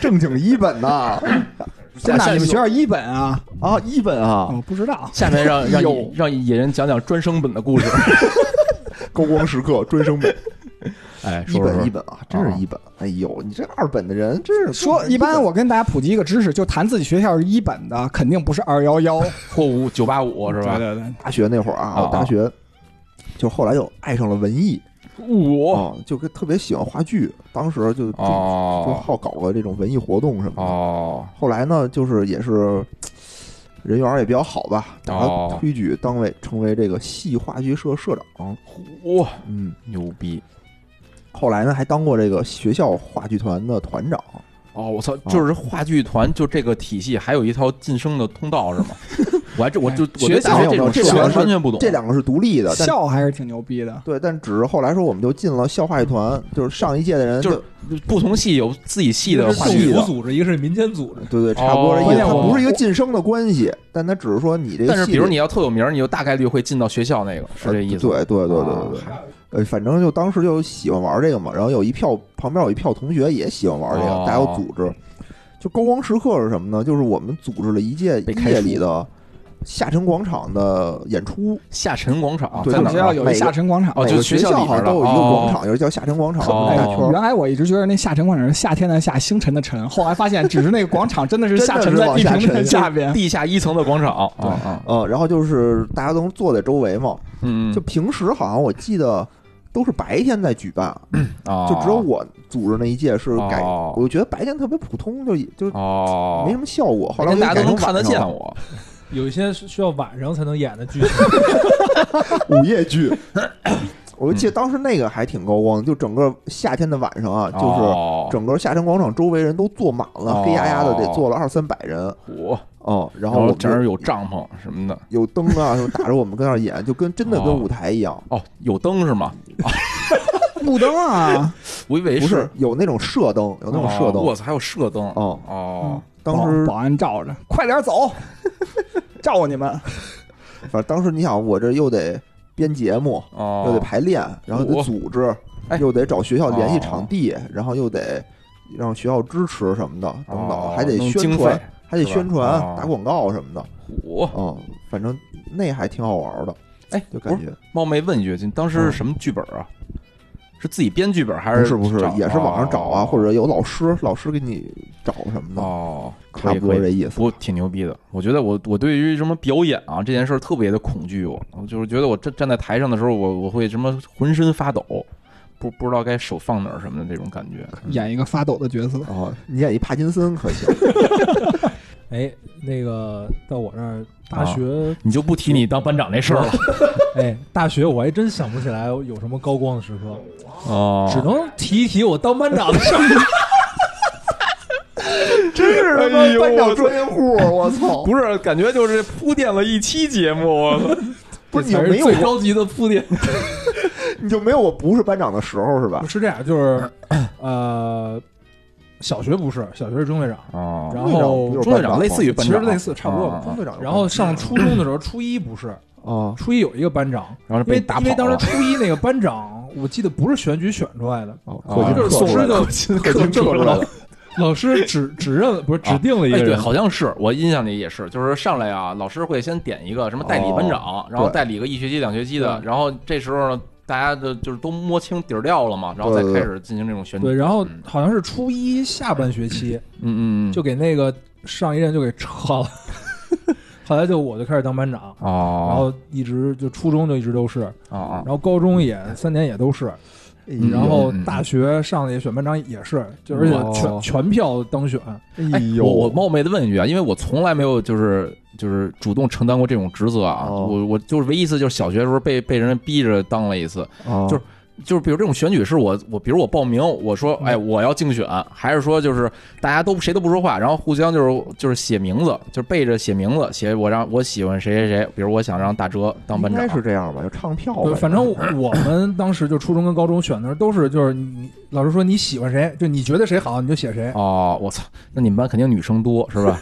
Speaker 1: 正经一本 呐，
Speaker 3: 真的，你们学校一本啊？哦
Speaker 1: 啊，一本啊，
Speaker 3: 我不知道，
Speaker 2: 下 面让让
Speaker 3: 有
Speaker 2: 你让野人讲讲专升本的故事，
Speaker 1: 高光时刻专 升本，
Speaker 2: 哎，
Speaker 1: 一
Speaker 2: 说说
Speaker 1: 本一
Speaker 2: 说，
Speaker 1: 本啊，真是一本。哎呦，你这二本的人真是
Speaker 3: 说一
Speaker 1: 啊
Speaker 3: 般我跟大家普及一个知识，就谈自己学校是一本的，肯定不是二幺幺，
Speaker 2: 或五九八五是吧？
Speaker 3: 对对
Speaker 1: 大学那会儿啊，
Speaker 2: 啊
Speaker 1: 我大学就后来就爱上了文艺
Speaker 2: 五
Speaker 1: 啊，就跟特别喜欢话剧，当时就就就
Speaker 2: 哦
Speaker 1: 好搞个这种文艺活动什么的。
Speaker 2: 哦
Speaker 1: 后来呢，就是也是人缘儿也比较好吧，把他
Speaker 2: 哦
Speaker 1: 推举当为成为这个系话剧社社长。
Speaker 2: 哇，
Speaker 1: 嗯，
Speaker 2: 牛逼！
Speaker 1: 后来呢还当过这个学校话剧团的团长。
Speaker 2: 哦，我操，就是话剧团就这个体系，还有一条晋升的通道是 吗？我还这我就我对
Speaker 3: 学
Speaker 2: 大
Speaker 3: 校
Speaker 2: 这种
Speaker 1: 这
Speaker 2: 事
Speaker 1: 两
Speaker 2: 儿
Speaker 1: 个是
Speaker 2: 完全不懂，
Speaker 1: 这两个是独立的
Speaker 3: 对，，
Speaker 1: 但
Speaker 3: 校还是挺牛逼的。
Speaker 1: 对，但只是后来说我们就进了校话剧团，就是上一届的人
Speaker 2: 就是不同系有自己系的
Speaker 4: 一个
Speaker 2: 话
Speaker 4: 是
Speaker 2: 剧
Speaker 4: 政
Speaker 2: 的
Speaker 4: 府，组织，一个是民间组织。
Speaker 1: 对对，差不多这意思。
Speaker 2: 哦
Speaker 1: 它不是一个晋升的关系，但它只是说你这个
Speaker 2: 但是
Speaker 1: 系
Speaker 2: 比如
Speaker 1: 里
Speaker 2: 你要特有名儿，你就大概率会进到学校那个，是这意思？哦啊
Speaker 1: 对对对对对对。呃，反正就当时就喜欢玩这个嘛，然后有一票旁边有一票同学也喜欢玩这个，
Speaker 2: 哦
Speaker 1: 大家有组织。就高光时刻是什么呢？就是我们组织了一届
Speaker 2: 被开除
Speaker 1: 夜里的下沉广场的演出，
Speaker 2: 下沉广场
Speaker 1: 对
Speaker 2: 在
Speaker 3: 我
Speaker 2: 哪
Speaker 1: 就
Speaker 3: 们学
Speaker 2: 儿
Speaker 3: 校
Speaker 2: 啊？
Speaker 3: 有一下沉广场，哎
Speaker 2: 哦
Speaker 1: 每
Speaker 2: 就
Speaker 1: 个
Speaker 2: 学
Speaker 1: 学
Speaker 2: 校
Speaker 1: 校
Speaker 2: 里
Speaker 1: 好像
Speaker 2: 边
Speaker 1: 都有
Speaker 2: 的
Speaker 1: 一个广
Speaker 2: 哦
Speaker 1: 场，也是叫下沉广场，
Speaker 2: 哦
Speaker 1: 大圈儿
Speaker 3: 原来我一直觉得那下沉广场是夏天的夏，星辰的辰，后来发现只是那个广场真的是
Speaker 1: 真的
Speaker 3: 下沉
Speaker 1: 是
Speaker 3: 在
Speaker 1: 往
Speaker 3: 地
Speaker 1: 下
Speaker 3: 平的
Speaker 1: 沉
Speaker 3: 下边。
Speaker 2: 地下一层的广场，对啊，
Speaker 1: 呃，然后就是大家都坐在周围嘛。
Speaker 2: 嗯，
Speaker 1: 就平时好像我记得都是白天在举办，
Speaker 2: 就
Speaker 1: 就只有我组织那一届是改，
Speaker 2: 哦
Speaker 1: 我觉得白天特别普通，就就
Speaker 2: 哦，
Speaker 1: 没什么效果。后来我
Speaker 2: 大家
Speaker 1: 就
Speaker 2: 都
Speaker 1: 改成
Speaker 2: 能看得
Speaker 1: 晚
Speaker 2: 见
Speaker 1: 上
Speaker 2: 我，
Speaker 4: 有一些是需要晚上才能演的剧情，
Speaker 1: 午夜剧。 我就记得当时那个还挺高
Speaker 2: 嗯
Speaker 1: 光，就整个夏天的晚上啊，就是
Speaker 2: 是
Speaker 1: 整个夏城广场周围人都坐满了，
Speaker 2: 哦
Speaker 1: 黑压压的得坐了二三百人
Speaker 2: 虎，
Speaker 1: 哦。然
Speaker 2: 然
Speaker 1: 后我
Speaker 2: 后
Speaker 1: 们
Speaker 2: 这儿
Speaker 1: 就
Speaker 2: 有帐篷什么的，
Speaker 1: 有灯啊什么打着我们跟那儿演，就跟真的跟
Speaker 2: 哦
Speaker 1: 舞台一样，
Speaker 2: 哦，有灯是吗？
Speaker 3: 路灯 啊，
Speaker 2: 我以为
Speaker 1: 不是有那种射灯，有那种射
Speaker 2: 哦我
Speaker 1: 灯
Speaker 2: 操，还有射灯，
Speaker 1: 哦。
Speaker 2: 哦，
Speaker 1: 当时
Speaker 3: 保保安罩着，快点走， 照你们。
Speaker 1: 反正当时你想，我这又得编节目，
Speaker 2: 哦，
Speaker 1: 嗯又得排练，然后得
Speaker 2: 我
Speaker 1: 组织
Speaker 2: 哎，
Speaker 1: 又得找学校联系
Speaker 2: 哦
Speaker 1: 场地，然后又得让学校支持什么的，等等，
Speaker 2: 哦
Speaker 1: 还得
Speaker 2: 弄
Speaker 1: 宣
Speaker 2: 经
Speaker 1: 传
Speaker 2: 费，
Speaker 1: 还得
Speaker 2: 是吧
Speaker 1: 宣传、
Speaker 2: 哦
Speaker 1: 打广告什么的。
Speaker 2: 虎，
Speaker 1: 嗯，反正那还挺好玩的，
Speaker 2: 哎，
Speaker 1: 就
Speaker 2: 不
Speaker 1: 感
Speaker 2: 是，
Speaker 1: 觉
Speaker 2: 冒昧问一句，你当时是
Speaker 1: 嗯
Speaker 2: 什么剧本啊？是自己编剧本还
Speaker 1: 不
Speaker 2: 是
Speaker 1: 是不是
Speaker 2: 找，
Speaker 1: 也是网上找啊，
Speaker 2: 哦
Speaker 1: 或者有老师，老师给你找什么的，
Speaker 2: 哦，可
Speaker 1: 差
Speaker 2: 以
Speaker 1: 不多
Speaker 2: 可以
Speaker 1: 这意思。
Speaker 2: 不挺牛逼的。我觉得我我对于什么表演啊这件事儿特别的恐惧，我我就是觉得我站站在台上的时候，我我会什么浑身发抖，不不知道该手放哪儿什么的这种感觉。
Speaker 3: 演一个发抖的角色，
Speaker 1: 哦，你演一帕金森可行，
Speaker 4: 哎，那个到我这儿大学，
Speaker 2: 你就不提你当班长那事儿了
Speaker 4: 哎，大学我还真想不起来有什么高光的时刻，
Speaker 2: 哦
Speaker 4: 只能提一提我当班长的事儿。
Speaker 1: 真是他
Speaker 2: 哎
Speaker 1: 妈
Speaker 2: 呦
Speaker 1: 班长
Speaker 2: 我操
Speaker 1: 专业户，我 操！
Speaker 2: 不是感觉就是铺垫了一期节目，
Speaker 1: 不是你
Speaker 4: 这
Speaker 1: 就
Speaker 4: 才
Speaker 1: 没有
Speaker 4: 最高级的铺垫。
Speaker 1: 你就没有我不是班长的时候是吧
Speaker 4: 不？是这样，就是呃，小学不是，小学是中队长，
Speaker 2: 哦
Speaker 4: 然
Speaker 1: 队长
Speaker 4: 后
Speaker 1: 不就是
Speaker 2: 中队
Speaker 1: 班
Speaker 2: 长
Speaker 1: 长
Speaker 2: 类似于班长，
Speaker 4: 其实类似差不多吧
Speaker 2: 啊啊
Speaker 1: 中队
Speaker 3: 哦
Speaker 1: 长，
Speaker 4: 然后上初中的时候，初一不是，
Speaker 1: 啊，
Speaker 4: 初一有一个班长，
Speaker 2: 然后
Speaker 4: 因
Speaker 2: 被
Speaker 4: 为
Speaker 2: 打跑
Speaker 4: 因
Speaker 2: 了
Speaker 4: 为当时初一那个班长，我记得不是选举选出来的，
Speaker 1: 哦，
Speaker 2: 啊
Speaker 1: 氪金
Speaker 4: 就是
Speaker 1: 氪
Speaker 4: 总
Speaker 1: 出
Speaker 4: 之
Speaker 1: 来了
Speaker 4: 就
Speaker 1: 氪金氪出来了，
Speaker 4: 老师指指认不是指定了一个
Speaker 2: 哎，对，
Speaker 4: 人，
Speaker 2: 好像是我印象里也是，就是上来啊，老师会先点一个什么代理班长，然后
Speaker 1: 对
Speaker 2: 代理个一学期、两学期的，然后这时候呢，大家的就是都摸清底儿掉了嘛，然后再
Speaker 1: 对对对
Speaker 2: 开始进行这种选举。
Speaker 4: 对，然后
Speaker 2: 嗯
Speaker 4: 好像是初一下半学期
Speaker 2: 嗯嗯，嗯
Speaker 4: 就给那个上一任就给撤了， 后来就我就开始当班长。然
Speaker 2: 哦
Speaker 4: 后一直就初中就一直都是，
Speaker 2: 哦哦
Speaker 4: 然，后高中也三年也都是，
Speaker 1: 嗯
Speaker 4: 然后
Speaker 2: 嗯嗯嗯
Speaker 4: 大学上的也选班长也是，就而且
Speaker 1: 哦
Speaker 4: 全全票当选。
Speaker 1: 哎呦，
Speaker 2: 我我冒昧的问一句啊，因为我从来没有就是就是主动承担过这种职责啊，
Speaker 1: 哦
Speaker 2: 我我就是唯一一次就是小学的时候被被人逼着当了一次，
Speaker 1: 啊
Speaker 2: 就是就是比如这种选举是我我比如我报名，我说
Speaker 4: 嗯
Speaker 2: 哎我要竞选，还是说就是大家都谁都不说话，然后互相就是就是写名字，就是背着写名字，写我让我喜欢谁谁谁，比如我想让大哲当班长
Speaker 1: 应该，是这样吧，就唱票
Speaker 4: 对，
Speaker 1: 吧，
Speaker 4: 反正我们当时就初中跟高中选的时候都是，就是你你老师说你喜欢谁，就你觉得谁好你就写谁。
Speaker 2: 哦，我操，那你们班肯定女生多是吧？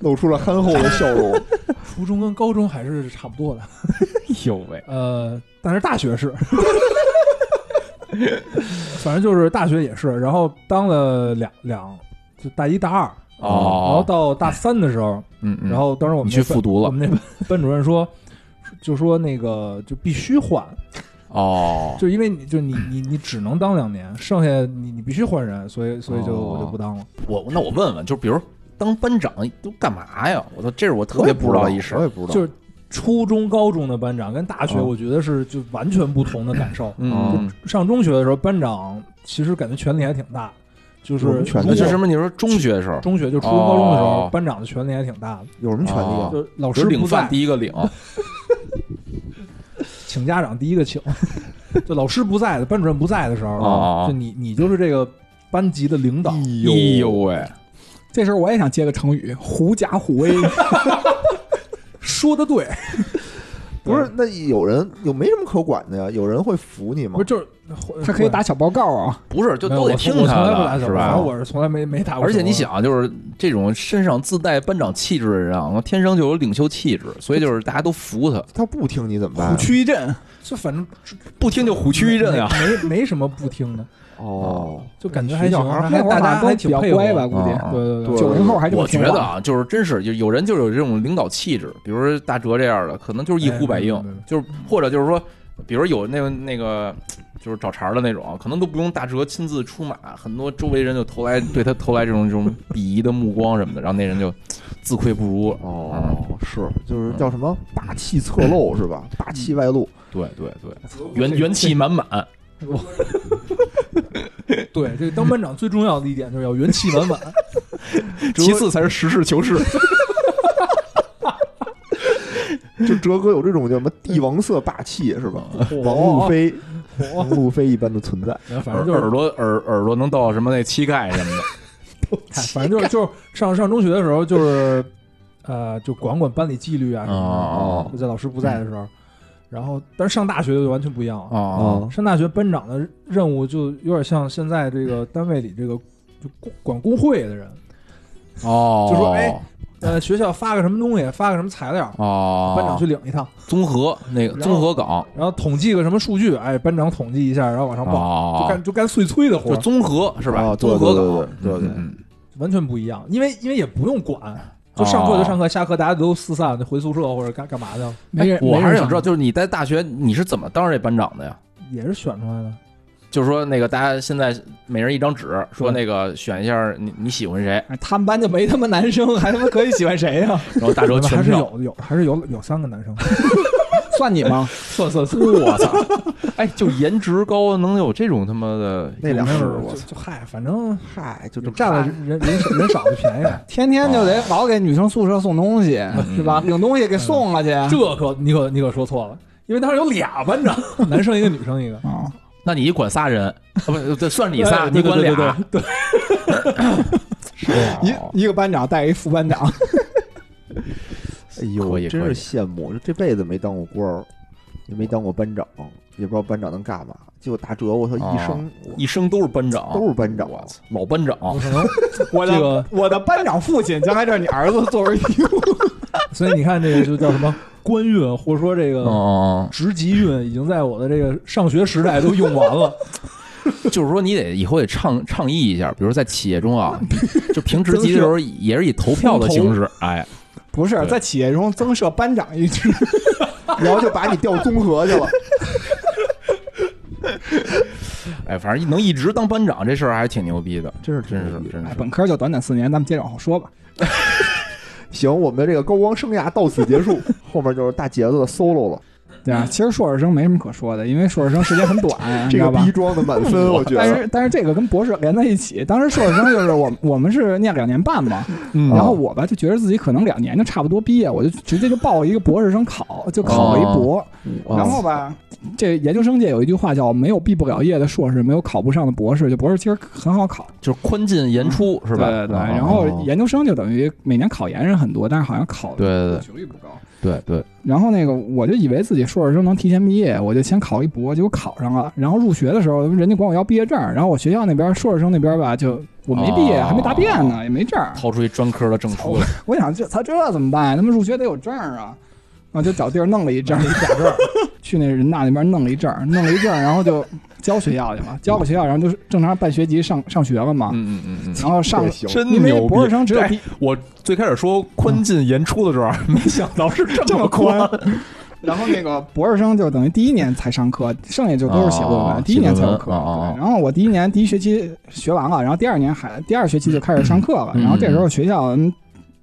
Speaker 1: 露出了憨厚的笑容。
Speaker 4: 初中跟高中还是差不 多的，
Speaker 2: 哎呦喂，
Speaker 4: 呃，但是大学是， 反正就是大学也是，然后当了两两，就大一大二，
Speaker 2: 哦
Speaker 4: 然后到大三的时候，
Speaker 2: 嗯，嗯
Speaker 4: 然后当时我们
Speaker 2: 你去
Speaker 4: 那班
Speaker 2: 复读了
Speaker 4: 我们那班班主任说， 就说那个就必须换，
Speaker 2: 哦，
Speaker 4: 就因为你就你你你只能当两年，剩下你你必须换人，所以所以就、
Speaker 2: 哦
Speaker 4: 我就不当了。
Speaker 2: 我那我问问，就比如当班长都干嘛呀？我操，这是我特别不知道的一事
Speaker 1: 我
Speaker 2: 儿。
Speaker 1: 也不知道，
Speaker 4: 就是初中、高中的班长跟大学，
Speaker 1: 哦
Speaker 4: 我觉得是就完全不同的感 受。
Speaker 2: 嗯，
Speaker 4: 上中学的时候，班长其实感觉权力还挺大，就是
Speaker 1: 有什么权
Speaker 4: 如
Speaker 1: 利
Speaker 2: 那
Speaker 4: 果
Speaker 1: 啊
Speaker 2: 是什么？你说中学的时候，
Speaker 4: 中学就初中、高中的时候，
Speaker 2: 哦
Speaker 4: 班长的权力还挺大的，
Speaker 1: 有什么权利啊
Speaker 2: 哦？
Speaker 4: 就老
Speaker 2: 我是
Speaker 4: 师
Speaker 2: 领
Speaker 4: 不在哎
Speaker 2: 饭，第一个领，
Speaker 4: 请家长第一个请。 就老师不在的，班主任不在的时候，
Speaker 2: 哦
Speaker 4: 就你你就是这个班级的领导。
Speaker 2: 哎呦喂，
Speaker 3: 这时候我也想接个成语“狐假虎威
Speaker 4: 说的对，
Speaker 1: 不是，那有人有没什么可管的呀？有人会服你吗
Speaker 4: 不是？就是”，
Speaker 3: 他可以打小报告啊。
Speaker 2: 不是就
Speaker 4: 没有
Speaker 2: 都得
Speaker 4: 我
Speaker 2: 听
Speaker 4: 我从
Speaker 2: 他
Speaker 4: 来不打
Speaker 2: 的，
Speaker 4: 小
Speaker 2: 是
Speaker 4: 报告反
Speaker 2: 吧
Speaker 4: 正？我是从来没没打过。
Speaker 2: 而且你，想，啊就是这种身上自带班长气质的人啊，天生就有领袖气质，所以就是大家都服他，
Speaker 1: 他不听你怎么办
Speaker 3: 虎
Speaker 1: 呀？
Speaker 3: 躯一震，
Speaker 4: 就反正
Speaker 2: 不听就虎躯一震啊呀。
Speaker 4: 没没没什么不听的，
Speaker 1: 哦，
Speaker 4: 就 感觉还
Speaker 1: 学
Speaker 4: 行，
Speaker 1: 校还
Speaker 4: 还
Speaker 3: 那会
Speaker 4: 大
Speaker 3: 儿好
Speaker 4: 家
Speaker 3: 像
Speaker 4: 还
Speaker 3: 都比
Speaker 4: 挺
Speaker 3: 较
Speaker 4: 配合
Speaker 3: 乖
Speaker 4: 我
Speaker 3: 吧，估
Speaker 2: 啊
Speaker 3: 计
Speaker 4: 对对对，
Speaker 1: 对
Speaker 3: 九零后还是
Speaker 2: 我
Speaker 3: 挺
Speaker 2: 觉
Speaker 3: 听话
Speaker 4: 哎
Speaker 2: 得啊，就是真是有有人就有这种领导气质，比如说大哲这样的，可能就是一呼百应
Speaker 4: 哎对对对，
Speaker 2: 就是或者就是说，比如有那个那个就是找茬儿的那种，啊可能都不用大哲亲自出马，很多周围人就投来对他投来这种这种鄙夷的目光什么的，然后那人就自愧不如。
Speaker 1: 哦，是，就是叫什么霸气侧漏是吧？霸气外露，
Speaker 2: 对对对，元元气满满。
Speaker 4: 对，这当班长最重要的一点就是要元气 满满。
Speaker 2: 其次才是实事求是。
Speaker 1: 就哲哥有这种叫什么帝王色霸气是吧？
Speaker 4: 嚯
Speaker 1: 王路飞，王路飞一般的存在。
Speaker 4: 反
Speaker 2: 哦耳
Speaker 4: 正就是
Speaker 2: 耳，朵耳耳朵能到什么那膝盖什 么的。
Speaker 4: 哎反正就是就是上上中学的时候，就是呃，就管管班里纪律啊什么
Speaker 2: 哦
Speaker 4: 的，就在老师不在的时候。然后，但是上大学就完全不一样了。
Speaker 1: 嗯
Speaker 2: 哦，
Speaker 4: 上大学班长的任务就有点像现在这个单位里这个就工管工会的人，
Speaker 2: 哦，
Speaker 4: 就说哎呃，学校发个什么东西，发个什么材料，
Speaker 2: 哦，
Speaker 4: 班长去领一趟，
Speaker 2: 综合那个
Speaker 4: 然后哦
Speaker 2: 综合岗，
Speaker 4: 然后统计个什么数据，哎，班长统计一下，然后往上报，就
Speaker 2: 哦，
Speaker 4: 干就干碎催的活
Speaker 2: 就
Speaker 4: 儿，
Speaker 2: 综合是吧？
Speaker 1: 啊对
Speaker 2: 综合岗，
Speaker 1: 对对对对对
Speaker 2: 嗯
Speaker 4: 完全不一样，因为因为也不用管，就上课就上课，下课大家都四散，就回宿舍或者干干嘛去，
Speaker 3: 没人，
Speaker 2: 哎我还是想
Speaker 3: 没人上
Speaker 2: 知道，就是你在大学你是怎么当上这班长的呀？
Speaker 4: 也是选出来的。
Speaker 2: 就是说，那个大家现在每人一张纸，
Speaker 4: 嗯
Speaker 2: 说那个选一下你你喜欢谁，
Speaker 3: 哎他们班就没他妈男生，还他妈可以喜欢谁啊呀、
Speaker 2: 然后大哲
Speaker 4: 还
Speaker 2: 全
Speaker 4: 是
Speaker 2: 票。
Speaker 4: 有有还是有有三个男 生，
Speaker 3: 算你吗？
Speaker 4: 算算算，
Speaker 2: 我操！ 哎，就颜值高啊能有这种他妈的
Speaker 1: 那俩
Speaker 4: 没
Speaker 1: 是
Speaker 4: 有
Speaker 1: 我
Speaker 4: 就
Speaker 1: 操，
Speaker 4: 就嗨，反正
Speaker 1: 嗨，就这么
Speaker 4: 占了人人少人少的便宜。
Speaker 3: 天天就得老给女生宿舍送东西，是吧？领东西给送了去。
Speaker 4: 这可你可你可说错了，因为当时有俩班长， 男生一个女生一个，
Speaker 3: 啊，
Speaker 2: 那你一管仨人，啊不，这算是你仨，
Speaker 4: 哎
Speaker 2: 你
Speaker 4: 对
Speaker 2: 管
Speaker 4: 对对
Speaker 2: 俩，啊
Speaker 4: 对对
Speaker 3: 一一个班长带一副班 长，
Speaker 1: 哎呦，
Speaker 2: 可
Speaker 1: 我
Speaker 2: 以
Speaker 1: 真
Speaker 2: 可以
Speaker 1: 是羡慕，这这辈子没当过官儿，也没当过班长，也不知道班长能干嘛。结果大哲，我操，一生我
Speaker 2: 一生都是班长，嗯
Speaker 1: 都是班长，
Speaker 2: 哦我操，老班长，
Speaker 4: 有可能
Speaker 3: 我
Speaker 4: 这个
Speaker 3: 的我的班长父亲将来让你儿子作为用。
Speaker 4: 所以你看这个就叫什么官运，或者说这个
Speaker 2: 嗯，
Speaker 4: 职级运已经在我的这个上学时代都用完了。
Speaker 2: 嗯就是说你得以后得倡倡议一下，比如在企业中 啊，就评职级的时候也是以投票的形式，哎，
Speaker 3: 不是
Speaker 2: 对
Speaker 3: 在企业中增设班长一 职，
Speaker 1: 然后就把你调综合去了。
Speaker 2: 哎，反正能一直当班长这事儿还挺牛逼的，
Speaker 1: 真是
Speaker 2: 真
Speaker 1: 牛
Speaker 2: 是
Speaker 1: 逼
Speaker 2: 真
Speaker 3: 哎
Speaker 2: 是。
Speaker 3: 本科就短短四年，咱们接着往后说吧。
Speaker 1: 行，我们的这个高光生涯到此结束，后面就是大杰子的 solo 了。
Speaker 3: 对
Speaker 1: 嗯
Speaker 3: 啊，其实硕士生没什么可说的，因为硕士生时间很 短，你
Speaker 1: 这个
Speaker 3: 知道吧
Speaker 1: 逼？装的满分，我觉
Speaker 3: 但
Speaker 1: 得。
Speaker 3: 是但是这个跟博士连在一起，当时硕士生就是我我们是念两年半嘛，
Speaker 2: 嗯
Speaker 3: 然后我吧就觉得自己可能两年就差不多毕业，我就直接就报了一个博士生考，就考了一博，
Speaker 2: 嗯
Speaker 1: 哦
Speaker 3: 然后吧，这研究生界有一句话叫“没有毕不了业的硕士，没有考不上的博士”，就博士其实很好考，
Speaker 2: 就是宽进严出是吧？
Speaker 3: 对对对，
Speaker 2: 嗯
Speaker 3: 然后研究生就等于每年考研人很多，但是好像考
Speaker 2: 对对对
Speaker 3: 录取率不高，
Speaker 2: 对对，
Speaker 3: 然后那个我就以为自己硕士生能提前毕业，我就先考一博，结果考上了。然后入学的时候，人家管我要毕业证，然后我学校那边硕士生那边吧，就我没毕业，
Speaker 2: 哦
Speaker 3: 还没答辩呢，也没证儿。
Speaker 2: 掏出一专科的证 书来，
Speaker 3: 我想这操这怎么办呀？他们入学得有证儿啊，啊就找地儿弄了一证，假证，去那人大那边弄了一证儿，弄了一证儿，然后就交学校去了，交给学校，然后就是正常办学籍上上学了嘛。
Speaker 2: 嗯嗯嗯
Speaker 3: 然后上
Speaker 1: 这行
Speaker 2: 真
Speaker 3: 因为
Speaker 2: 牛逼
Speaker 3: 博士生只有毕，
Speaker 2: 我最开始说宽进严出的时候，没想到是这么宽，
Speaker 3: 然后那个博士生就等于第一年才上课，剩下就都是写论
Speaker 2: 哦
Speaker 3: 文，第一年才有
Speaker 2: 写
Speaker 3: 课。
Speaker 2: 论文哦哦
Speaker 3: 对然后我第一年第一学期学完了，然后第二年还第二学期就开始上课了，
Speaker 2: 嗯
Speaker 3: 然后这时候学校嗯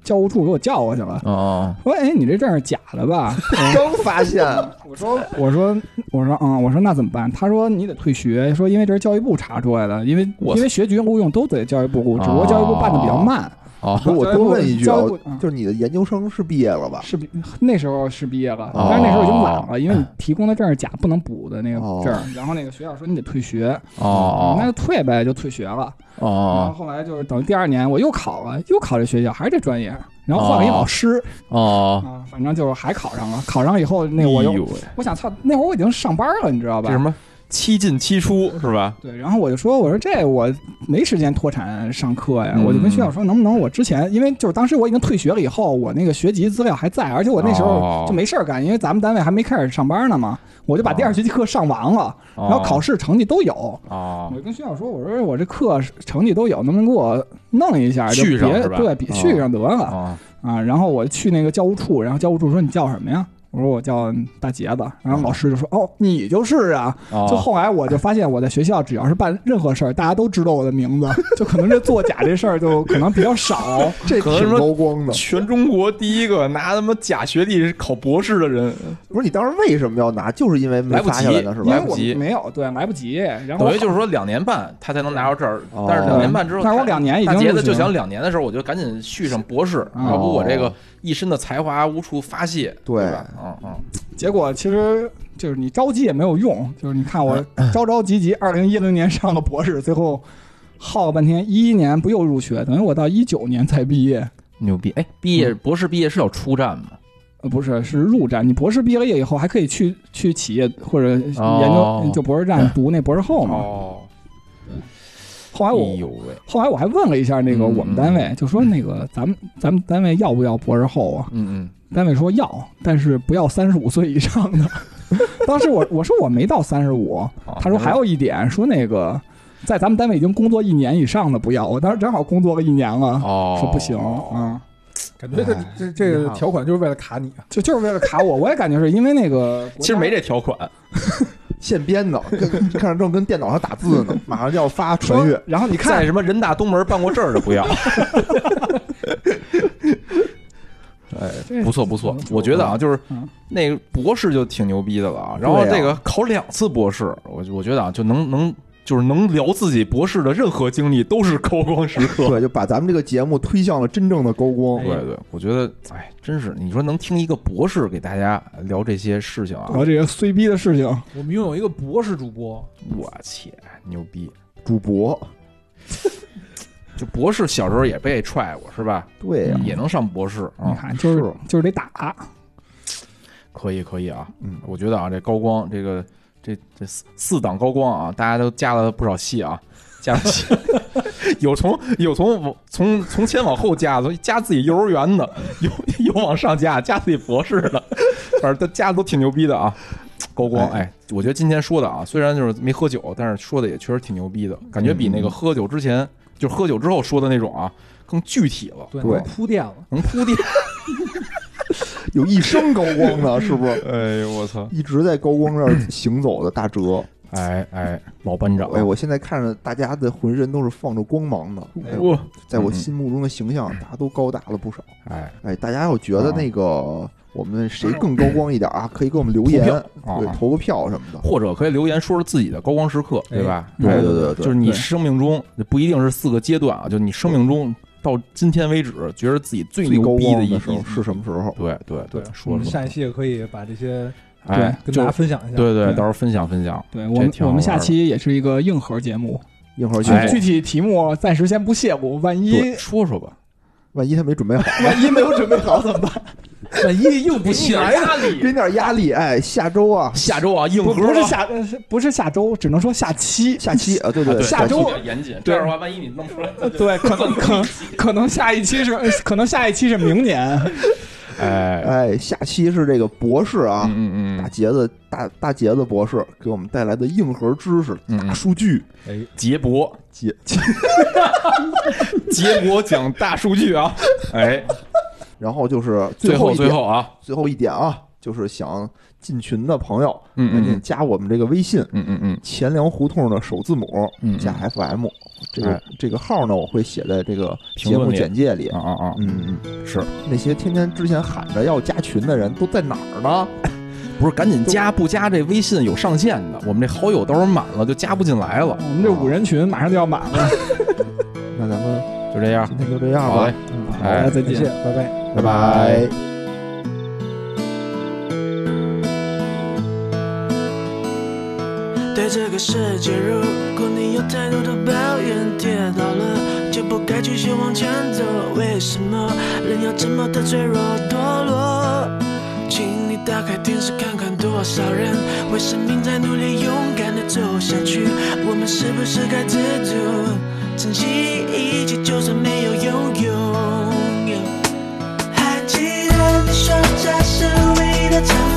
Speaker 3: 教务处给我叫过去了，
Speaker 2: 哦，
Speaker 3: 说：“哎，你这证是假的吧？”
Speaker 1: 刚发现，
Speaker 3: 我说，我说，我说，嗯，我说那怎么办？他说你得退学，说因为这是教育部查出来的，因为
Speaker 2: 我操
Speaker 3: 因为学籍录用都得教育部录，只不过教育部办的比较慢。
Speaker 2: 哦
Speaker 1: 不是我多问一句啊
Speaker 3: 教育部，嗯
Speaker 1: 就是你的研究生是毕业了吧？
Speaker 3: 是毕那时候是毕业了，
Speaker 2: 哦嗯
Speaker 3: 但是那时候已经晚了，因为你提供的证是假不能补的那个
Speaker 1: 哦
Speaker 3: 证儿，然后那个学校说你得退学，嗯
Speaker 2: 哦哦
Speaker 3: 那就退呗，就退学了。
Speaker 2: 哦
Speaker 3: 然后
Speaker 2: 哦
Speaker 3: 后来就是等于第二年我又考了，又考这学校，还是这专业，然后换了一老师
Speaker 2: 哦，哎
Speaker 3: 啊，反正就是还考上了。考上以后，那我又我想操，那会儿我已经上班了，你知道吧？
Speaker 2: 这什么七进七出是吧？
Speaker 3: 对，然后我就说，我说这我没时间脱产上课呀，
Speaker 2: 嗯
Speaker 3: 我就跟学校说，能不能我之前，因为就是当时我已经退学了以后，我那个学籍资料还在，而且我那时
Speaker 2: 哦
Speaker 3: 候就没事儿干，因为咱们单位还没开始上班呢嘛，我就把第二学期课上完了，
Speaker 2: 然
Speaker 3: 然后考试成绩都有，
Speaker 2: 哦
Speaker 3: 我就跟学校说，我说我这课成绩都有，能不能给我弄一下，就
Speaker 2: 续
Speaker 3: 别
Speaker 2: 上是吧
Speaker 3: 对，比
Speaker 2: 哦
Speaker 3: 续上得了、
Speaker 2: 哦
Speaker 3: 啊。然后我去那个教务处，然后教务处说你叫什么呀？我说我叫大杰子，然后老师就说哦，你就是啊，
Speaker 2: 哦，
Speaker 3: 就后来我就发现，我在学校只要是办任何事儿，大家都知道我 的名字，就可能这作假这事儿就可能比较少。
Speaker 1: 这
Speaker 2: 可能
Speaker 1: 挺
Speaker 2: 说
Speaker 1: 高光的。
Speaker 2: 全中国第一个拿他妈假学历考博士的人，
Speaker 1: 不是你当时为什么要拿？就是因为没
Speaker 2: 来不及
Speaker 1: 发下来呢，是
Speaker 3: 因为
Speaker 1: 吧？
Speaker 2: 来不
Speaker 3: 我
Speaker 2: 及
Speaker 3: 没有对来不及，然后
Speaker 2: 等于就是说两年半他才能拿到这儿
Speaker 1: 哦，
Speaker 2: 但是两年半之后，
Speaker 3: 但是我两年已经
Speaker 2: 大杰子就
Speaker 3: 入学了
Speaker 2: 想两年的时候，我就赶紧续上博士，
Speaker 3: 哦
Speaker 2: 要不我这个一身的才华无处发泄，
Speaker 1: 对
Speaker 2: 吧？嗯嗯，
Speaker 3: 结果其实就是你着急也没有用，就是你看我着着急 急，二零一零年上了博士，最后耗了半天，一一年不又入学，等于我到一九年才毕业。
Speaker 2: 牛逼！哎，毕业博士毕业是要出站吗？
Speaker 3: 呃，不是，是入站。你博士毕了业以后，还可以去去企业或者研究，
Speaker 2: 哦
Speaker 3: 就博士站读那博士后嘛。
Speaker 2: 哦，
Speaker 3: 后来
Speaker 2: 哎
Speaker 3: 我
Speaker 2: 呦喂，
Speaker 3: 后来我还问了一下那个
Speaker 2: 嗯
Speaker 3: 我们单位，就说那 个咱们咱们单位要不要博士后啊？
Speaker 2: 嗯
Speaker 3: 单位说要，但是不要三十五岁以上的。 当时我我说我没到三十五，
Speaker 2: 嗯，
Speaker 3: 他说还有一点说那个在咱们单位已经工作一年以上的不要。我当时正好工作了一年了，
Speaker 2: 哦，
Speaker 3: 说不行啊，
Speaker 4: 感觉这这这个条款就是为了卡你啊！
Speaker 3: 就就是为了卡我，我也感觉是因为那个国家
Speaker 2: 其实没这条款，
Speaker 1: 现编的，跟看着正跟电脑上打字呢，马上就要发传阅。
Speaker 3: 然后你
Speaker 2: 在
Speaker 3: 看，
Speaker 2: 什么人大东门办过证儿的 不要。哎，
Speaker 3: 这
Speaker 2: 不错不错，我觉得啊，就是
Speaker 3: 嗯
Speaker 2: 那个博士就挺牛逼的了啊。然后
Speaker 1: 对啊
Speaker 2: 这个考两次博士，我我觉得啊，就能能就是能聊自己博士的任何经历都是高光时刻。
Speaker 1: 对，就把咱们这个节目推向了真正的高光
Speaker 3: 哎
Speaker 2: 对。对，我觉得哎，真是你说能听一个博士给大家聊这些事情啊，
Speaker 3: 我这个碎逼的事情，
Speaker 2: 哦
Speaker 4: 我们拥有一个博士主播，
Speaker 2: 我切牛逼！
Speaker 1: 主播，
Speaker 2: 就博士小时候也被踹过是吧？
Speaker 1: 对呀、
Speaker 2: 也能上博士啊。
Speaker 3: 你看就是
Speaker 1: 是
Speaker 3: 就是得打，
Speaker 2: 可以，可以啊，
Speaker 1: 嗯
Speaker 2: 我觉得啊，这高光，这个这这四四档高光啊，大家都加了不少戏啊，加了戏， 有从有从从从前往后加，从加自己幼儿园的，有有往上加，加自己博士的，反正都加的都挺牛逼的啊。高光，哎，我觉得今天说的啊，虽然就是没喝酒，但是说的也确实挺牛逼的，感觉比那个喝酒之前，就是喝酒之后说的那种啊，更具体了，
Speaker 4: 对，
Speaker 1: 对
Speaker 4: 能铺垫了。
Speaker 2: 能铺垫。
Speaker 3: 嗯
Speaker 1: 有一生高光 呢，是不是？
Speaker 2: 哎呦，我操！
Speaker 1: 一直在高光这儿行走的大哲，
Speaker 2: 哎哎，老班长，
Speaker 1: 哎，我现在看着大家的浑身都是放着光芒的，哎
Speaker 2: 我
Speaker 1: 在
Speaker 2: 嗯
Speaker 1: 我心目中的形象，大家都高大了不少。
Speaker 2: 哎，
Speaker 1: 哎，大家要觉得那个我们谁更高光一点啊，可以给我们留言，
Speaker 2: 投票啊
Speaker 1: 对，投个票什么的。
Speaker 2: 或者可以留言说说自己的高光时刻，对吧？
Speaker 1: 对
Speaker 2: 哎
Speaker 1: 对对对
Speaker 2: 就是你生命中不一定是四个阶段啊，就你生命中到今天为止，觉得自己最
Speaker 1: 最
Speaker 2: 牛
Speaker 1: 高
Speaker 2: 逼
Speaker 1: 光
Speaker 2: 一
Speaker 1: 时候是什么时候？
Speaker 2: 对对
Speaker 4: 对，我
Speaker 2: 说说
Speaker 4: 们嗯下一，期也可以把这些
Speaker 2: 哎，
Speaker 4: 跟
Speaker 2: 就
Speaker 4: 大家分享一下。
Speaker 2: 对对，
Speaker 3: 对
Speaker 2: 到时候分享分享。
Speaker 3: 对
Speaker 2: 这
Speaker 3: 我们
Speaker 2: 挺好玩的
Speaker 3: 我们下期也是一个硬核节目，
Speaker 1: 硬核
Speaker 3: 具
Speaker 1: 节
Speaker 2: 哎
Speaker 1: 目，
Speaker 3: 具体题目暂时先不泄露，万一
Speaker 2: 对，说说吧，
Speaker 1: 万一他没准备好，
Speaker 3: 万一没有准备好怎么办？
Speaker 4: 万一又不行
Speaker 2: 点压力
Speaker 1: 给你点压力，哎，下周啊，
Speaker 2: 下周啊，硬
Speaker 3: 不
Speaker 2: 核
Speaker 3: 不是
Speaker 2: 了
Speaker 3: 下呃是不是下周，只能说下期。
Speaker 1: 下期啊，对对对，
Speaker 2: 哎对
Speaker 3: 下周
Speaker 2: 比较严谨，这样的话，万一你弄出来，
Speaker 3: 对，可 能可能可能下一期是，呃可能下一期是明年。
Speaker 2: 哎，
Speaker 1: 哎，下期是这个博士啊，
Speaker 2: 嗯
Speaker 1: 大杰子大大杰子博士给我们带来的硬核知识、
Speaker 2: 嗯嗯
Speaker 1: 大数据，
Speaker 2: 嗯，杰博，
Speaker 1: 杰
Speaker 2: 杰博讲大数据啊，哎，
Speaker 1: 然后就是
Speaker 2: 最
Speaker 1: 后
Speaker 2: 后
Speaker 1: 一
Speaker 2: 最
Speaker 1: 点，
Speaker 2: 后啊，
Speaker 1: 最后一点啊，就是想进群的朋友，
Speaker 2: 嗯
Speaker 1: 赶
Speaker 2: 嗯
Speaker 1: 紧
Speaker 2: 嗯
Speaker 1: 加我们这个微信。
Speaker 2: 嗯嗯嗯，
Speaker 1: 钱粮胡同的首字母
Speaker 2: 嗯嗯
Speaker 1: 加 FM，这个
Speaker 2: 哎
Speaker 1: 这个号呢，我会写在这个
Speaker 2: 评
Speaker 1: 节
Speaker 2: 论
Speaker 1: 目
Speaker 2: 里
Speaker 1: 简介里
Speaker 2: 啊。啊啊，
Speaker 1: 嗯，
Speaker 2: 是
Speaker 1: 那些天天之前喊着要加群的人都在哪儿呢？
Speaker 2: 不是赶紧加不加这微信有上限的，我们这好友到时候满了就加不进来了，
Speaker 3: 我们这五人群马上就要满了，
Speaker 1: 那咱们
Speaker 2: 就这样，
Speaker 1: 今天就这样
Speaker 2: 好
Speaker 1: 吧
Speaker 2: 嘞，，
Speaker 1: 嗯
Speaker 3: 好
Speaker 2: 哎
Speaker 3: 再
Speaker 4: 谢
Speaker 3: 见
Speaker 4: 谢，。拜拜。
Speaker 1: 拜
Speaker 2: 拜拜
Speaker 1: 拜。
Speaker 6: 对这个世界，如果你有太多的抱怨，跌倒了就不该继续往前走。为什么人要这么的脆弱堕落？请你打开电视看看，多少人为生命在努力，勇敢的走下去。我们是不是该知足，珍惜一切，就算没有拥有？还记得你说家是唯一的承